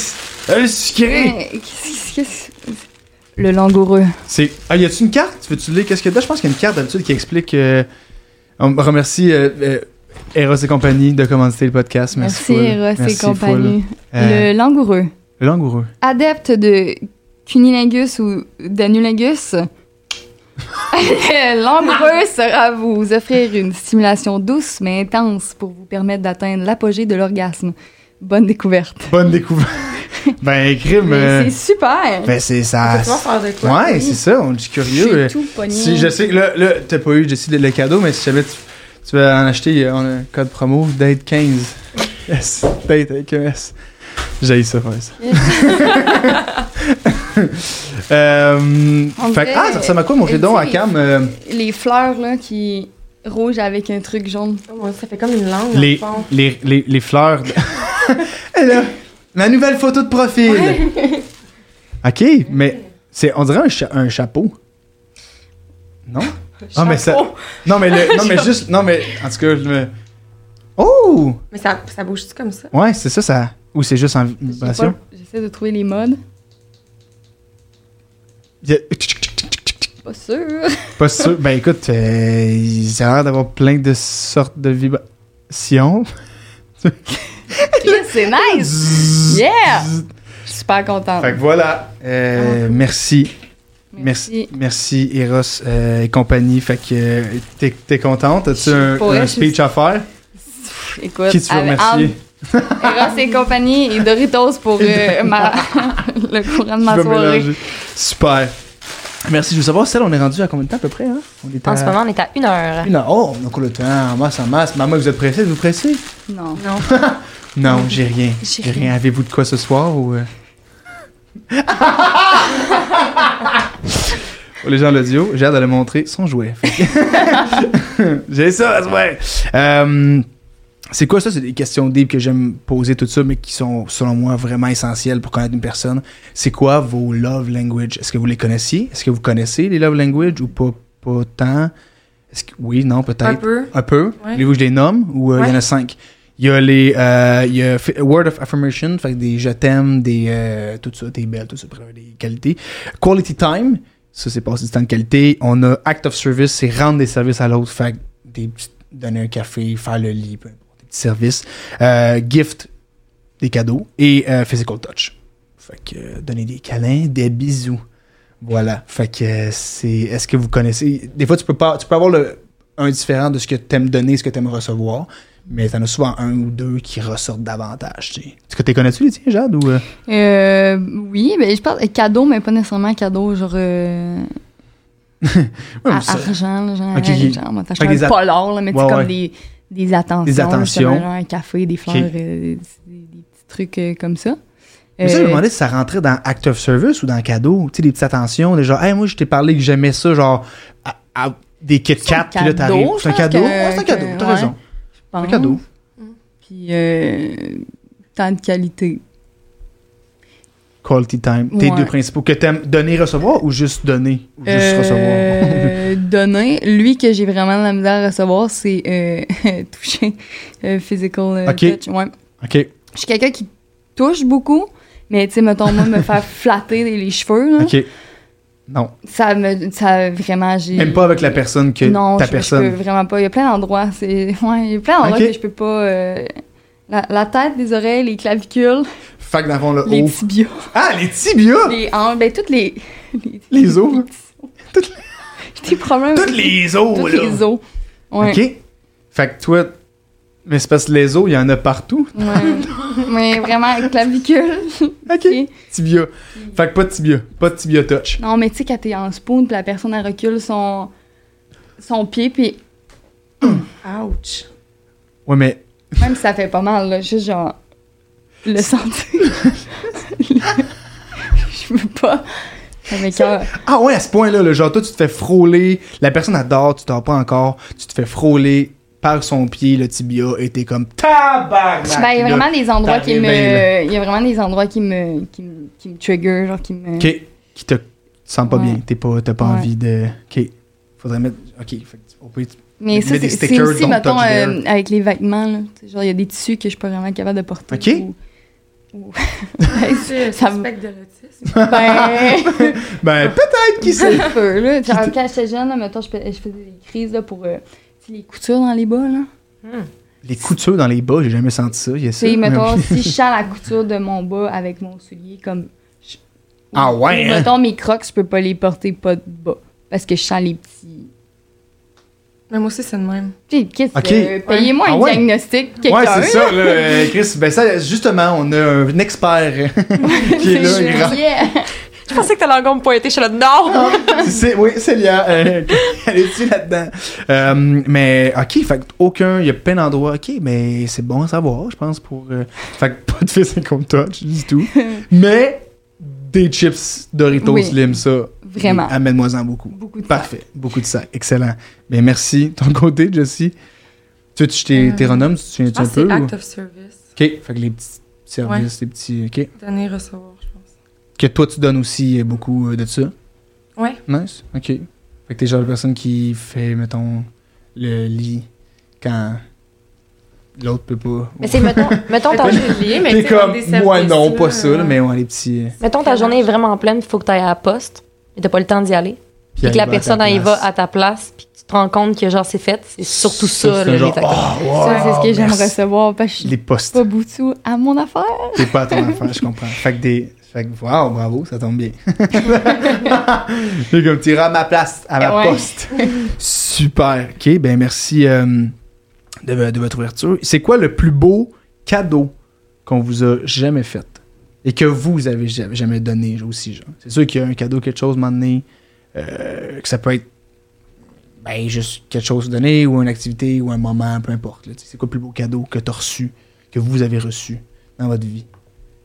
Speaker 1: Le sucré!
Speaker 4: Mais qu'est-ce- qu'est-ce- Le langoureux.
Speaker 1: C'est. Ah, y a-tu une carte? Tu Veux-tu lire qu'est-ce que t'as? Je pense qu'il y a une carte d'habitude qui explique. euh, On remercie euh, euh, Eros et compagnie de commenter le podcast. Merci,
Speaker 4: Merci,
Speaker 1: full.
Speaker 4: Ross et
Speaker 1: Merci full.
Speaker 4: compagnie.
Speaker 1: Euh,
Speaker 4: Le langoureux.
Speaker 1: le... Langoureux.
Speaker 4: Adepte de cunilingus ou d'anulingus, l'ambreux sera vous offrir une stimulation douce mais intense pour vous permettre d'atteindre l'apogée de l'orgasme. Bonne découverte.
Speaker 1: Bonne découverte. ben, crime.
Speaker 4: Mais
Speaker 1: euh,
Speaker 4: c'est super!
Speaker 1: Ben, c'est ça.
Speaker 3: Faut pouvoir faire de quoi.
Speaker 1: Ouais, c'est ça. On est curieux. euh,
Speaker 4: J'ai tout pogné.
Speaker 1: Si je sais que là, là t'as pas eu Jessie, le, le cadeau, mais si jamais tu, tu veux en acheter, euh, on a un code promo date 15. Yes, date avec un S. J'ai ça, ouais, ça. euh,
Speaker 4: On
Speaker 1: fait, que-
Speaker 4: dirait-
Speaker 1: ah, ça ressemble à quoi mon
Speaker 4: elle
Speaker 1: dons à
Speaker 4: dit-
Speaker 1: Cam euh,
Speaker 4: Les fleurs là qui rouges avec un truc jaune.
Speaker 3: Ouais, Ça fait comme une langue, dans le
Speaker 1: les,
Speaker 3: fond.
Speaker 1: les, les, les fleurs. de- Elle a la nouvelle photo de profil. ok, mais c'est on dirait un, cha- un chapeau. Non? Ah, mais ça-
Speaker 3: Chapeau.
Speaker 1: Non, mais, le- non, mais juste. Non, mais en tout cas, je me. Oh!
Speaker 3: Mais ça, ça bouge-tu comme ça?
Speaker 1: Ouais, c'est ça, ça. Ou c'est juste en
Speaker 4: J'ai pas-
Speaker 1: vibration.
Speaker 4: J'essaie de trouver les modes.
Speaker 1: Y a-
Speaker 4: Pas sûr.
Speaker 1: Pas sûr. Ben écoute, euh, il a l'air d'avoir plein de sortes de vibrations.
Speaker 4: c'est nice. Yeah! Je suis super contente.
Speaker 1: Fait que voilà. Euh,
Speaker 4: Ah.
Speaker 1: Merci. Merci, merci Eros euh, et compagnie. Fait que euh, t'es, t'es contente? As-tu
Speaker 4: Je-
Speaker 1: un,
Speaker 4: pour
Speaker 1: un
Speaker 4: vrai, je-
Speaker 1: speech à faire?
Speaker 4: Écoute,
Speaker 1: Qui tu veux
Speaker 4: avec-
Speaker 1: remercier?
Speaker 4: Eros et compagnie et Doritos pour euh, ma- le courant de
Speaker 1: Je
Speaker 4: ma
Speaker 1: vais
Speaker 4: soirée.
Speaker 1: mélanger. Super. Merci. Je veux savoir, celle, on est rendu à combien de temps à peu près? Hein? On est
Speaker 2: En
Speaker 1: à-
Speaker 2: ce moment, on est à une heure.
Speaker 1: Une heure. Oh, donc le temps, en masse, en masse. Maman, vous êtes pressée? Vous pressez?
Speaker 4: Non.
Speaker 3: Non.
Speaker 1: Non, j'ai rien. J'ai rien. Avez-vous de quoi ce soir ou. euh? Pour les gens de l'audio, j'ai hâte de le montrer son jouet. Fait que- j'ai ça, ouais. Euh, c'est quoi ça? C'est des questions deep que j'aime poser, tout ça, mais qui sont, selon moi, vraiment essentielles pour connaître une personne. C'est quoi vos love language? Est-ce que vous les connaissiez? Est-ce que vous connaissez les love language ou pas, pas tant? Est-ce que, oui, non, peut-être.
Speaker 3: Un peu.
Speaker 1: Un peu.
Speaker 3: Ouais.
Speaker 1: Voulez-vous que je les nomme ou euh, il y en a
Speaker 3: Ouais.
Speaker 1: cinq? Il y a les euh, il y a f- word of affirmation, fait que des je t'aime, des euh, tout ça, t'es belle, tout ça, bref, des qualités. Quality time, ça c'est passer du temps de qualité. On a act of service, c'est rendre des services à l'autre, fait que des petites- donner un café, faire le lit, peu importe, des petits services. Euh, gift, des cadeaux et euh, physical touch. Fait que euh, donner des câlins, des bisous. Voilà. Fait que euh, c'est est-ce que vous connaissez des fois tu peux pas tu peux avoir le un différent de ce que t'aimes donner, ce que t'aimes recevoir, mais t'en as souvent un ou deux qui ressortent davantage, tu sais. Est-ce que t'es connais-tu les tiens Jade ou euh?
Speaker 4: Euh, oui, mais je parle cadeau, mais pas nécessairement cadeau, genre euh,
Speaker 1: Ouais,
Speaker 4: à-
Speaker 1: mais ça-
Speaker 4: argent, là, genre,
Speaker 1: Ok, ok.
Speaker 4: genre, on va t'acheter
Speaker 1: Fait que des
Speaker 4: un
Speaker 1: at-
Speaker 4: polar, là, mais tu sais,
Speaker 1: Ouais,
Speaker 4: comme
Speaker 1: ouais.
Speaker 4: des, des attentions.
Speaker 1: Des attentions.
Speaker 4: justement, genre un café, des fleurs,
Speaker 1: Ok.
Speaker 4: euh, des, des petits trucs euh, comme ça.
Speaker 1: mais ça, je
Speaker 4: Euh,
Speaker 1: me demandais si ça rentrait dans act of service ou dans cadeau, tu sais des petites attentions, des genre hey, moi je t'ai parlé que j'aimais ça genre à- à- des Kit
Speaker 4: C'est un
Speaker 1: Kat, puis là
Speaker 4: cadeau,
Speaker 1: t'arrives,
Speaker 4: je
Speaker 1: c'est un
Speaker 4: pense
Speaker 1: cadeau,
Speaker 4: que-
Speaker 1: Ouais, c'est un cadeau,
Speaker 4: que-
Speaker 1: t'as
Speaker 4: ouais.
Speaker 1: raison.
Speaker 4: je
Speaker 1: Un
Speaker 4: pense.
Speaker 1: cadeau.
Speaker 4: Puis, euh, temps de qualité.
Speaker 1: quality time, tes
Speaker 4: Ouais.
Speaker 1: deux principaux, que t'aimes donner, recevoir ou juste donner, ou juste recevoir.
Speaker 4: Euh, donner, lui que j'ai vraiment de la misère à recevoir, c'est euh, toucher, euh, physical euh,
Speaker 1: Ok.
Speaker 4: touch. Ouais.
Speaker 1: ok,
Speaker 4: Je suis quelqu'un qui touche beaucoup, mais tu sais, mettons, moi, me faire flatter les, les cheveux, là,
Speaker 1: ok. Non,
Speaker 4: ça me. Ça vraiment. j'ai-
Speaker 1: même pas avec la personne que
Speaker 4: non,
Speaker 1: ta
Speaker 4: je, je
Speaker 1: personne.
Speaker 4: peux vraiment pas. Il y a plein d'endroits. c'est- Ouais, il y a plein d'endroits
Speaker 1: Ok.
Speaker 4: que je peux pas. euh, la, la tête, les oreilles, les clavicules,
Speaker 1: Fait que dans le fond, le
Speaker 4: les
Speaker 1: haut.
Speaker 4: tibias,
Speaker 1: Ah, les tibias!
Speaker 4: les hanches, ben, toutes les. Les,
Speaker 1: Les os, là.
Speaker 4: les petits os. J'ai des problèmes.
Speaker 1: Toutes les os,
Speaker 4: Toutes
Speaker 1: là!
Speaker 4: les os. Ouais.
Speaker 1: Ok. Fait que toi, mais c'est parce que les os, il y en a partout.
Speaker 4: Ouais. Mais vraiment, clavicule.
Speaker 1: Ok.
Speaker 4: Ok.
Speaker 1: Tibia. Fait que pas de tibia. Pas de tibia touch.
Speaker 4: Non, mais tu sais, quand t'es en spoon, puis la personne, elle recule son, son pied, puis
Speaker 3: Ouch.
Speaker 1: Ouais, mais.
Speaker 4: même si ça fait pas mal, là, juste genre. Le sentir. Je veux pas. Ça m'écoeure.
Speaker 1: Ah ouais, à ce point-là, le genre, toi, tu te fais frôler. La personne adore, tu dors pas encore. Tu te fais frôler par son pied, le tibia, et t'es comme tabarnak.
Speaker 4: Ben, il y a
Speaker 1: là.
Speaker 4: vraiment des endroits qui
Speaker 1: réveillé, là.
Speaker 4: me. Il y a vraiment des endroits qui me. qui me, qui me trigger, genre qui me.
Speaker 1: Ok. Qui te tu te sens pas
Speaker 4: Ouais.
Speaker 1: bien. T'es pas, t'as pas
Speaker 4: Ouais.
Speaker 1: envie de. Ok. Faudrait mettre. Ok. Fait que tu- on peut.
Speaker 4: Mais ça,
Speaker 1: Mets des
Speaker 4: c'est c'est
Speaker 1: stickers,
Speaker 4: aussi,
Speaker 1: don't
Speaker 4: mettons,
Speaker 1: touch there.
Speaker 4: euh, avec les vêtements, là. Tu sais, Genre, il y a des tissus que je suis pas vraiment capable de porter.
Speaker 1: Ok.
Speaker 4: ou- ou-
Speaker 3: C'est
Speaker 4: Ça
Speaker 3: ça
Speaker 4: me-
Speaker 3: suspect de l'autisme.
Speaker 4: ben.
Speaker 1: Ben, peut-être qu'il sait.
Speaker 4: un peu, là. Genre, quand j'étais jeune, là, mettons, je, fais- je faisais des crises, là, pour, euh, tu sais, les coutures dans les bas, là.
Speaker 1: Les coutures dans les bas, j'ai jamais senti ça. Il y a
Speaker 4: Tu
Speaker 1: ça.
Speaker 4: sais, mettons,
Speaker 1: Mais-
Speaker 4: si je sens la couture de mon bas avec mon soulier, comme... je-
Speaker 1: Ah
Speaker 4: ou-
Speaker 1: ouais,
Speaker 4: ou,
Speaker 1: hein?
Speaker 4: mettons, mes crocs, je peux pas les porter pas de bas, parce que je sens les petits...
Speaker 3: Mais moi aussi, c'est le même.
Speaker 4: Tu sais, qu'est-ce
Speaker 1: Ok.
Speaker 4: que... Payez-moi
Speaker 1: Ah
Speaker 4: un
Speaker 1: ouais.
Speaker 4: diagnostic, quelqu'un.
Speaker 1: Ouais, c'est ça, là, euh, Chris. Ben ça, justement, on a un expert qui est là,
Speaker 4: C'est
Speaker 1: grand.
Speaker 4: yeah.
Speaker 2: Je pensais que t'allais encore me pointer. Je suis là, non!
Speaker 1: C'est- oui, Célia, euh, elle est là-dedans. Euh, mais, ok, fait que aucun, il y a plein d'endroits, ok, mais c'est bon à savoir, je pense, pour. euh, fait que pas de physical touch du tout. mais, des chips Doritos
Speaker 4: Oui.
Speaker 1: Slim, ça.
Speaker 4: Vraiment.
Speaker 1: oui, Amène-moi-en beaucoup.
Speaker 4: Beaucoup de ça.
Speaker 1: Parfait, beaucoup de ça, excellent. Mais merci, ton côté, Jessie. Tu veux, tu t'es-
Speaker 3: Euh,
Speaker 1: t'es renomme, tu te
Speaker 3: Je
Speaker 4: ah,
Speaker 1: souviens-tu un
Speaker 3: pense que c'est
Speaker 1: peu? ou-
Speaker 3: act of service.
Speaker 1: Ok, fait que les petits services, les petits. Ok.
Speaker 3: Donner, recevoir, je pense.
Speaker 1: Que toi, tu donnes aussi euh, beaucoup euh, de ça?
Speaker 3: Ouais.
Speaker 1: Nice, ok. Fait que t'es genre la personne qui fait, mettons, le lit quand l'autre peut pas.
Speaker 2: Mais c'est, mettons, mettons, ta,
Speaker 3: Moi, je le lis, mais
Speaker 1: T'es
Speaker 3: tu sais, on a
Speaker 1: comme,
Speaker 3: des
Speaker 1: moi
Speaker 3: services,
Speaker 1: non,
Speaker 3: là,
Speaker 1: pas ça, là,
Speaker 3: ouais.
Speaker 1: mais ouais, les petits. euh,
Speaker 2: mettons ta journée est vraiment pleine, faut que t'ailles à la poste, mais t'as pas le temps d'y aller.
Speaker 1: puis
Speaker 2: Puis que
Speaker 1: arriver à
Speaker 2: la
Speaker 1: ta
Speaker 2: personne, elle y va
Speaker 1: place.
Speaker 2: à ta place, puis tu te rends compte que genre c'est fait, c'est surtout ça,
Speaker 1: c'est
Speaker 2: le
Speaker 1: genre,
Speaker 2: rétac-
Speaker 1: oh, wow,
Speaker 4: Ça, c'est ce que j'aime
Speaker 1: merci.
Speaker 4: recevoir, parce que je suis
Speaker 1: Les postes.
Speaker 4: pas boutou à mon affaire.
Speaker 1: T'es pas à ton affaire, je comprends. Fait que des. Fait que, wow, bravo, ça tombe bien. J'ai comme, t'iras à ma place, à ma
Speaker 4: Ouais.
Speaker 1: poste. Super. OK, ben merci euh, de, vo- de votre ouverture. C'est quoi le plus beau cadeau qu'on vous a jamais fait et que vous avez ja- jamais donné aussi, genre? C'est sûr qu'il y a un cadeau, quelque chose, à un moment donné, euh, que ça peut être ben, juste quelque chose donné ou une activité ou un moment, peu importe. là. Tu sais, C'est quoi le plus beau cadeau que t'as reçu, que vous avez reçu dans votre vie?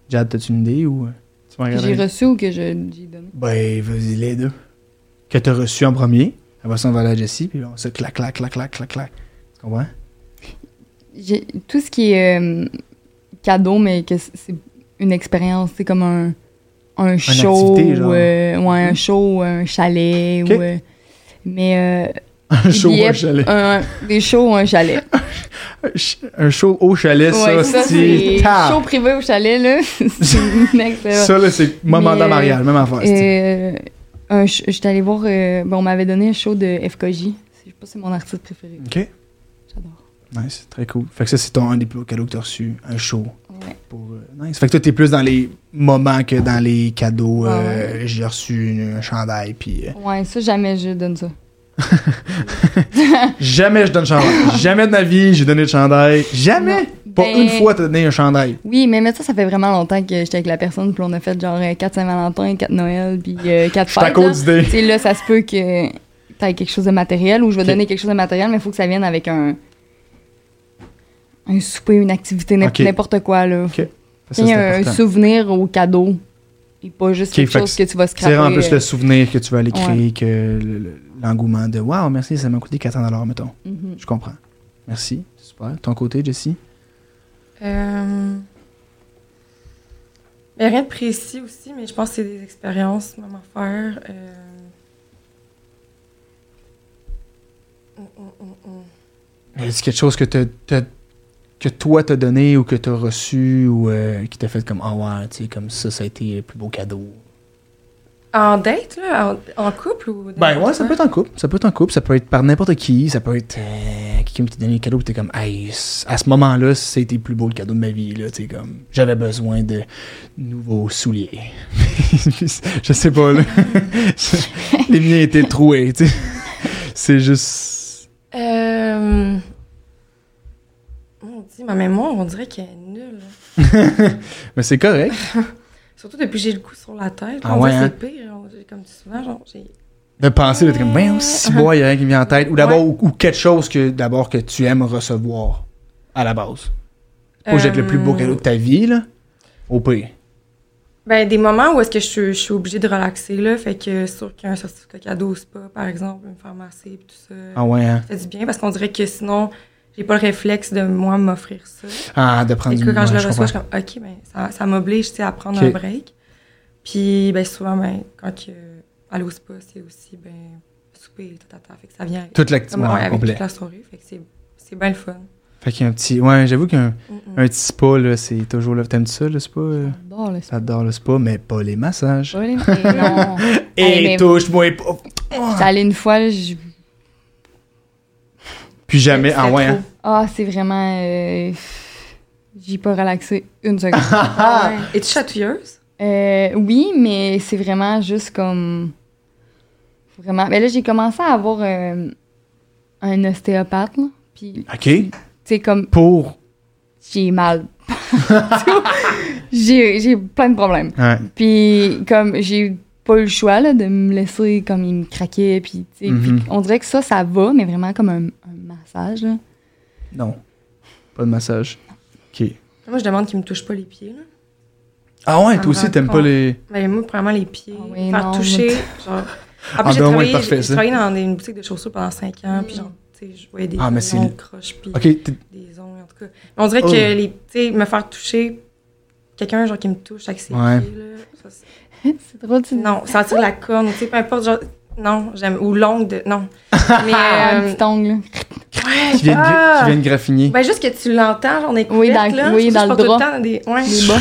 Speaker 1: Jade, t'as-tu une idée ou euh, tu m'as
Speaker 4: J'ai reçu ou que je- j'ai donné.
Speaker 1: ben, vas-y, les deux. Que t'as reçu en premier. Après ça, on va aller à Jessie, puis on se clac, clac, clac, clac, clac, clac. Tu comprends?
Speaker 4: J'ai- tout ce qui est euh, cadeau, mais que c- c'est une expérience, c'est comme un, un show,
Speaker 1: activité, genre. Mm-hmm.
Speaker 4: ou, euh, ouais, un show, ou un chalet,
Speaker 1: Ok.
Speaker 4: ou, euh, mais euh,
Speaker 1: Un
Speaker 4: des
Speaker 1: show
Speaker 4: billets-
Speaker 1: au chalet.
Speaker 4: un- des shows ou un chalet.
Speaker 1: Un ch- Un show au chalet, ça,
Speaker 4: Ouais, ça,
Speaker 1: c'est...
Speaker 4: c'est
Speaker 1: tab.
Speaker 4: show privé au chalet là, c'est next level.
Speaker 1: Ça, là, c'est moment
Speaker 4: Mais,
Speaker 1: d'un mariage, même affaire. c'est-
Speaker 4: Euh, un ch- J'étais allée voir, euh, bon, on m'avait donné un show de FKJ. Je sais pas, c'est mon artiste préféré.
Speaker 1: OK.
Speaker 4: J'adore.
Speaker 1: Nice, très cool. Fait que ça, c'est ton un des plus beaux cadeaux que t'as reçu. Un show.
Speaker 4: Ouais.
Speaker 1: Pour, euh, nice. Fait que toi, t'es plus dans les moments que dans les cadeaux.
Speaker 4: Ah
Speaker 1: euh, J'ai reçu une- un chandail, puis... euh,
Speaker 4: Ouais, ça jamais je donne ça.
Speaker 1: jamais je donne chandail. jamais de ma vie, j'ai donné de chandail. Jamais!
Speaker 4: Non.
Speaker 1: Pas
Speaker 4: Ben-
Speaker 1: une fois, t'as donné un chandail.
Speaker 4: Oui, mais, mais ça, ça fait vraiment longtemps que j'étais avec la personne, puis on a fait genre euh, 4 Saint-Valentin, 4 Noël, puis euh, 4
Speaker 1: Je suis à
Speaker 4: fêtes.
Speaker 1: cause
Speaker 4: là.
Speaker 1: d'idées.
Speaker 4: Tu sais, là, ça se peut que t'aies quelque chose de matériel, ou je vais
Speaker 1: Ok.
Speaker 4: donner quelque chose de matériel, mais il faut que ça vienne avec un un souper, une activité, n'im-
Speaker 1: Ok.
Speaker 4: n'importe quoi, là.
Speaker 1: Ok. Ça,
Speaker 4: Tu sais,
Speaker 1: c'est
Speaker 4: un
Speaker 1: important.
Speaker 4: souvenir ou cadeau, et pas juste
Speaker 1: Ok,
Speaker 4: quelque
Speaker 1: fait
Speaker 4: chose
Speaker 1: que
Speaker 4: que tu vas
Speaker 1: C'est
Speaker 4: scraper.
Speaker 1: vraiment plus
Speaker 4: euh,
Speaker 1: le souvenir que tu vas aller
Speaker 4: ouais.
Speaker 1: créer que le- le- l'engouement de Waouh, merci, ça m'a coûté 400$, mettons.
Speaker 4: mhm.
Speaker 1: Je comprends. Merci, c'est super. Ton côté, Jessie
Speaker 3: Euh, Mais rien de précis aussi, mais je pense que c'est des expériences, même affaire. Euh... Hum, hum, hum, hum.
Speaker 1: Est-ce Euh, quelque chose que, t'as- t'as- que toi t'as donné ou que t'as reçu ou euh, qui t'a fait comme Ah ouais, tu sais, comme ça, ça a été le plus beau cadeau?
Speaker 3: En date, là, en, en couple ou
Speaker 1: Ben ouais, ça peut être en couple. Ça peut être en couple. Ça peut être par n'importe qui. Ça peut être euh, quelqu'un qui t'a donné un cadeau et t'es comme, hey, c- à ce moment-là, c'était le plus beau le cadeau de ma vie. Là, t'sais, comme, j'avais besoin de nouveaux souliers. je sais pas, là. Les miens étaient troués, tu sais. C'est juste.
Speaker 3: Euh... Mon Dieu, ma mémoire, on dirait qu'elle est nulle. là.
Speaker 1: Mais c'est correct.
Speaker 3: Surtout depuis que j'ai le coup sur la tête. là,
Speaker 1: Ah
Speaker 3: on
Speaker 1: ouais,
Speaker 3: dirait que
Speaker 1: hein?
Speaker 3: c'est pire. on- j'ai- Comme souvent, genre, j'ai...
Speaker 1: De penser, d'être comme, ben, si bois, il y a rien qui me vient en tête. Ou d'abord, ou, ou quelque chose que, d'abord, que tu aimes recevoir à la base. Ou être le plus beau
Speaker 3: Euh,
Speaker 1: cadeau de ta vie, là. Au pire.
Speaker 3: Ben, des moments où est-ce que je, je suis obligée de relaxer, là. Fait que c'est sûr qu'un certificat cadeau, c'est pas, par exemple, me faire masser et tout ça.
Speaker 1: Ah ouais, hein.
Speaker 3: Ça fait du bien parce qu'on dirait que sinon, j'ai pas le réflexe de moi m'offrir ça.
Speaker 1: Ah, de prendre
Speaker 3: Et que quand
Speaker 1: ouais,
Speaker 3: je le
Speaker 1: comprends.
Speaker 3: reçois, je suis comme, OK, ben, ça, ça m'oblige tu sais, à prendre
Speaker 1: Ok.
Speaker 3: un break. Puis, ben, souvent, ben, quand euh, à l'eau spa, c'est aussi, ben, souper, tatata. Fait que ça vient avec,
Speaker 1: Toute l'activité
Speaker 3: comme, ouais,
Speaker 1: ouais,
Speaker 3: avec
Speaker 1: complet.
Speaker 3: toute la soirée. Fait que c'est, c'est bien le fun.
Speaker 1: Fait qu'il y a un petit. Ouais, j'avoue qu'un
Speaker 3: Mm, mm.
Speaker 1: un petit spa, là, c'est toujours là. T'aimes ça, le spa euh?
Speaker 4: J'adore le sport.
Speaker 1: J'adore le spa, mais pas les massages.
Speaker 4: là, mais non. Hey,
Speaker 1: Et
Speaker 4: mais-
Speaker 1: touche-moi pas.
Speaker 4: J'étais allée une fois, là, je-
Speaker 1: Puis jamais. Ah
Speaker 3: C'est
Speaker 1: ouais,
Speaker 3: trop.
Speaker 1: hein.
Speaker 4: ah, c'est vraiment. euh, J'ai pas relaxé une seconde.
Speaker 3: Ah ouais. Es-tu chatouilleuse?
Speaker 4: Euh, oui, mais c'est vraiment juste comme. Vraiment. Mais là, j'ai commencé à avoir euh, un ostéopathe, là. Puis,
Speaker 1: hein. OK.
Speaker 4: tu sais, comme
Speaker 1: Pour.
Speaker 4: j'ai mal. partout. j'ai j'ai plein de problèmes.
Speaker 1: Ouais.
Speaker 4: Puis comme j'ai pas eu le choix là, de me laisser comme il me craquait puis tu sais,
Speaker 1: Mhm.
Speaker 4: puis on dirait que ça ça va mais vraiment comme un, un massage là.
Speaker 1: Non. Pas de massage. OK.
Speaker 3: Moi, je demande qu'ils me touchent pas les pieds, là.
Speaker 1: Ah ouais,
Speaker 3: Ça
Speaker 1: toi
Speaker 3: me
Speaker 1: aussi,
Speaker 3: rend
Speaker 1: t'aimes pas
Speaker 3: compte.
Speaker 1: les.
Speaker 3: Ben, moi, premièrement, les pieds,
Speaker 4: Ah oui,
Speaker 3: faire
Speaker 4: non,
Speaker 3: toucher. Genre...
Speaker 1: Ah,
Speaker 3: Après, j'ai
Speaker 1: ben ouais,
Speaker 3: travaillé,
Speaker 1: parfait,
Speaker 3: j'ai- j'ai
Speaker 1: ça.
Speaker 3: travaillé dans des- une boutique de chaussures pendant 5 ans,
Speaker 4: Mm.
Speaker 3: puis genre, tu sais, je voyais des
Speaker 1: Ah, mais c'est
Speaker 3: ongles
Speaker 1: le-
Speaker 3: croches, puis
Speaker 1: OK. t'es-
Speaker 3: des ongles, en tout cas. Mais on dirait
Speaker 1: Oh.
Speaker 3: que, les, tu sais, me faire toucher, quelqu'un, genre, qui me touche avec ses
Speaker 1: Ouais.
Speaker 3: pieds, là, ça, c'est-
Speaker 4: c'est drôle tu
Speaker 3: Non, sentir la corne, tu sais, peu importe, genre, non, j'aime, ou longue de, non. Mais,
Speaker 4: Ah, un
Speaker 3: euh,
Speaker 4: petit ongle. là.
Speaker 1: Qui viennent
Speaker 3: Ah!
Speaker 1: qui viennent graffiner.
Speaker 3: ben, juste que tu l'entends, genre, on est
Speaker 4: Oui, dans-
Speaker 3: là,
Speaker 4: oui,
Speaker 3: je
Speaker 4: dans le
Speaker 3: porte tout
Speaker 4: bras.
Speaker 3: temps des, ouais.
Speaker 4: Les bas.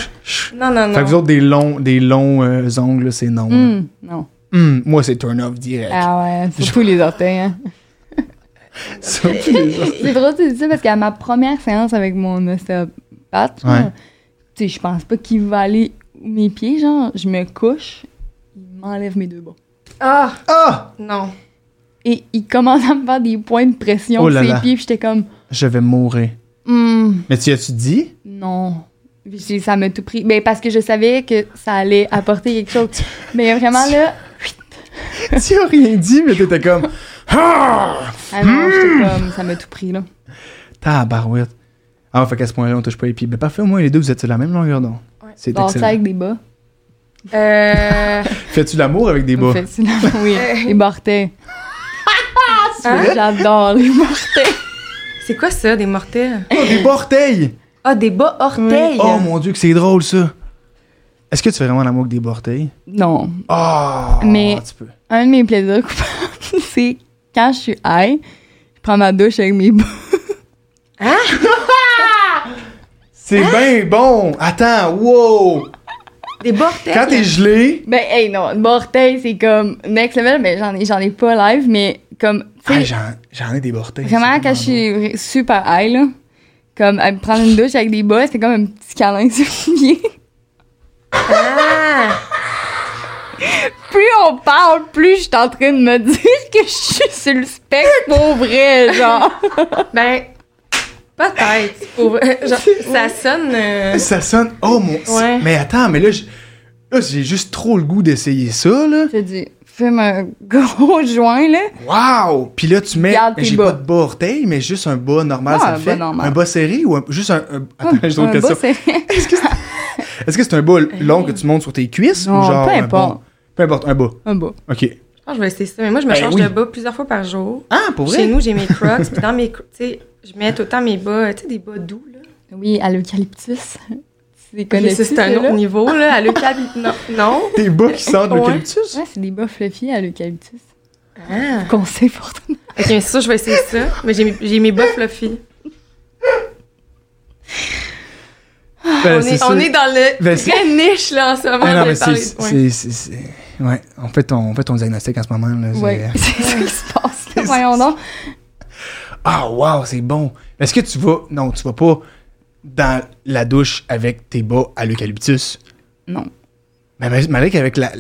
Speaker 3: Non, non, non.
Speaker 1: Fait que vous autres, des longs, des longs euh, ongles, c'est non. là.
Speaker 4: Hum, non.
Speaker 1: Hum, moi, c'est turn off direct.
Speaker 4: Ah ouais, surtout les orteils. hein.
Speaker 1: Ça, puis les gens-
Speaker 4: C'est drôle tu dis ça parce qu'à ma première séance avec mon ostéopathe, là,
Speaker 1: Ouais.
Speaker 4: tu sais je pense pas qu'il va aller où mes pieds genre, je me couche, il m'enlève mes deux bas.
Speaker 3: Ah,
Speaker 1: Ah!
Speaker 3: non.
Speaker 4: Et il commence à me faire des points de pression
Speaker 1: Oh
Speaker 4: sur
Speaker 1: là
Speaker 4: ses
Speaker 1: là.
Speaker 4: pieds, puis j'étais comme
Speaker 1: Je vais mourir.
Speaker 4: Hum,
Speaker 1: Mais tu as-tu dit?
Speaker 4: Non. J'ai- Ça m'a tout pris. Ben, parce que je savais que ça allait apporter quelque chose. Mais vraiment, là,
Speaker 1: tu as rien dit, mais t'étais comme. Ah!
Speaker 4: ah non, j'étais comme, ça m'a tout pris, là.
Speaker 1: Tabarouette. Ah, fait qu'à ce point-là, on touche pas les pieds. Ben parfait, au moins les deux, vous êtes sur la même longueur d'onde.
Speaker 3: Ouais.
Speaker 1: C'est
Speaker 4: Bon, ça
Speaker 1: excellent.
Speaker 4: avec des bas.
Speaker 3: Euh,
Speaker 1: Fais-tu l'amour avec des bas?
Speaker 4: Fait, sinon, oui, les mortels. Ah,
Speaker 3: Hein?
Speaker 4: J'adore les mortels.
Speaker 3: c'est quoi ça, des mortels?
Speaker 1: Oh, des bas orteils!
Speaker 3: Ah, des bas orteils!
Speaker 4: euh.
Speaker 1: Oh mon dieu, que c'est drôle ça! Est-ce que tu fais vraiment l'amour avec des bas orteils?
Speaker 4: Non.
Speaker 1: Ah!
Speaker 4: Mais-
Speaker 1: Tu peux.
Speaker 4: Un de mes plaisirs coupables, c'est quand je suis high, je prends ma douche avec mes bas.
Speaker 1: C'est bien bon! Attends, wow!
Speaker 3: Des bas orteils!
Speaker 1: Quand t'es gelé.
Speaker 4: Ben, hey, non, mortels, c'est comme next level, mais j'en ai, j'en ai pas live, mais comme, tu sais,
Speaker 1: Ah, j'en- J'en ai des bas orteils.
Speaker 4: Vraiment,
Speaker 1: c'est
Speaker 4: quand je suis vra- super high, là, comme à me prendre une douche avec des bas, c'était comme un petit câlin sur le pied.
Speaker 3: Ah!
Speaker 4: Plus on parle, plus je suis en train de me dire que je suis sur le spectre pour vrai, genre.
Speaker 3: Ben, peut-être. Pour vrai. Genre, ça sonne. euh,
Speaker 1: Ça sonne. Oh mon.
Speaker 3: Ouais.
Speaker 1: Mais attends, mais là, je- là, j'ai juste trop le goût d'essayer ça, là.
Speaker 4: Je te dis, fume un gros joint, là.
Speaker 1: Wow! Puis là, tu mets.
Speaker 4: Garde tes
Speaker 1: J'ai
Speaker 4: bas.
Speaker 1: pas de bas orteil, mais juste un bas normal,
Speaker 4: Ouais,
Speaker 1: ça
Speaker 4: un
Speaker 1: le
Speaker 4: bas
Speaker 1: fait.
Speaker 4: normal.
Speaker 1: Un bas serré ou un- juste un. un- Attends, j'ai
Speaker 4: Un
Speaker 1: d'autres
Speaker 4: bas
Speaker 1: questions.
Speaker 4: serré.
Speaker 1: Est-ce que c'est est-ce que c'est un bas long que tu montes sur tes cuisses ou
Speaker 4: Non,
Speaker 1: genre.
Speaker 4: peu
Speaker 1: un
Speaker 4: importe.
Speaker 1: bas- Peu importe, un bas.
Speaker 4: Un bas.
Speaker 1: OK.
Speaker 3: Je pense que Ah, je vais essayer ça. Mais moi, je me
Speaker 1: Ben
Speaker 3: change
Speaker 1: oui.
Speaker 3: de bas plusieurs fois par jour.
Speaker 1: Ah, pour vrai?
Speaker 3: Chez nous, j'ai mes crocs. Puis dans mes. cro- Tu sais, je mets tout le temps mes bas. Tu sais, des bas doux, là.
Speaker 4: Oui, à l'eucalyptus. Tu les
Speaker 3: Ok,
Speaker 4: connais
Speaker 3: ça, c'est un autre niveau, là. À l'eucalyptus. non. non.
Speaker 1: Tes bouts qui sentent
Speaker 3: Ouais.
Speaker 1: l'eucalyptus?
Speaker 4: Ouais, c'est des bas fluffy à l'eucalyptus.
Speaker 3: Ah.
Speaker 4: Conseil pour toi.
Speaker 3: Ok, mais c'est ça, je vais essayer ça. Mais j'ai, j'ai mes bas fluffy.
Speaker 1: Ben,
Speaker 3: on,
Speaker 1: c'est
Speaker 3: est,
Speaker 1: sûr.
Speaker 3: on est dans le
Speaker 1: Ben, c'est-
Speaker 3: très niche, là, en ce moment.
Speaker 1: Ah non,
Speaker 3: de
Speaker 1: mais
Speaker 3: parler
Speaker 1: c'est,
Speaker 3: de- ouais.
Speaker 1: c'est, c'est, c'est- Ouais, on fait ton, on fait ton diagnostic en ce moment. Là, c'est-
Speaker 4: Ouais, c'est ça qui se passe. là.
Speaker 1: Qu'est-ce
Speaker 4: Voyons donc.
Speaker 1: Ah, wow, c'est bon. Est-ce que tu vas. Non, tu vas pas dans la douche avec tes bas à l'eucalyptus.
Speaker 4: Non.
Speaker 1: Mais mal- malgré qu'avec la,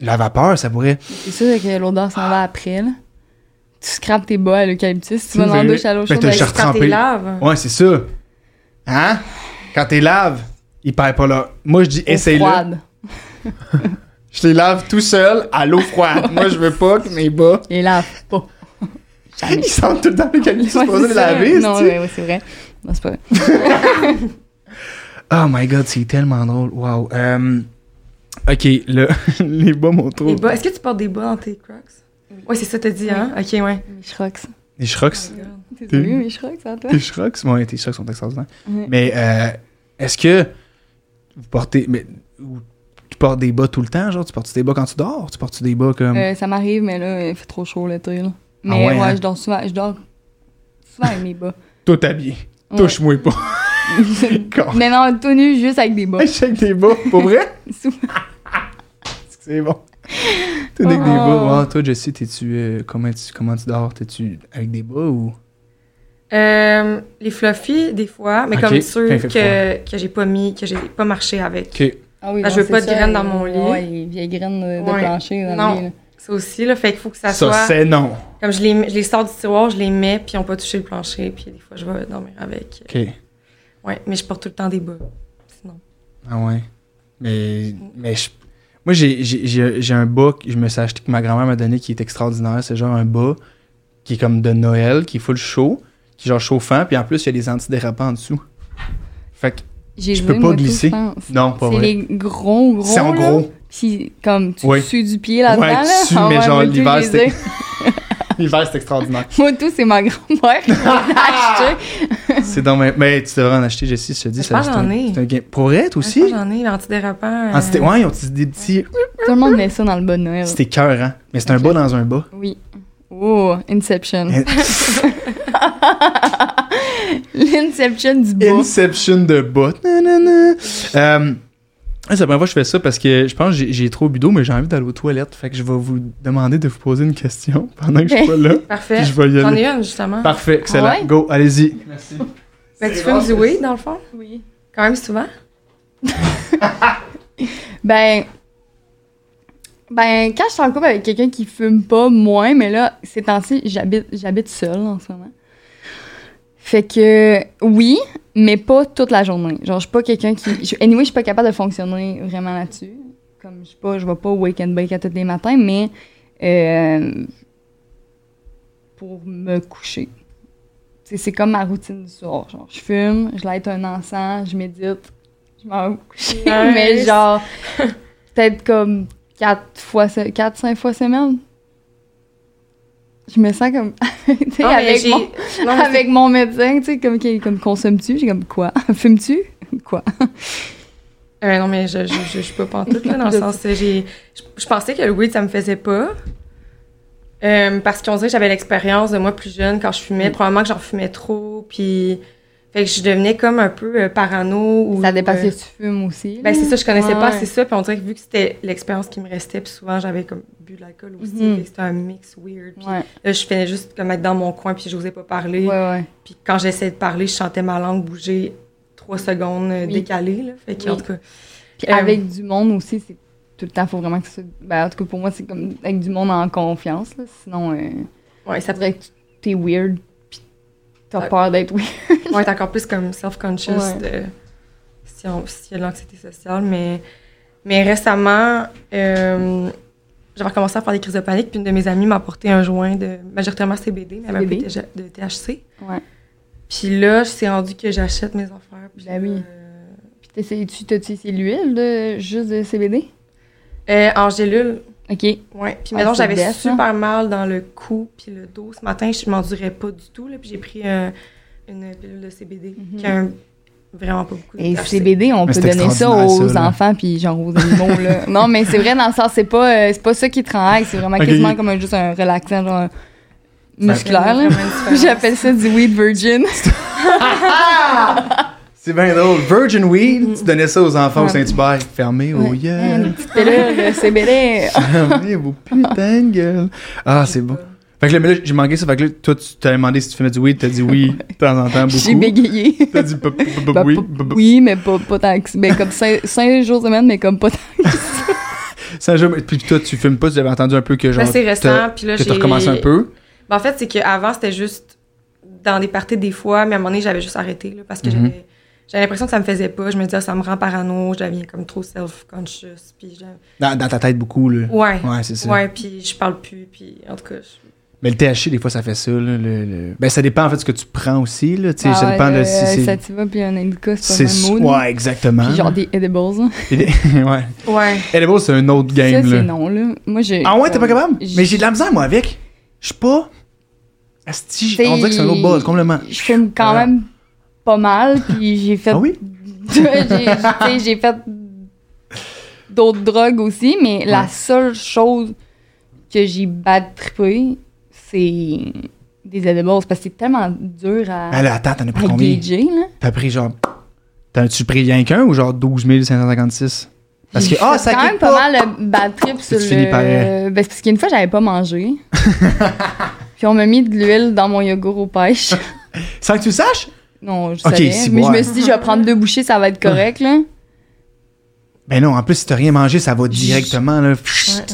Speaker 1: la vapeur, ça pourrait.
Speaker 4: C'est sûr que l'odeur s'en va après, là. Tu scrapes tes bas à l'eucalyptus, tu vas dans la
Speaker 1: Ben,
Speaker 4: douche à l'eau
Speaker 1: ben,
Speaker 4: chaude.
Speaker 1: t'as
Speaker 4: avec-
Speaker 1: le char-
Speaker 3: Quand
Speaker 1: trempé.
Speaker 3: t'es lave.
Speaker 1: Ouais, c'est ça. Hein? Quand t'es lave, ils perdent pas là. Moi, je dis
Speaker 4: au
Speaker 1: essaye-le.
Speaker 4: froide.
Speaker 1: Je les lave tout seul à l'eau froide. Moi, je veux pas que mes bas.
Speaker 4: Et lave pas. Jamais.
Speaker 1: Ils sentent tout le temps l'eucalyptus. c'est
Speaker 4: Ouais,
Speaker 1: pas besoin de
Speaker 4: c'est
Speaker 1: les
Speaker 4: ça.
Speaker 1: laver,
Speaker 4: Non,
Speaker 1: c'est-tu?
Speaker 4: mais oui, c'est vrai. Non, c'est pas vrai.
Speaker 1: Oh my god, c'est tellement drôle. Wow. Euh, ok, là, les bas m'ont trop.
Speaker 3: Les bas. Est-ce que tu portes des bas dans tes crocs? Ouais, c'est ça, t'as dit, hein? Ok, ouais.
Speaker 4: Mes shrocks.
Speaker 1: Les shrocks.
Speaker 4: T'es sérieux, mes shrocks, hein, toi?
Speaker 1: Tes shrocks? Ouais, tes shrocks sont extraordinaires.
Speaker 4: Ouais.
Speaker 1: Mais euh, est-ce que vous portez. Mais, ou tu portes des bas tout le temps? Genre, tu portes des bas quand tu dors? Tu portes des bas comme.
Speaker 4: Euh, ça m'arrive, mais là, il fait trop chaud l'été, là. Mais
Speaker 1: Ah ouais,
Speaker 4: ouais,
Speaker 1: hein?
Speaker 4: je dors souvent, je dors souvent avec mes bas.
Speaker 1: Tout habillé.
Speaker 4: Ouais.
Speaker 1: Touche-moi pas. Con.
Speaker 4: mais non, tout nu, juste avec des bas.
Speaker 1: Check des bas, pour vrai?
Speaker 4: Souvent.
Speaker 1: C'est bon. Tout avec des
Speaker 4: Oh.
Speaker 1: bas. Ouais, toi, Jessie, t'es-tu. euh, comment, tu, comment tu dors? T'es-tu avec des bas ou.
Speaker 3: Euh, les fluffy, des fois, mais
Speaker 1: Ok,
Speaker 3: comme
Speaker 1: quand
Speaker 3: ceux
Speaker 1: il fait
Speaker 3: que, que j'ai pas mis, que j'ai pas marché avec.
Speaker 1: Ok.
Speaker 4: Ah oui,
Speaker 3: Ah, je veux
Speaker 4: c'est
Speaker 3: pas de
Speaker 4: ça,
Speaker 3: graines dans
Speaker 4: les-
Speaker 3: mon lit.
Speaker 4: Ouais, les vieilles graines de, de
Speaker 3: Ouais.
Speaker 4: plancher dans
Speaker 3: Non.
Speaker 4: le lit. là.
Speaker 3: Ça aussi, là, fait qu'il faut que ça,
Speaker 1: Ça,
Speaker 3: soit.
Speaker 1: c'est non.
Speaker 3: Comme je les, je les sors du tiroir, je les mets, puis on peut toucher le plancher, puis des fois, je vais dormir avec.
Speaker 1: Ok.
Speaker 3: Ouais, mais je porte tout le temps des bas. Sinon.
Speaker 1: Ah ouais. Mais, mais je- moi, j'ai- j'ai j'ai- j'ai un bas que je me suis acheté, que ma grand-mère m'a donné, qui est extraordinaire. C'est genre un bas qui est comme de Noël, qui est full chaud, qui est genre chauffant, puis en plus, il y a des antidérapants en dessous. Fait que,
Speaker 4: J'ai
Speaker 1: Je
Speaker 4: vu,
Speaker 1: peux pas
Speaker 4: moi, tout,
Speaker 1: glisser.
Speaker 4: je pense.
Speaker 1: non, pas
Speaker 4: C'est
Speaker 1: vrai.
Speaker 4: les gros, gros.
Speaker 1: C'est en
Speaker 4: là.
Speaker 1: gros.
Speaker 4: Puis comme tu
Speaker 1: Oui.
Speaker 4: sues du pied là-dedans.
Speaker 1: Ouais, tu
Speaker 4: là.
Speaker 1: sues,
Speaker 4: Ah
Speaker 1: mais
Speaker 4: ouais,
Speaker 1: genre,
Speaker 4: moi, tout,
Speaker 1: l'hiver,
Speaker 4: je les
Speaker 1: c'était-
Speaker 4: ai.
Speaker 1: L'hiver, c'est extraordinaire.
Speaker 4: Moi, tout, c'est ma grand-mère qui l'a acheté.
Speaker 1: c'est dans mes- Mais tu devrais en acheter, Jessie, je te dis.
Speaker 3: Je pense
Speaker 1: c'est
Speaker 3: j'en
Speaker 1: un-
Speaker 3: ai.
Speaker 1: c'est un gain. Pour vrai, toi aussi?
Speaker 3: Ah, J'en ai, l'antidérapant. euh,
Speaker 1: Anti- ouais, ils ont des petits.
Speaker 4: Tout le monde met ça dans le bas de Noël.
Speaker 1: C'était cœur, hein. Mais c'est un bas dans un bas.
Speaker 4: Oui. Oh,
Speaker 3: Mm.
Speaker 4: Inception. L'Inception du bas.
Speaker 1: Inception de bot. Nanana. Euh, c'est la première fois que je fais ça parce que je pense que j'ai- j'ai trop bu d'eau, mais j'ai envie d'aller aux toilettes. Fait que je vais vous demander de vous poser une question pendant que je suis pas là.
Speaker 3: euh, Parfait.
Speaker 1: Puis je vais y
Speaker 3: J'en ai
Speaker 1: aller.
Speaker 3: une, justement.
Speaker 1: Parfait, excellent.
Speaker 4: Ah ouais?
Speaker 1: Go, allez-y. Merci.
Speaker 3: Ben, tu fumes du weed, dans le fond?
Speaker 4: Oui.
Speaker 3: Quand même souvent?
Speaker 4: Ben. Ben, quand je suis en couple avec quelqu'un qui fume pas, moins, mais là, ces temps-ci, j'habite, j'habite seule en ce moment. Fait que, oui, mais pas toute la journée. Genre, je suis pas quelqu'un qui. Je, anyway, je suis pas capable de fonctionner vraiment là-dessus. Comme, je suis pas, je vais pas wake and bake à tous les matins, mais. euh, pour me coucher. T'sais, c'est comme ma routine du soir. Genre, je fume, je light un encens, je médite, je m'en vais me coucher.
Speaker 3: Nice.
Speaker 4: Mais genre, peut-être comme 4 fois, 4, 5 fois semaine. Je me sens comme, tu sais,
Speaker 3: Non, mais
Speaker 4: avec,
Speaker 3: j'ai-
Speaker 4: mon,
Speaker 3: Non, mais
Speaker 4: avec mon médecin, tu sais, comme, qui- comme consommes-tu? J'ai comme, quoi? Fumes-tu? Quoi?
Speaker 3: Euh, non, mais je, je, je, je suis pas pantoute, là, dans le sens que j'ai... Je, je pensais que le weed, ça me faisait pas. Euh, parce qu'on dirait que j'avais l'expérience de moi plus jeune, quand je fumais.
Speaker 4: Mm.
Speaker 3: Probablement que j'en fumais trop, puis... Fait que je devenais comme un peu euh, parano ou...
Speaker 4: Ça dépend
Speaker 3: euh,
Speaker 4: si tu fumes aussi.
Speaker 3: Ben, c'est ça, je connaissais pas
Speaker 4: Ouais.
Speaker 3: assez ça. Puis on dirait que vu que c'était l'expérience qui me restait, puis souvent j'avais comme bu de l'alcool aussi.
Speaker 4: Mhm.
Speaker 3: fait que C'était un mix weird. Puis
Speaker 4: Ouais,
Speaker 3: là, je finais juste comme être dans mon coin, puis j'osais pas parler.
Speaker 4: ouais, ouais.
Speaker 3: Puis quand j'essayais de parler, je sentais ma langue bouger trois secondes euh,
Speaker 4: Oui.
Speaker 3: décalée. Là. Fait que, en
Speaker 4: Oui.
Speaker 3: tout cas,
Speaker 4: Puis
Speaker 3: Euh,
Speaker 4: avec du monde aussi, c'est tout le temps, faut vraiment que ça. Ben, en tout cas, pour moi, c'est comme avec du monde en confiance, là. Sinon, euh,
Speaker 3: ouais,
Speaker 4: ça
Speaker 3: ça
Speaker 4: dirait que tu- t'es weird, pis t'as
Speaker 3: Ouais.
Speaker 4: peur d'être weird.
Speaker 3: pourrait être encore plus comme self-conscious
Speaker 4: Ouais.
Speaker 3: de- si on- s'il y a de l'anxiété sociale. Mais, mais récemment, euh, j'avais recommencé à faire des crises de panique. Puis une de mes amies m'a apporté un joint de majoritairement CBD, mais elle m'a un peu
Speaker 4: CBD.
Speaker 3: TH- de THC.
Speaker 4: Ouais.
Speaker 3: Puis là, c'est rendu que j'achète mes affaires. Puis,
Speaker 4: Ben oui.
Speaker 3: euh,
Speaker 4: Puis t'essayes-tu, t'as-tu essayé l'huile, de, juste de CBD?
Speaker 3: euh, en gélule,
Speaker 4: Ok.
Speaker 3: ouais. Puis
Speaker 4: Ah,
Speaker 3: mettons,
Speaker 4: c'est
Speaker 3: j'avais
Speaker 4: best,
Speaker 3: super mal dans le cou puis le dos. Ce matin, je m'endurais pas du tout. Là, puis j'ai pris euh, une pilule de CBD
Speaker 4: Mhm.
Speaker 3: qui a un Vraiment pas beaucoup.
Speaker 4: Et CBD, on
Speaker 1: Mais
Speaker 4: peut
Speaker 1: c'est
Speaker 4: donner ça
Speaker 1: extraordinaire,
Speaker 4: aux
Speaker 1: ça, là.
Speaker 4: enfants, puis genre aux animaux, là. Non, mais c'est vrai, dans le sens, c'est pas, euh, c'est pas ça qui te rend high, c'est vraiment
Speaker 1: Ok.
Speaker 4: quasiment comme un- juste un relaxant, genre, musculaire,
Speaker 3: là.
Speaker 4: là. J'appelle ça du weed virgin.
Speaker 1: C'est bien drôle. Virgin Weed, tu donnais ça aux enfants au
Speaker 4: Ouais.
Speaker 1: Saint-Hubert. Fermé, oh
Speaker 4: Ouais.
Speaker 1: yeah.
Speaker 4: Une petite euh, pelle de CBD.
Speaker 1: Fermez vos putains de gueules. Ah, c'est bon. Fait que là, mais là, j'ai manqué ça. Fait que là, toi, tu t'avais demandé si tu fumais du weed. T'as dit oui de temps en temps, beaucoup.
Speaker 4: J'ai bégayé.
Speaker 1: T'as dit pop, pop, pop,
Speaker 4: Ben,
Speaker 1: oui.
Speaker 4: pas-
Speaker 1: pop, pop.
Speaker 4: oui, mais pas, pas tant que ça. Ben, comme cinq, cinq jours semaine, mais comme pas tant que ça.
Speaker 1: C'est un jeu, mais- Puis toi, tu fumes pas. Tu avais entendu un peu que
Speaker 4: Ben,
Speaker 1: genre.
Speaker 3: Là, c'est
Speaker 1: t'as-
Speaker 3: récent, puis là,
Speaker 1: Que
Speaker 3: j'ai...
Speaker 1: t'as recommencé un peu.
Speaker 3: Ben, en fait, c'est qu'avant, c'était juste dans des parties des fois, mais à un moment donné, j'avais juste arrêté là, parce que
Speaker 1: Mhm.
Speaker 3: j'avais, j'avais l'impression que ça me faisait pas. Je me disais, ça me rend parano, je deviens comme trop self-conscious. Puis je-
Speaker 1: Dans, dans ta tête, beaucoup, là.
Speaker 3: Ouais.
Speaker 1: Ouais, c'est ça.
Speaker 3: Ouais, puis je parle plus, puis en tout cas, je-
Speaker 1: Mais le THC, des fois, ça fait ça. Là, le, le- Ben, ça dépend, en fait, de ce que tu prends aussi. Là, tu sais,
Speaker 4: Ah
Speaker 1: ça
Speaker 4: ouais,
Speaker 1: dépend de
Speaker 4: le-
Speaker 1: si c'est...
Speaker 4: Sativa puis un indica, c'est
Speaker 1: c'est...
Speaker 4: pas le même mood.
Speaker 1: Ouais, exactement.
Speaker 4: Puis genre des edibles. hein.
Speaker 1: ouais.
Speaker 3: Ouais.
Speaker 1: Edible, c'est un autre game,
Speaker 4: ça,
Speaker 1: là.
Speaker 4: c'est non, là. Moi, j'ai.
Speaker 1: Ah ouais, t'es pas
Speaker 4: comme-
Speaker 1: capable?
Speaker 4: j'ai-
Speaker 1: Mais j'ai de la misère, moi, avec. Je suis pas... Asti,
Speaker 4: T'sais,
Speaker 1: on dirait que c'est un autre buzz, complètement.
Speaker 4: Je fume quand
Speaker 1: Voilà.
Speaker 4: même pas mal, puis j'ai fait.
Speaker 1: Ah oui?
Speaker 4: j'ai, j'ai- t'sais, j'ai fait d'autres drogues aussi, mais la
Speaker 1: Ouais.
Speaker 4: seule chose que j'ai bad trippé, c'est des edibles, parce que c'est tellement dur à,
Speaker 1: Ah là, attends, t'en as
Speaker 4: à
Speaker 1: pris combien?
Speaker 4: gager, là.
Speaker 1: T'as pris, genre... T'as-tu pris rien qu'un ou genre 12 556? Parce que...
Speaker 4: J'ai
Speaker 1: Ah,
Speaker 4: fait
Speaker 1: ça
Speaker 4: quand même
Speaker 1: clique
Speaker 4: pas,
Speaker 1: pas!
Speaker 4: mal le bad trip sur
Speaker 1: tu finis
Speaker 4: le.
Speaker 1: par, euh,
Speaker 4: Ben, c'est parce qu'une fois, j'avais pas mangé. puis on m'a mis de l'huile dans mon yogourt aux pêches.
Speaker 1: Sans que tu le saches?
Speaker 4: Non, je
Speaker 1: Ok,
Speaker 4: savais.
Speaker 1: si,
Speaker 4: mais
Speaker 1: ouais.
Speaker 4: je me suis dit, je vais prendre deux bouchées, ça va être correct, là.
Speaker 1: Ben non, en plus, si t'as rien mangé, ça va directement, là.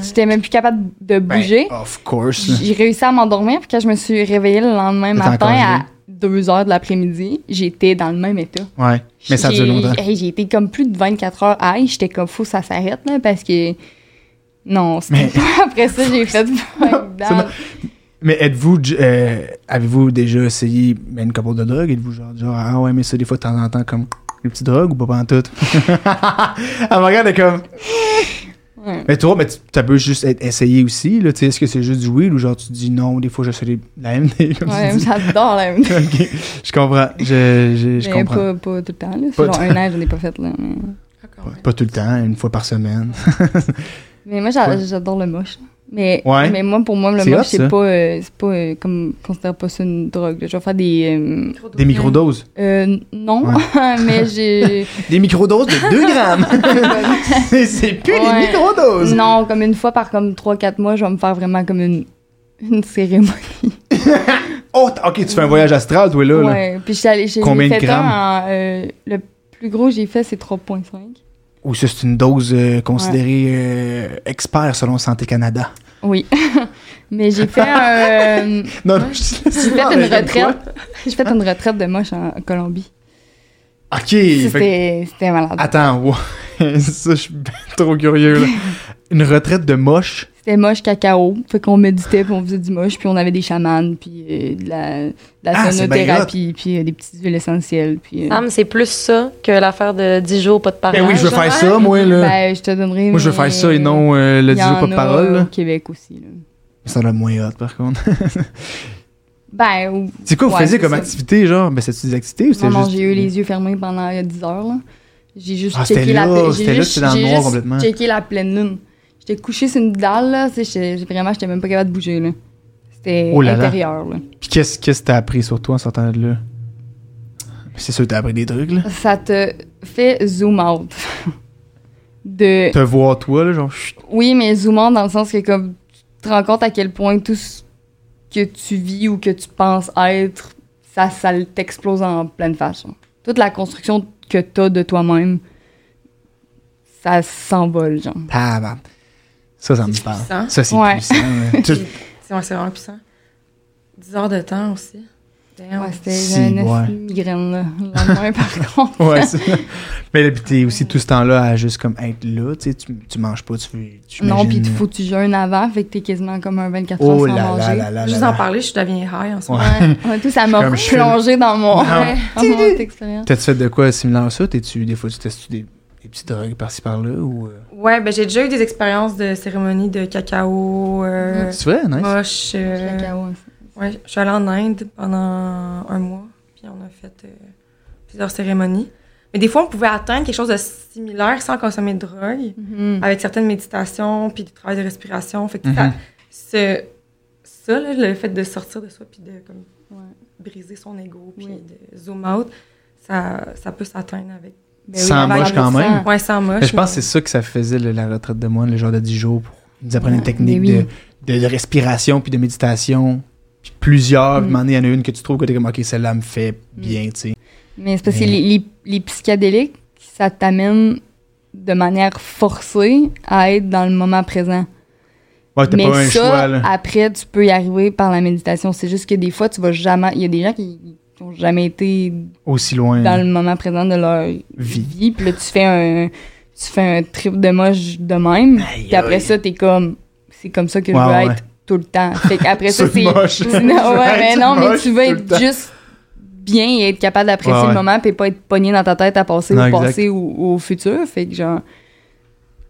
Speaker 4: J'étais même plus capable de
Speaker 1: Ben,
Speaker 4: bouger.
Speaker 1: of course. là.
Speaker 4: J'ai réussi à m'endormir, puis quand je me suis réveillée le lendemain
Speaker 1: T'étais
Speaker 4: matin
Speaker 1: encore
Speaker 4: à
Speaker 1: gelée.
Speaker 4: 2 heures de l'après-midi, j'étais dans le même état.
Speaker 1: Ouais, mais ça dure
Speaker 4: J'ai-
Speaker 1: longtemps.
Speaker 4: hey, j'ai été comme plus de 24 heures high. J'étais comme, faut que ça s'arrête, là, parce que. Non, c'était
Speaker 1: Mais-
Speaker 4: pas après ça, j'ai fait.
Speaker 1: c'est bon. Mais êtes-vous, euh, avez-vous déjà essayé ben, une couple de drogues? Êtes-vous genre, genre, ah ouais, mais ça, des fois, de temps en temps, comme une petite drogue ou pas en tout? Elle me regarde elle est comme.
Speaker 4: Ouais.
Speaker 1: Mais toi, mais tu- ça peut juste être essayé aussi, là. Tu sais, est-ce que c'est juste du weed ou genre tu dis non, des fois, j'essaie des- la MD, comme
Speaker 4: Ouais,
Speaker 1: tu dis?
Speaker 4: j'adore la MD.
Speaker 1: Ok, je comprends. Je, je, je
Speaker 4: Mais
Speaker 1: comprends.
Speaker 4: pas, pas tout le temps, là.
Speaker 1: Pas
Speaker 4: C'est genre
Speaker 1: tout-
Speaker 4: un an, je n'ai pas fait, là. Mais,
Speaker 3: Encore,
Speaker 1: Pas,
Speaker 3: ouais.
Speaker 1: pas tout le temps, une fois par semaine.
Speaker 4: mais moi, j'a-
Speaker 1: Ouais.
Speaker 4: j'adore le moche. Mais,
Speaker 1: Ouais.
Speaker 4: mais moi, pour moi, le
Speaker 1: C'est hot,
Speaker 4: moche,
Speaker 1: ça.
Speaker 4: c'est pas, euh, c'est pas euh, comme, je considère pas ça une drogue. là. Je vais faire des, euh,
Speaker 1: Des microdoses.
Speaker 4: euh, non, mais j'ai,
Speaker 1: Des microdoses de 2 grammes. C'est- c'est plus des
Speaker 4: Ouais.
Speaker 1: microdoses.
Speaker 4: non, comme une fois par comme 3-4 mois, je vais me faire vraiment comme une, une cérémonie.
Speaker 1: Oh, t- ok, tu fais un voyage astral, toi, là. là.
Speaker 4: ouais. Puis je suis allée, j'ai
Speaker 1: Combien de
Speaker 4: j'ai fait
Speaker 1: grammes?
Speaker 4: un, euh, le plus gros que j'ai fait, c'est 3.5.
Speaker 1: Ou ça, c'est une dose euh, considérée euh, expert selon Santé Canada.
Speaker 4: Oui. mais j'ai fait un, euh,
Speaker 1: Non, non, je te laisse
Speaker 4: J'ai fait
Speaker 1: faire,
Speaker 4: une
Speaker 1: mais comme
Speaker 4: retraite. J'ai fait une retraite de moche en Colombie.
Speaker 1: quoi. Ok. fait que-
Speaker 4: C'était c'était malade.
Speaker 1: Attends, ouais. ça, je suis ben trop curieux, là. Une retraite de moche.
Speaker 4: C'était moche cacao. Fait qu'on méditait, puis on faisait du moche, puis on avait des chamans, puis euh, de la, de la
Speaker 1: Ah, c'est bien
Speaker 4: sonothérapie, puis euh, des petites huiles essentielles. Puis, euh,
Speaker 2: Sam, c'est plus ça que l'affaire de 10 jours, pas de parole.
Speaker 1: oh! Ben oui, je veux faire ça, moi, là.
Speaker 4: ben, je te donnerai.
Speaker 1: moi, je veux
Speaker 4: mais
Speaker 1: faire ça et non euh, le
Speaker 4: il y
Speaker 1: discours
Speaker 4: en
Speaker 1: pas de
Speaker 4: a
Speaker 1: parole, là.
Speaker 4: Au Québec aussi. là.
Speaker 1: Ça doit être moins hot, par contre.
Speaker 4: Ben, ou-
Speaker 1: C'est quoi, vous
Speaker 4: Ouais,
Speaker 1: faisiez
Speaker 4: c'est
Speaker 1: comme
Speaker 4: ça.
Speaker 1: activité, genre? Ben, c'était des activités ou c'était
Speaker 4: non, non,
Speaker 1: juste.
Speaker 4: j'ai eu les yeux fermés pendant euh, 10 heures. là. J'ai juste
Speaker 1: Ah, c'était
Speaker 4: checké la
Speaker 1: là,
Speaker 4: j'ai
Speaker 1: c'était là que
Speaker 4: juste-
Speaker 1: c'était dans le
Speaker 4: j'ai
Speaker 1: noir
Speaker 4: juste
Speaker 1: complètement.
Speaker 4: checké la pleine lune. J'étais couché sur une dalle, là. tu sais, j'étais- Vraiment, j'étais même pas capable de bouger, là. C'était
Speaker 1: Oh là là.
Speaker 4: intérieur, là.
Speaker 1: Puis qu'est-ce qu'est-ce que t'as appris sur toi en sortant de là? C'est sûr que t'as appris des trucs, là.
Speaker 4: ça te fait zoom out. De...
Speaker 1: Te voir, toi, là, genre. chut.
Speaker 4: Oui, mais zoom out dans le sens que comme tu te rends compte à quel point tout ce que tu vis ou que tu penses être, ça, ça t'explose en pleine face. genre. Toute la construction que t'as de toi-même, ça s'envole, genre.
Speaker 1: Tabarnak. Ça, ça me
Speaker 3: C'est
Speaker 1: parle.
Speaker 3: puissant.
Speaker 1: Ça, c'est
Speaker 4: Ouais.
Speaker 1: puissant. là. Tu-
Speaker 3: C'est ouais, c'est vraiment puissant. 10 heures de temps aussi. Damn.
Speaker 4: Ouais, c'était
Speaker 1: Ah Si,
Speaker 4: j'ai une
Speaker 1: ouais.
Speaker 4: esti de migraine, là. Le lendemain, par contre.
Speaker 1: Ouais, c'est- Mais là, puis t'es aussi tout ce temps-là à juste comme être là, tu sais, tu, tu manges pas, tu fais. tu
Speaker 4: Non,
Speaker 1: imagines-
Speaker 4: puis il faut que tu jeûnes avant, fait que t'es quasiment comme un 24 heures
Speaker 1: Oh
Speaker 4: sans
Speaker 1: là
Speaker 4: manger.
Speaker 1: là là là.
Speaker 3: Juste
Speaker 1: là
Speaker 3: en
Speaker 1: là.
Speaker 3: parler, je deviens high en ce moment.
Speaker 4: Ouais, on est tous à m'a
Speaker 1: Comme je suis-
Speaker 4: plongé dans mon,
Speaker 1: Non.
Speaker 4: dans mon expérience.
Speaker 1: T'as-tu fait de quoi similaire à ça? T'es-tu, des fois, tu testes des, des petites drogues par-ci par-là ou. euh,
Speaker 3: Ouais, ben j'ai déjà eu des expériences de cérémonie de cacao, euh,
Speaker 1: C'est vrai, nice.
Speaker 3: moche. euh,
Speaker 4: Mm. Cacao, hein,
Speaker 3: ouais, je suis allée en Inde pendant un mois, puis on a fait euh, plusieurs cérémonies. Mais des fois, on pouvait atteindre quelque chose de similaire sans consommer de drogue,
Speaker 1: Mm-hmm.
Speaker 4: Mhm.
Speaker 3: avec certaines méditations, puis du travail de respiration. Fait que ça,
Speaker 1: Mhm.
Speaker 3: ce- ça là, le fait de sortir de soi, puis de comme,
Speaker 4: Ouais.
Speaker 3: briser son ego, puis
Speaker 4: Oui.
Speaker 3: de zoom out, ça, ça peut s'atteindre avec.
Speaker 4: Ben
Speaker 1: Sans
Speaker 4: avec
Speaker 1: moche quand
Speaker 4: 100%.
Speaker 1: même.
Speaker 3: Ouais, sans moche.
Speaker 1: Mais je pense que
Speaker 3: mais-
Speaker 1: c'est ça que ça faisait le- la retraite de moine, le genre de 10 jours. Pour... Ils nous apprenaient une
Speaker 4: Ouais,
Speaker 1: technique
Speaker 4: mais oui.
Speaker 1: de, de respiration puis de méditation. Puis plusieurs. Puis
Speaker 4: Mm.
Speaker 1: à un moment donné, il y en a une que tu trouves que t'es comme, OK, celle-là me fait bien, tu sais.
Speaker 4: Mais c'est parce que
Speaker 1: Mais-
Speaker 4: les, les- les psychédéliques, ça t'amène de manière forcée à être dans le moment présent.
Speaker 1: Ouais, Ah, t'as
Speaker 4: Mais
Speaker 1: pas un
Speaker 4: ça,
Speaker 1: choix, là.
Speaker 4: après, tu peux y arriver par la méditation. C'est juste que des fois, tu vas jamais. Il y a des gens qui n'ont jamais été
Speaker 1: Aussi loin.
Speaker 4: dans le moment présent de leur
Speaker 1: Hein. Vie.
Speaker 4: vie. Puis là, tu fais un, tu fais un trip de moche de même.
Speaker 1: Aïe,
Speaker 4: Puis après
Speaker 1: aïe.
Speaker 4: ça, t'es comme. C'est comme ça que
Speaker 1: Ouais,
Speaker 4: je veux
Speaker 1: ouais.
Speaker 4: être tout le temps. Fait qu'après ça,
Speaker 1: C'est
Speaker 4: c'est.
Speaker 1: moche. Je
Speaker 4: Non,
Speaker 1: veux
Speaker 4: ouais, mais
Speaker 1: être
Speaker 4: non, mais
Speaker 1: moche
Speaker 4: tu veux
Speaker 1: tout le temps.
Speaker 4: être juste bien et être capable d'apprécier
Speaker 1: Ouais, ouais.
Speaker 4: le moment puis pas être pogné dans ta tête à penser
Speaker 1: Non,
Speaker 4: au
Speaker 1: exact.
Speaker 4: passé ou ou au futur. Fait que genre.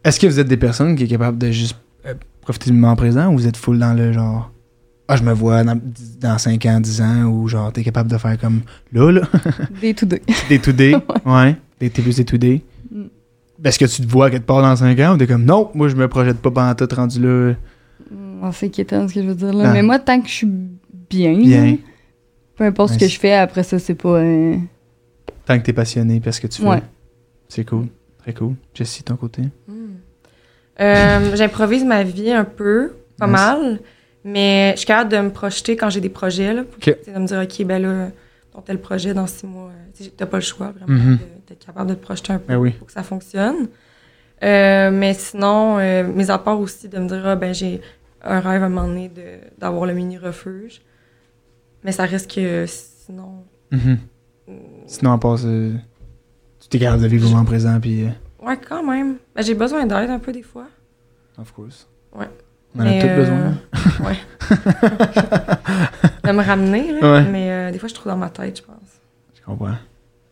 Speaker 1: Est-ce que vous êtes des personnes qui est capable de juste euh, profiter du moment présent ou vous êtes full dans le genre. Ah, je me vois dans, dans 5 ans, 10 ans, ou genre, t'es capable de faire comme là, là,
Speaker 4: Des tout deux.
Speaker 1: des to day. ouais. Des T plus des to day.
Speaker 4: Mm.
Speaker 1: Est-ce que tu te vois quelque part dans 5 ans ou t'es comme, non, moi, je me projette pas pendant tout rendu là.
Speaker 4: On sait inquiétant ce que je veux dire là.
Speaker 1: Non.
Speaker 4: Mais moi, tant que je suis bien,
Speaker 1: Bien.
Speaker 4: là, peu importe ce
Speaker 1: Ouais,
Speaker 4: que
Speaker 1: c'est-
Speaker 4: je fais, après ça, c'est pas. euh,
Speaker 1: Tant que t'es passionné parce que tu fais.
Speaker 4: Ouais.
Speaker 1: C'est cool. Très cool. Jessie, ton côté.
Speaker 3: Hmm. Euh, J'improvise ma vie un peu, pas
Speaker 1: Nice.
Speaker 3: mal, mais je suis capable de me projeter quand j'ai des projets. Là, pour-
Speaker 1: Ok.
Speaker 3: tu sais, De me dire, OK, ben là, ton tel projet dans six mois, euh, tu sais, t'as pas le choix vraiment
Speaker 1: Mhm.
Speaker 3: de- d'être capable de te projeter un peu
Speaker 1: Ben oui.
Speaker 3: pour que ça fonctionne. Euh, mais sinon, euh, mes apports aussi de me dire, ah, ben j'ai un rêve à un moment donné de- d'avoir le mini-refuge. Mais ça risque que sinon.
Speaker 1: Mhm.
Speaker 3: euh,
Speaker 1: Sinon, à part ça, tu t'es capable de vivre au moment présent, puis. euh,
Speaker 3: Ouais, quand même. Ben, j'ai besoin d'aide un peu des fois.
Speaker 1: of course.
Speaker 3: Ouais.
Speaker 1: On en a
Speaker 3: Mais,
Speaker 1: tous
Speaker 3: euh,
Speaker 1: besoin. là.
Speaker 3: De me ramener, là.
Speaker 1: Ouais.
Speaker 3: Mais euh, des fois, je trouve dans ma tête, je pense.
Speaker 1: Je comprends.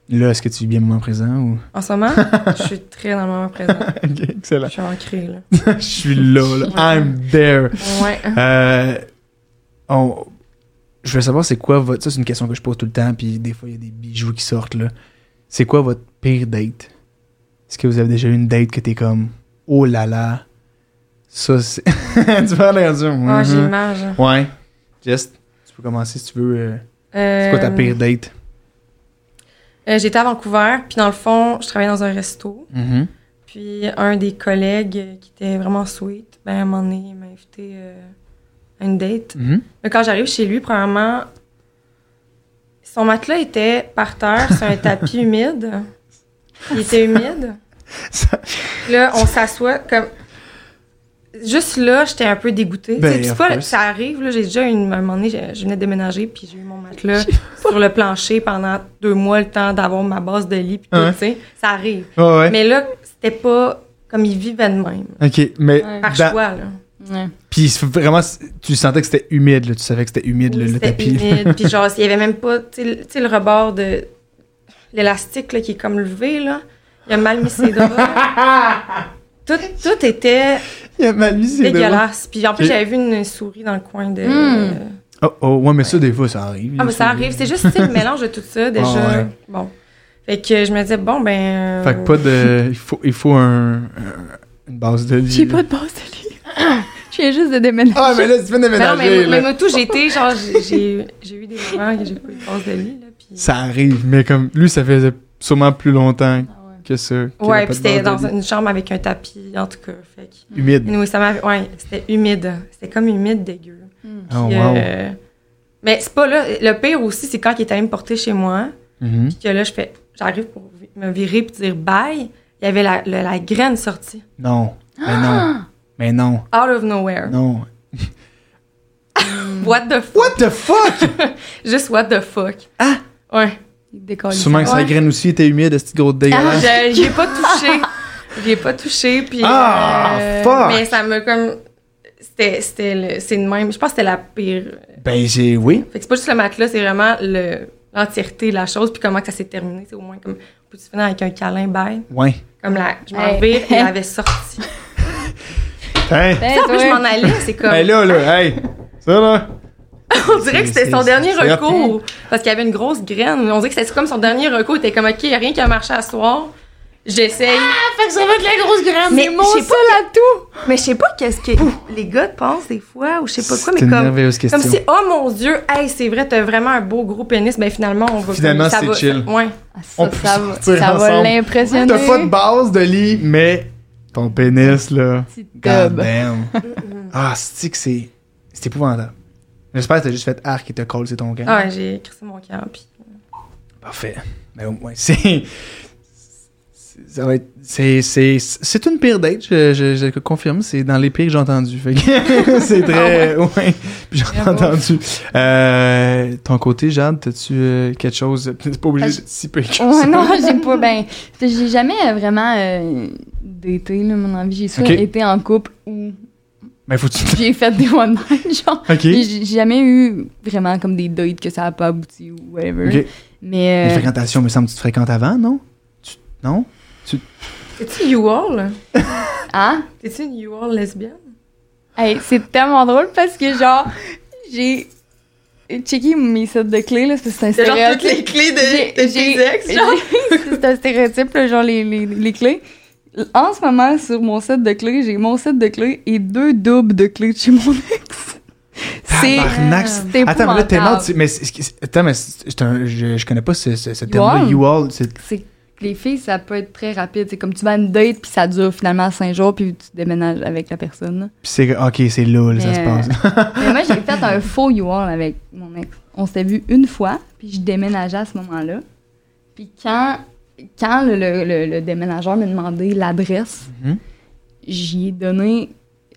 Speaker 1: Là, est-ce que tu vis bien le moment présent ou.
Speaker 3: En ce moment, je suis très dans le moment présent.
Speaker 1: ok,
Speaker 3: Je
Speaker 1: excellent.
Speaker 3: suis ancrée, là.
Speaker 1: Je suis là, là. I'm there.
Speaker 3: Ouais. Ah,
Speaker 1: Euh, on- Je veux savoir, c'est quoi votre. Ça, c'est une question que je pose tout le temps, puis des fois, il y a des bijoux qui sortent, là. C'est quoi votre pire date? Est-ce que vous avez déjà eu une date que t'es comme, oh là là, ça, c'est. tu vas l'air dur.
Speaker 3: Ah, j'ai l'image. là.
Speaker 1: Ouais. Just, tu peux commencer si tu veux. euh, C'est quoi ta
Speaker 3: Euh,
Speaker 1: pire date?
Speaker 3: euh, J'étais à Vancouver, puis dans le fond, je travaillais dans un resto.
Speaker 1: Mm-hmm.
Speaker 3: Puis un des collègues euh, qui était vraiment sweet, ben, à un moment donné, il m'a invité euh, à une date.
Speaker 1: Mhm.
Speaker 3: Mais quand j'arrive chez lui, premièrement, son matelas était par terre sur un tapis humide. Il était humide.
Speaker 1: Ça-
Speaker 3: Là, on s'assoit comme. Juste là, j'étais un peu dégoûtée.
Speaker 1: Ben,
Speaker 3: Tu sais, puis
Speaker 1: of
Speaker 3: c'est pas-
Speaker 1: course.
Speaker 3: ça arrive, là, j'ai déjà une, à un moment donné, j'ai- je venais de déménager, puis j'ai eu mon matelas sur le plancher pendant deux mois, le temps d'avoir ma base de lit, puis tout,
Speaker 1: Ouais.
Speaker 3: tu sais, ça arrive.
Speaker 1: Ouais, ouais.
Speaker 3: Mais là, c'était pas comme il vivait de même,
Speaker 1: Ok, mais.
Speaker 4: Ouais.
Speaker 3: par
Speaker 1: dans-
Speaker 3: choix, là.
Speaker 4: Ouais.
Speaker 1: Puis c'est vraiment, tu sentais que c'était humide, là. Tu savais que c'était humide, le-
Speaker 3: Oui,
Speaker 1: le,
Speaker 3: c'était
Speaker 1: tapis.
Speaker 3: humide, puis genre, il y avait même pas, tu sais, le- tu sais, le rebord de l'élastique, là, qui est comme levé, là. Il a mal mis ses draps. Tout, tout était
Speaker 1: Il y a mal mis, c'est
Speaker 3: dégueulasse. Puis en plus,
Speaker 1: Ok.
Speaker 3: j'avais vu une souris dans le coin de.
Speaker 4: Mm.
Speaker 1: Oh, oh, ouais, mais ça, des fois, ça arrive.
Speaker 3: Ah, mais ça arrive. C'est juste tu sais, le mélange de tout ça, déjà.
Speaker 1: Ah ouais.
Speaker 3: Bon. Fait que je me disais, bon, ben. euh,
Speaker 1: Fait que pas de. Il faut, il faut un, un- une base de lit.
Speaker 4: J'ai
Speaker 1: là.
Speaker 4: pas de base de lit. Je viens juste de déménager.
Speaker 1: Ah, mais là, tu viens de
Speaker 3: mais non, mais,
Speaker 1: déménager,
Speaker 3: mais
Speaker 1: là.
Speaker 3: moi, tout, j'ai été, genre, j'ai- j'ai j'ai eu des moments que j'ai pas eu de passe de lit, là. Puis...
Speaker 1: Ça arrive, mais comme. Lui, ça faisait sûrement plus longtemps que ça. qu'il avait
Speaker 3: Ah, ouais,
Speaker 1: pas
Speaker 3: puis
Speaker 1: de
Speaker 3: c'était
Speaker 1: base
Speaker 3: dans
Speaker 1: de Hmm. lit.
Speaker 3: une chambre avec un tapis, en tout cas. Fait que.
Speaker 1: Humide.
Speaker 3: Anyway, ça m'avait- ouais, c'était humide. C'était comme humide dégueu.
Speaker 1: Oh, wow.
Speaker 3: Puis, euh, Mais c'est pas là. Le pire aussi, c'est quand il est allé me porter chez moi.
Speaker 1: Mhm.
Speaker 3: Puis que là, je fais, j'arrive pour vi- me virer puis dire bye. Il y avait la, le- la graine sortie.
Speaker 1: Non. Mais non.
Speaker 3: Ah!
Speaker 1: Mais non.
Speaker 3: Out of nowhere.
Speaker 1: Non.
Speaker 3: What the fuck?
Speaker 1: What the fuck?
Speaker 3: Juste what the fuck. Ah! Ouais.
Speaker 4: Décolle.
Speaker 1: Sûrement que sa
Speaker 3: Oh, Ouais. Ah,
Speaker 1: graine aussi était humide, cette grosse dégueulasse.
Speaker 3: Je j'y ai pas touché. J'y ai pas touché. Puis, euh,
Speaker 1: Ah, fuck!
Speaker 3: Mais ça me comme. C'était, c'était le- c'est le même. Je pense que c'était la pire.
Speaker 1: Ben, j'ai. Oui.
Speaker 3: Fait que c'est pas juste le matelas, c'est vraiment le, l'entièreté de la chose. Puis comment que ça s'est terminé. C'est au moins comme. Peux-tu finir avec un câlin bye?
Speaker 1: Ouais.
Speaker 3: Comme la. Je m'en
Speaker 4: Hey.
Speaker 3: vire et elle avait sorti.
Speaker 1: Hein?
Speaker 4: Ben,
Speaker 3: Ça, en plus, je m'en allais. C'est comme.
Speaker 1: Ben là, là, hey! Ça, là!
Speaker 3: on dirait que c'était son
Speaker 1: Ben, C'est-
Speaker 3: dernier
Speaker 1: c'est-
Speaker 3: recours. Parce qu'il y avait une grosse graine. mais On dirait que c'était comme son dernier recours. Il était comme, OK, il n'y a rien qui a marché à soir. J'essaye.
Speaker 5: Fait que ça va être la grosse graine.
Speaker 3: Mais
Speaker 5: c'est
Speaker 3: je
Speaker 5: mon
Speaker 3: sais
Speaker 5: seul atout.
Speaker 3: Mais je sais pas qu'est-ce que les gars pensent des fois, ou je sais pas
Speaker 1: C'est
Speaker 3: quoi, mais
Speaker 1: une
Speaker 3: comme.
Speaker 1: merveilleuse question.
Speaker 3: Comme si, oh mon dieu, hey, c'est vrai, t'as vraiment un beau gros pénis, ben finalement, on va.
Speaker 1: Finalement,
Speaker 3: ça
Speaker 1: c'est
Speaker 3: va-
Speaker 1: chill.
Speaker 3: Ouais.
Speaker 4: Ah,
Speaker 1: On
Speaker 4: ça,
Speaker 1: peut
Speaker 4: ça, va-
Speaker 1: sortir
Speaker 4: ça va
Speaker 1: ensemble.
Speaker 4: l'impressionner.
Speaker 1: T'as pas de base de lit, mais ton pénis, là.
Speaker 4: Petit
Speaker 1: God
Speaker 4: tub.
Speaker 1: damn. ah, c'est que c'est. C'est épouvantable. J'espère que t'as juste fait arc et te colle, c'est ton gars.
Speaker 3: Ah ouais, j'ai crissé mon camp. Puis...
Speaker 1: Parfait. Mais au moins, c'est. c'est- Ça va être. C'est, c'est, c'est une pire date, je, je, je le confirme. C'est dans les pires que j'ai entendu. Fait que c'est très. ouais. Puis j'en ai
Speaker 4: Ah Bravo.
Speaker 1: entendu. Euh, ton côté, Jade, t'as-tu euh, quelque chose. T'es pas obligé
Speaker 4: Ah,
Speaker 1: de si peu que
Speaker 4: Ouais,
Speaker 1: ça.
Speaker 4: non, j'ai pas. Ben, j'ai jamais vraiment euh, daté, là, mon envie. J'ai soit
Speaker 1: Ok.
Speaker 4: été en couple ou
Speaker 1: Mais faut-tu.
Speaker 4: j'ai fait des one night, genre.
Speaker 1: Ok.
Speaker 4: J'ai j'ai jamais eu vraiment comme des dates que ça a pas abouti ou whatever.
Speaker 1: Ok. Les
Speaker 4: Mais. euh,
Speaker 1: fréquentations, me semble, tu te fréquentes avant, non? Tu- Non?
Speaker 3: T'es-tu you-all?
Speaker 4: hein?
Speaker 3: T'es-tu une you-all lesbienne?
Speaker 4: Hey, c'est tellement drôle parce que, genre, j'ai checké mes sets de clés, là, parce que c'est un
Speaker 3: C'est genre toutes
Speaker 4: stéréotype.
Speaker 3: les clés de,
Speaker 4: J'ai-
Speaker 3: de tes
Speaker 4: j'ai-
Speaker 3: ex, genre?
Speaker 4: j'ai- C'est un stéréotype, là, genre les, les, les clés. En ce moment, sur mon set de clés, j'ai mon set de clés et deux doubles de clés de chez mon ex. C'est.
Speaker 1: Tabarnak,
Speaker 4: c'est
Speaker 1: Attends, mais là, t'es mort.
Speaker 4: épouvantable.
Speaker 1: tu- Mais c'est- c'est- attends, mais c'est- c'est un- je, je connais pas ce, ce, ce terme-là.
Speaker 4: all.
Speaker 1: You all. C'est,
Speaker 4: C'est que les filles, ça peut être très rapide. C'est comme tu vas à une date, puis ça dure finalement cinq jours, puis tu déménages avec la personne.
Speaker 1: pis c'est ok, c'est là, là, ça
Speaker 4: Mais, euh,
Speaker 1: se passe.
Speaker 4: Mais moi, j'ai fait un faux you all avec mon ex. On s'était vu une fois, puis je déménageais à ce moment-là. Puis quand, quand le, le- le- le déménageur m'a demandé l'adresse,
Speaker 1: Mhm.
Speaker 4: j'y ai donné.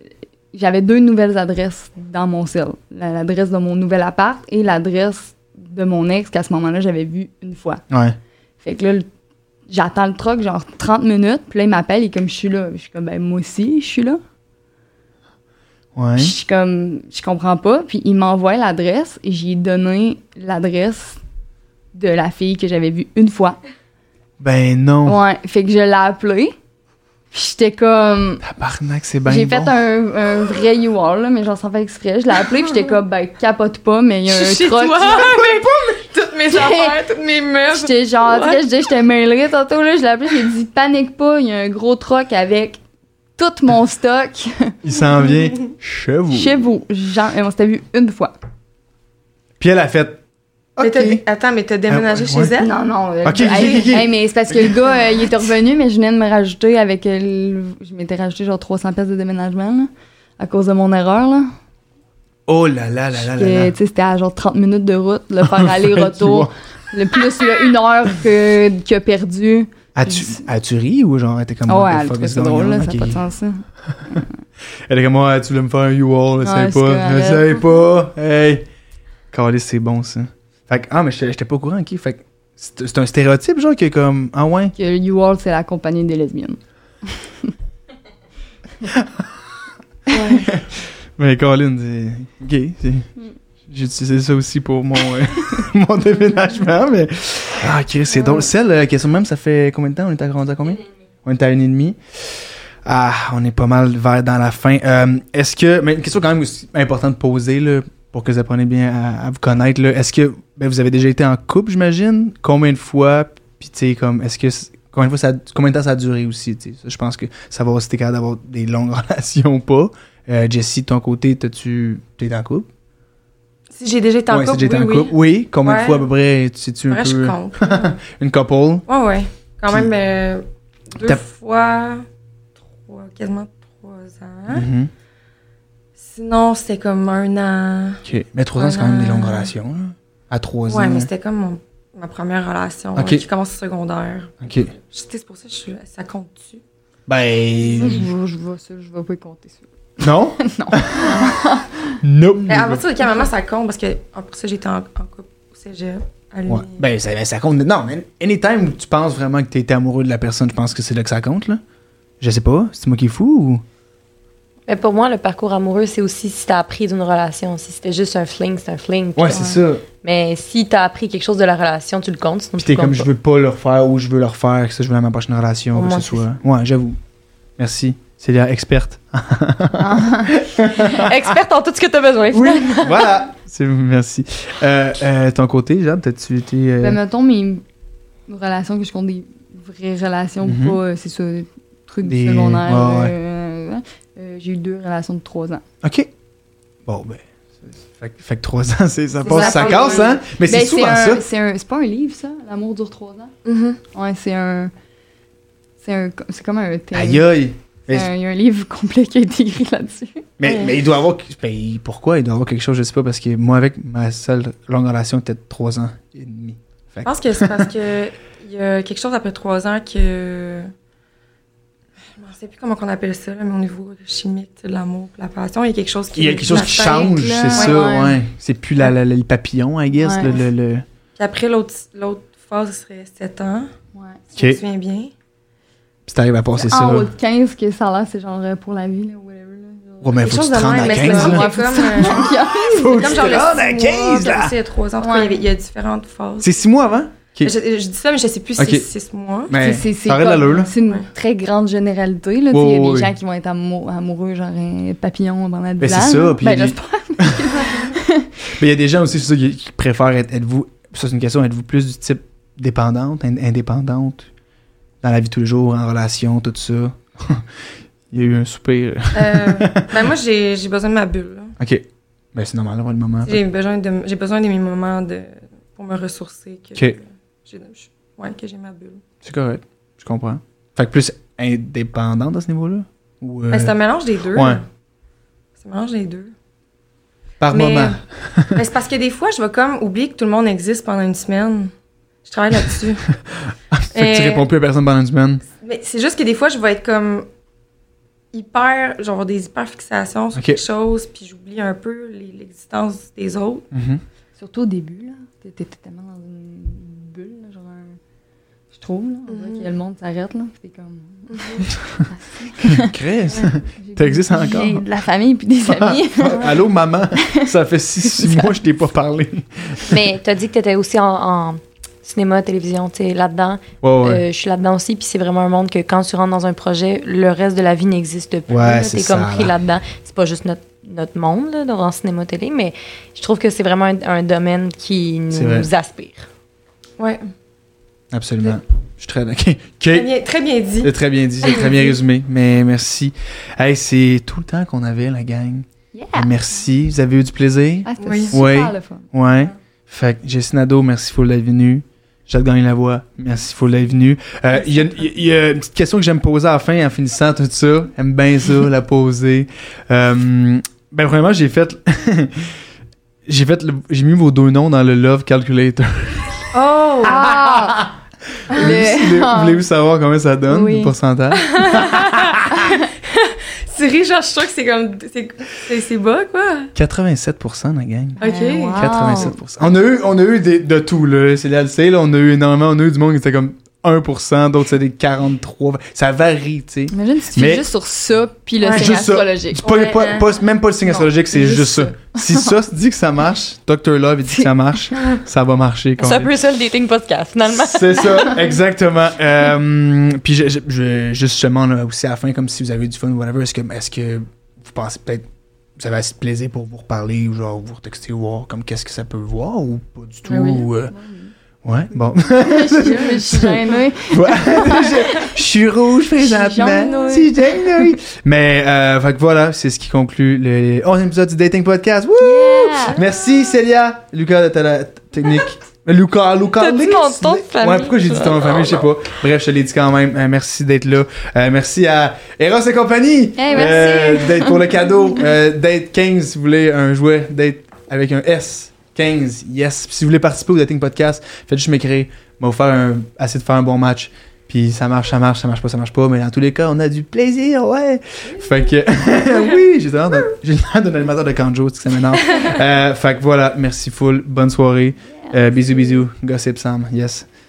Speaker 4: euh, J'avais deux nouvelles adresses dans mon cell. La- L'adresse de mon nouvel appart et l'adresse de mon ex qu'à ce moment-là, j'avais vu une fois.
Speaker 1: Ouais.
Speaker 4: Fait que là, le- j'attends le truck genre 30 minutes, puis là, il m'appelle, et comme je suis là. Je suis comme, ben, moi aussi, je suis là.
Speaker 1: Ouais.
Speaker 4: Puis Je suis comme, je comprends pas. Puis il m'envoie l'adresse et j'ai donné l'adresse de la fille que j'avais vue une fois.
Speaker 1: Ben non.
Speaker 4: Ouais, fait que je l'ai appelée. Puis j'étais comme,
Speaker 1: Tabarnak, c'est ben
Speaker 4: j'ai
Speaker 1: bon.
Speaker 4: fait un, un vrai you all, là, mais j'en sens pas exprès. Je l'ai appelée puis j'étais comme, ben capote pas, mais il y a
Speaker 3: Je
Speaker 4: un
Speaker 3: suis chez
Speaker 4: truc.
Speaker 3: toi, mais toutes mes affaires, toutes mes meubles.
Speaker 4: J'étais genre,
Speaker 3: What?
Speaker 4: tu sais, je disais, j'étais mêlée tantôt, là, je l'ai appelée, j'ai dit, panique pas, il y a un gros truck avec tout mon stock
Speaker 1: Il s'en vient chez vous.
Speaker 4: chez vous. Genre, et on s'était vu une fois.
Speaker 1: Puis elle a fait.
Speaker 3: Mais
Speaker 1: Ok.
Speaker 3: t'as- Attends, mais t'as déménagé
Speaker 1: Ah ouais,
Speaker 3: chez elle?
Speaker 4: Non, non. euh,
Speaker 1: Ok,
Speaker 4: hey,
Speaker 1: ok, ok, ok.
Speaker 4: hey, mais c'est parce que le gars, euh, il était revenu, mais je venais de me rajouter avec. euh, le- Je m'étais rajouté genre 300 pièces de déménagement, là, à cause de mon erreur, là.
Speaker 1: Oh là là là là là.
Speaker 4: Que,
Speaker 1: là.
Speaker 4: tu sais, C'était à genre 30 minutes de route, le faire aller-retour. le plus, là, une heure que, que perdu.
Speaker 1: As-tu, as-tu ri ou genre, elle était comme.
Speaker 4: Ah ouais,
Speaker 1: what the
Speaker 4: elle
Speaker 1: fuck
Speaker 4: trouvait
Speaker 1: is
Speaker 4: ça
Speaker 1: going
Speaker 4: drôle,
Speaker 1: on?
Speaker 4: là, ça
Speaker 1: hein. Ok.
Speaker 4: n'a pas de sens, ça.
Speaker 1: Elle était comme, ah, tu voulais me faire un you all,
Speaker 4: Ouais,
Speaker 1: essaye
Speaker 4: c'est
Speaker 1: pas,
Speaker 4: correct.
Speaker 1: essaye pas. Hey. Calais, c'est bon ça. Fait que, ah, mais j'étais j'étais pas au courant, ok. Fait que, c'est c'est un stéréotype, genre, qui est comme, ah ouais.
Speaker 4: Que You All, c'est la compagnie des lesbiennes.
Speaker 1: Mais Colin, c'est gay. c'est- J'ai utilisé ça aussi pour mon, euh, mon déménagement, mais... Ah, Chris, c'est drôle. Celle, euh, question même, ça fait combien de temps? On est à, rendu à combien? On est à une et demie. Ah, on est pas mal vers dans la fin. Euh, est-ce que... Mais une question quand même aussi importante de poser, là, pour que vous appreniez bien à, à vous connaître, là. Est-ce que ben, vous avez déjà été en couple, j'imagine? Combien de fois? Puis, tu sais, comme... Est-ce que... c'est- Combien de, fois ça, combien de temps ça a duré aussi? tu sais? Ça, Je pense que ça va aussi t'es capable d'avoir des longues relations ou pas. Euh, Jessie, de ton côté, t'as-tu. T'es en couple?
Speaker 3: Si j'ai déjà été en couple,
Speaker 1: si t'es
Speaker 3: oui,
Speaker 1: en
Speaker 3: oui.
Speaker 1: couple. Oui, combien de
Speaker 3: Ouais.
Speaker 1: fois à peu près? Tu sais-tu un
Speaker 3: Après, je
Speaker 1: peu.
Speaker 3: compte.
Speaker 1: Une couple.
Speaker 3: Ouais, ouais. Quand
Speaker 1: Puis-
Speaker 3: même, euh, deux
Speaker 1: T'as-
Speaker 3: fois, trois, quasiment trois ans.
Speaker 1: Mhm.
Speaker 3: Sinon, c'était comme un an.
Speaker 1: Ok. Mais trois ans, c'est quand même des longues relations. là. À trois
Speaker 3: Euh, Ouais,
Speaker 1: ans.
Speaker 3: mais c'était comme mon- ma première relation
Speaker 1: Ok.
Speaker 3: euh, qui commence au secondaire.
Speaker 1: Ok.
Speaker 3: Je- C'est pour ça que je suis là. Ça compte-tu?
Speaker 1: Mm.
Speaker 4: Ça,
Speaker 1: Ben.
Speaker 4: je, je vois ça, je vais pas y compter ça.
Speaker 1: Euh. non?
Speaker 4: Non.
Speaker 1: non.
Speaker 3: Mais à partir de quel moment Ben, ça compte? Parce que en pour ça, j'étais en, en couple au cégep. À l'uni.
Speaker 1: Ouais. Ben, ça, ben, ça compte. Non, mais anytime où tu penses vraiment que t'es été amoureux de la personne, je pense que c'est là que ça compte, là. Je sais pas, c'est moi qui est fou
Speaker 2: Mais pour moi, le parcours amoureux, c'est aussi si t'as appris d'une relation. Si c'était juste un fling, c'est un fling.
Speaker 1: ou.
Speaker 2: puis-
Speaker 1: ça.
Speaker 2: Mais si t'as appris quelque chose de la relation, tu le comptes. Sinon,
Speaker 1: Puis
Speaker 2: tu
Speaker 1: t'es
Speaker 2: le
Speaker 1: comme,
Speaker 2: comptes
Speaker 1: je
Speaker 2: pas.
Speaker 1: veux pas le refaire ou je veux le refaire, que ça, je veux dans ma prochaine relation,
Speaker 2: Au
Speaker 1: que ce
Speaker 2: moins,
Speaker 1: soit. Ouais, j'avoue. Merci. C'est l'experte.
Speaker 2: Experte en tout ce que t'as besoin.
Speaker 1: voilà, C'est- Merci. Euh, euh, ton côté, Jade, t'as-tu été. euh,
Speaker 4: Ben, mettons mes relations que je compte des vraies relations,
Speaker 1: Mhm.
Speaker 4: pas, euh, c'est ça, des trucs
Speaker 1: Des-
Speaker 4: du secondaire.
Speaker 1: ouais, ouais.
Speaker 4: euh, euh, euh, j'ai eu deux relations de trois ans.
Speaker 1: OK. Bon, ben. c'est- Fait, que- fait que trois ans, c'est- ça passe,
Speaker 4: ça,
Speaker 1: ça
Speaker 4: ça
Speaker 1: casse,
Speaker 4: passe.
Speaker 1: hein? Mais c'est
Speaker 4: Ben,
Speaker 1: souvent
Speaker 4: un-
Speaker 1: ça.
Speaker 4: C'est un- c'est pas un livre, ça, L'amour dure trois ans.
Speaker 3: Mm-hmm.
Speaker 2: Mhm.
Speaker 1: ben,
Speaker 4: Ouais, c'est un. C'est un. C'est comme un. thé-
Speaker 1: Aïe aïe.
Speaker 4: c'est un- Il y a un livre complet qui a été écrit là-dessus.
Speaker 1: Mais, mais il doit avoir. ben, il- pourquoi il doit avoir quelque chose, je sais pas, parce que moi, avec ma seule longue relation, était de trois ans et demi.
Speaker 3: Je
Speaker 4: Ah,
Speaker 3: pense que c'est parce que il y a quelque chose après trois ans que. Je ne sais plus comment on appelle ça, là, mais au niveau chimique, tu sais, de l'amour, de la passion, il y a quelque chose qui.
Speaker 1: Il y a quelque chose qui
Speaker 3: atteint,
Speaker 1: change,
Speaker 3: là.
Speaker 1: c'est
Speaker 3: Ouais.
Speaker 1: ça, ouais.
Speaker 4: ouais.
Speaker 1: C'est plus la, la- la- le papillon, I guess,
Speaker 4: Ouais.
Speaker 1: le- le- le...
Speaker 3: Puis après, l'autre l'autre phase ce serait sept ans,
Speaker 4: Ouais.
Speaker 3: si
Speaker 1: Ok.
Speaker 3: je me souviens bien.
Speaker 1: Puis t'arrives à passer
Speaker 3: Ah
Speaker 1: ça.
Speaker 4: En haut de 15, que ça a l'air, c'est genre euh, pour la vie, là, whatever. Là, genre.
Speaker 1: Ouais, mais
Speaker 3: Quelque
Speaker 1: faut que tu
Speaker 3: chose
Speaker 1: te
Speaker 3: de
Speaker 1: rendes
Speaker 3: même,
Speaker 1: à
Speaker 3: mais
Speaker 1: 15,
Speaker 3: c'est
Speaker 1: là.
Speaker 3: comme, euh,
Speaker 1: Faut que
Speaker 3: comme
Speaker 1: tu te
Speaker 3: genre le
Speaker 1: rendes à
Speaker 3: six
Speaker 1: 15,
Speaker 3: mois,
Speaker 1: là.
Speaker 3: puis après, c'est trois ans. En tout cas, il y avait- il y a différentes phases.
Speaker 1: C'est six mois hein? avant?
Speaker 3: Je, je dis ça, mais je sais plus
Speaker 1: Ok.
Speaker 3: si c'est six mois.
Speaker 1: Mais
Speaker 4: C'est- c'est- c'est
Speaker 1: ça aurait de
Speaker 4: comme-
Speaker 1: l'allure, là. Oh,
Speaker 4: C'est une
Speaker 3: Ouais.
Speaker 4: très grande généralité.
Speaker 1: Ouais,
Speaker 4: Là, tu sais, il y a
Speaker 1: ouais,
Speaker 4: des
Speaker 1: ouais.
Speaker 4: gens qui vont être amou- amoureux, genre un papillon pendant 10
Speaker 1: Ben, c'est
Speaker 4: ans.
Speaker 1: ça,
Speaker 4: là.
Speaker 1: puis
Speaker 4: ben,
Speaker 1: il y a des-
Speaker 4: j'espère.
Speaker 1: Mais il y a des gens aussi, c'est ça, qui, qui préfèrent être, êtes-vous, ça c'est une question, êtes-vous plus du type dépendante, in- indépendante, dans la vie de tous les jours, en relation, tout ça? il y a eu un soupir.
Speaker 3: Euh, ben moi, j'ai j'ai besoin de ma bulle. là.
Speaker 1: OK. Ben, c'est normal d'avoir le moment.
Speaker 3: J'ai besoin de j'ai besoin de mes moments de pour me ressourcer que
Speaker 1: Ok.
Speaker 3: j'ai je- ouais, que j'ai ma bulle.
Speaker 1: C'est correct. Je comprends. Fait que plus indépendante à ce niveau-là? Ou, euh,
Speaker 3: Ben, c'est un mélange des
Speaker 1: ouais.
Speaker 3: deux. là. C'est un mélange des deux.
Speaker 1: par
Speaker 3: mais-
Speaker 1: moment.
Speaker 3: Ben, c'est parce que des fois, je vais comme oublier que tout le monde existe pendant une semaine. Je travaille là-dessus.
Speaker 1: Fait que tu
Speaker 3: Euh,
Speaker 1: réponds plus à personne pendant une semaine.
Speaker 3: Mais c'est juste que des fois, je vais être comme hyper, genre avoir des hyper fixations sur
Speaker 1: Ok.
Speaker 3: quelque chose, puis j'oublie un peu les- l'existence des autres.
Speaker 1: Mhm.
Speaker 4: Surtout au début, là. T'es t'es totalement dans une bulle, là, genre un- Je trouve, là. On dirait
Speaker 3: Mhm.
Speaker 4: que le monde s'arrête, là. puis T'es comme.
Speaker 1: Chris!
Speaker 4: J'ai-
Speaker 1: T'existes encore?
Speaker 4: J'ai de la famille puis des amis.
Speaker 1: Allô, maman? Ça fait six, six mois que je t'ai pas parlé.
Speaker 2: Mais t'as dit que t'étais aussi en, en cinéma, télévision, tu sais, là-dedans.
Speaker 1: Ouais, ouais.
Speaker 2: Euh, je suis là-dedans aussi, puis c'est vraiment un monde que quand tu rentres dans un projet, le reste de la vie n'existe plus.
Speaker 1: Ouais,
Speaker 2: là.
Speaker 1: c'est
Speaker 2: T'es
Speaker 1: ça,
Speaker 2: comme pris
Speaker 1: là.
Speaker 2: là-dedans. C'est pas juste notre, notre monde, là, dans le cinéma, télé, mais je trouve que c'est vraiment un, un domaine qui
Speaker 1: C'est vrai.
Speaker 2: nous aspire.
Speaker 3: Ouais.
Speaker 1: Absolument. Je suis très... OK.
Speaker 3: Très
Speaker 1: OK.
Speaker 3: bien, très bien dit.
Speaker 1: C'est très bien dit, c'est très bien résumé. Mais merci. Hey, c'est tout le temps qu'on avait, la gang.
Speaker 4: Yeah!
Speaker 1: Merci. Vous avez eu du plaisir?
Speaker 4: Ah, c'était
Speaker 3: Oui.
Speaker 4: super
Speaker 1: Oui.
Speaker 4: le fun.
Speaker 1: Ouais. Fait que Jessie Nadeau, merci pour d'être venue. Jade Gagné la voix, merci pour d'être venue. Euh, Il y, a une- il y a une petite question que j'aime poser à la fin en finissant tout ça. J'aime bien ça, la poser. Euh, ben, vraiment, j'ai fait. j'ai fait. le- J'ai mis vos deux noms dans le Love Calculator.
Speaker 3: Oh!
Speaker 4: Ah!
Speaker 1: Voulez- Voulez-vous savoir combien ça donne,
Speaker 4: Oui.
Speaker 1: le pourcentage?
Speaker 3: Siri, genre, je suis sûre que c'est comme. c'est- C'est c'est bas, quoi.
Speaker 1: 87%, la gang.
Speaker 3: Ok.
Speaker 4: Ben, wow.
Speaker 1: 87%. On a eu, on a eu des- de tout, là. C'est là, le sait, là, on a eu énormément, on a eu du monde qui était comme 1%, d'autres c'était des 43. Ça varie, tu sais.
Speaker 4: Imagine si tu
Speaker 1: Mais-
Speaker 4: fais juste sur ça puis le
Speaker 3: Ouais.
Speaker 4: signe
Speaker 1: Juste ça.
Speaker 4: astrologique.
Speaker 1: C'est pas,
Speaker 3: Ouais,
Speaker 1: pas-
Speaker 3: hein.
Speaker 1: pas- même pas le signe
Speaker 4: Non,
Speaker 1: astrologique, c'est
Speaker 4: juste
Speaker 1: juste ça. Si ça se dit que ça marche, Dr. Love il dit que ça marche, ça va marcher.
Speaker 2: C'est un
Speaker 1: quand même.
Speaker 2: peu ça le dating podcast, finalement.
Speaker 1: C'est ça, exactement. Euh, puis je, je- je- justement, là, aussi à la fin, comme si vous avez eu du fun ou whatever, est-ce que, est que vous pensez peut-être vous avez assez de plaisir pour vous reparler ou genre vous retexter, voir comme qu'est-ce que ça peut voir ou pas du tout?
Speaker 3: Ah oui.
Speaker 1: ou, euh, ouais, bon.
Speaker 4: Je suis- je suis gênée.
Speaker 1: Ouais. je, je suis rouge présentement.
Speaker 4: Jean-Noël.
Speaker 1: C'est Jean-Noël. Mais euh, fait que voilà, c'est ce qui conclut le 11e épisode du Dating Podcast. Wouh! Merci Célia, Lucas de la technique. Euh, Lucas, Lucas,
Speaker 2: T'as dit
Speaker 1: Lucas.
Speaker 2: mon nom de famille,
Speaker 1: Ouais, pourquoi j'ai dit
Speaker 2: toi?
Speaker 1: ton nom de famille, je sais pas. Bref, je te l'ai dit quand même. Euh, merci d'être là. Euh, merci à Eros et compagnie.
Speaker 4: Hey, merci.
Speaker 1: d'être pour le cadeau. Euh, date 15, si vous voulez un jouet. Date avec un S. 15, yes. Puis si vous voulez participer au Dating Podcast, faites juste m'écrire. On va vous faire un, essayer de faire un bon match. Puis ça marche, ça marche, ça marche pas, ça marche pas. Mais dans tous les cas, on a du plaisir, ouais. Fait que, oui, j'ai l'air d'un- j'ai l'air d'un animateur de Kanjo, c'est que ça m'énerve. Euh, fait que voilà, merci full, bonne soirée. Euh, bisous, bisous. Gossip Sam, yes.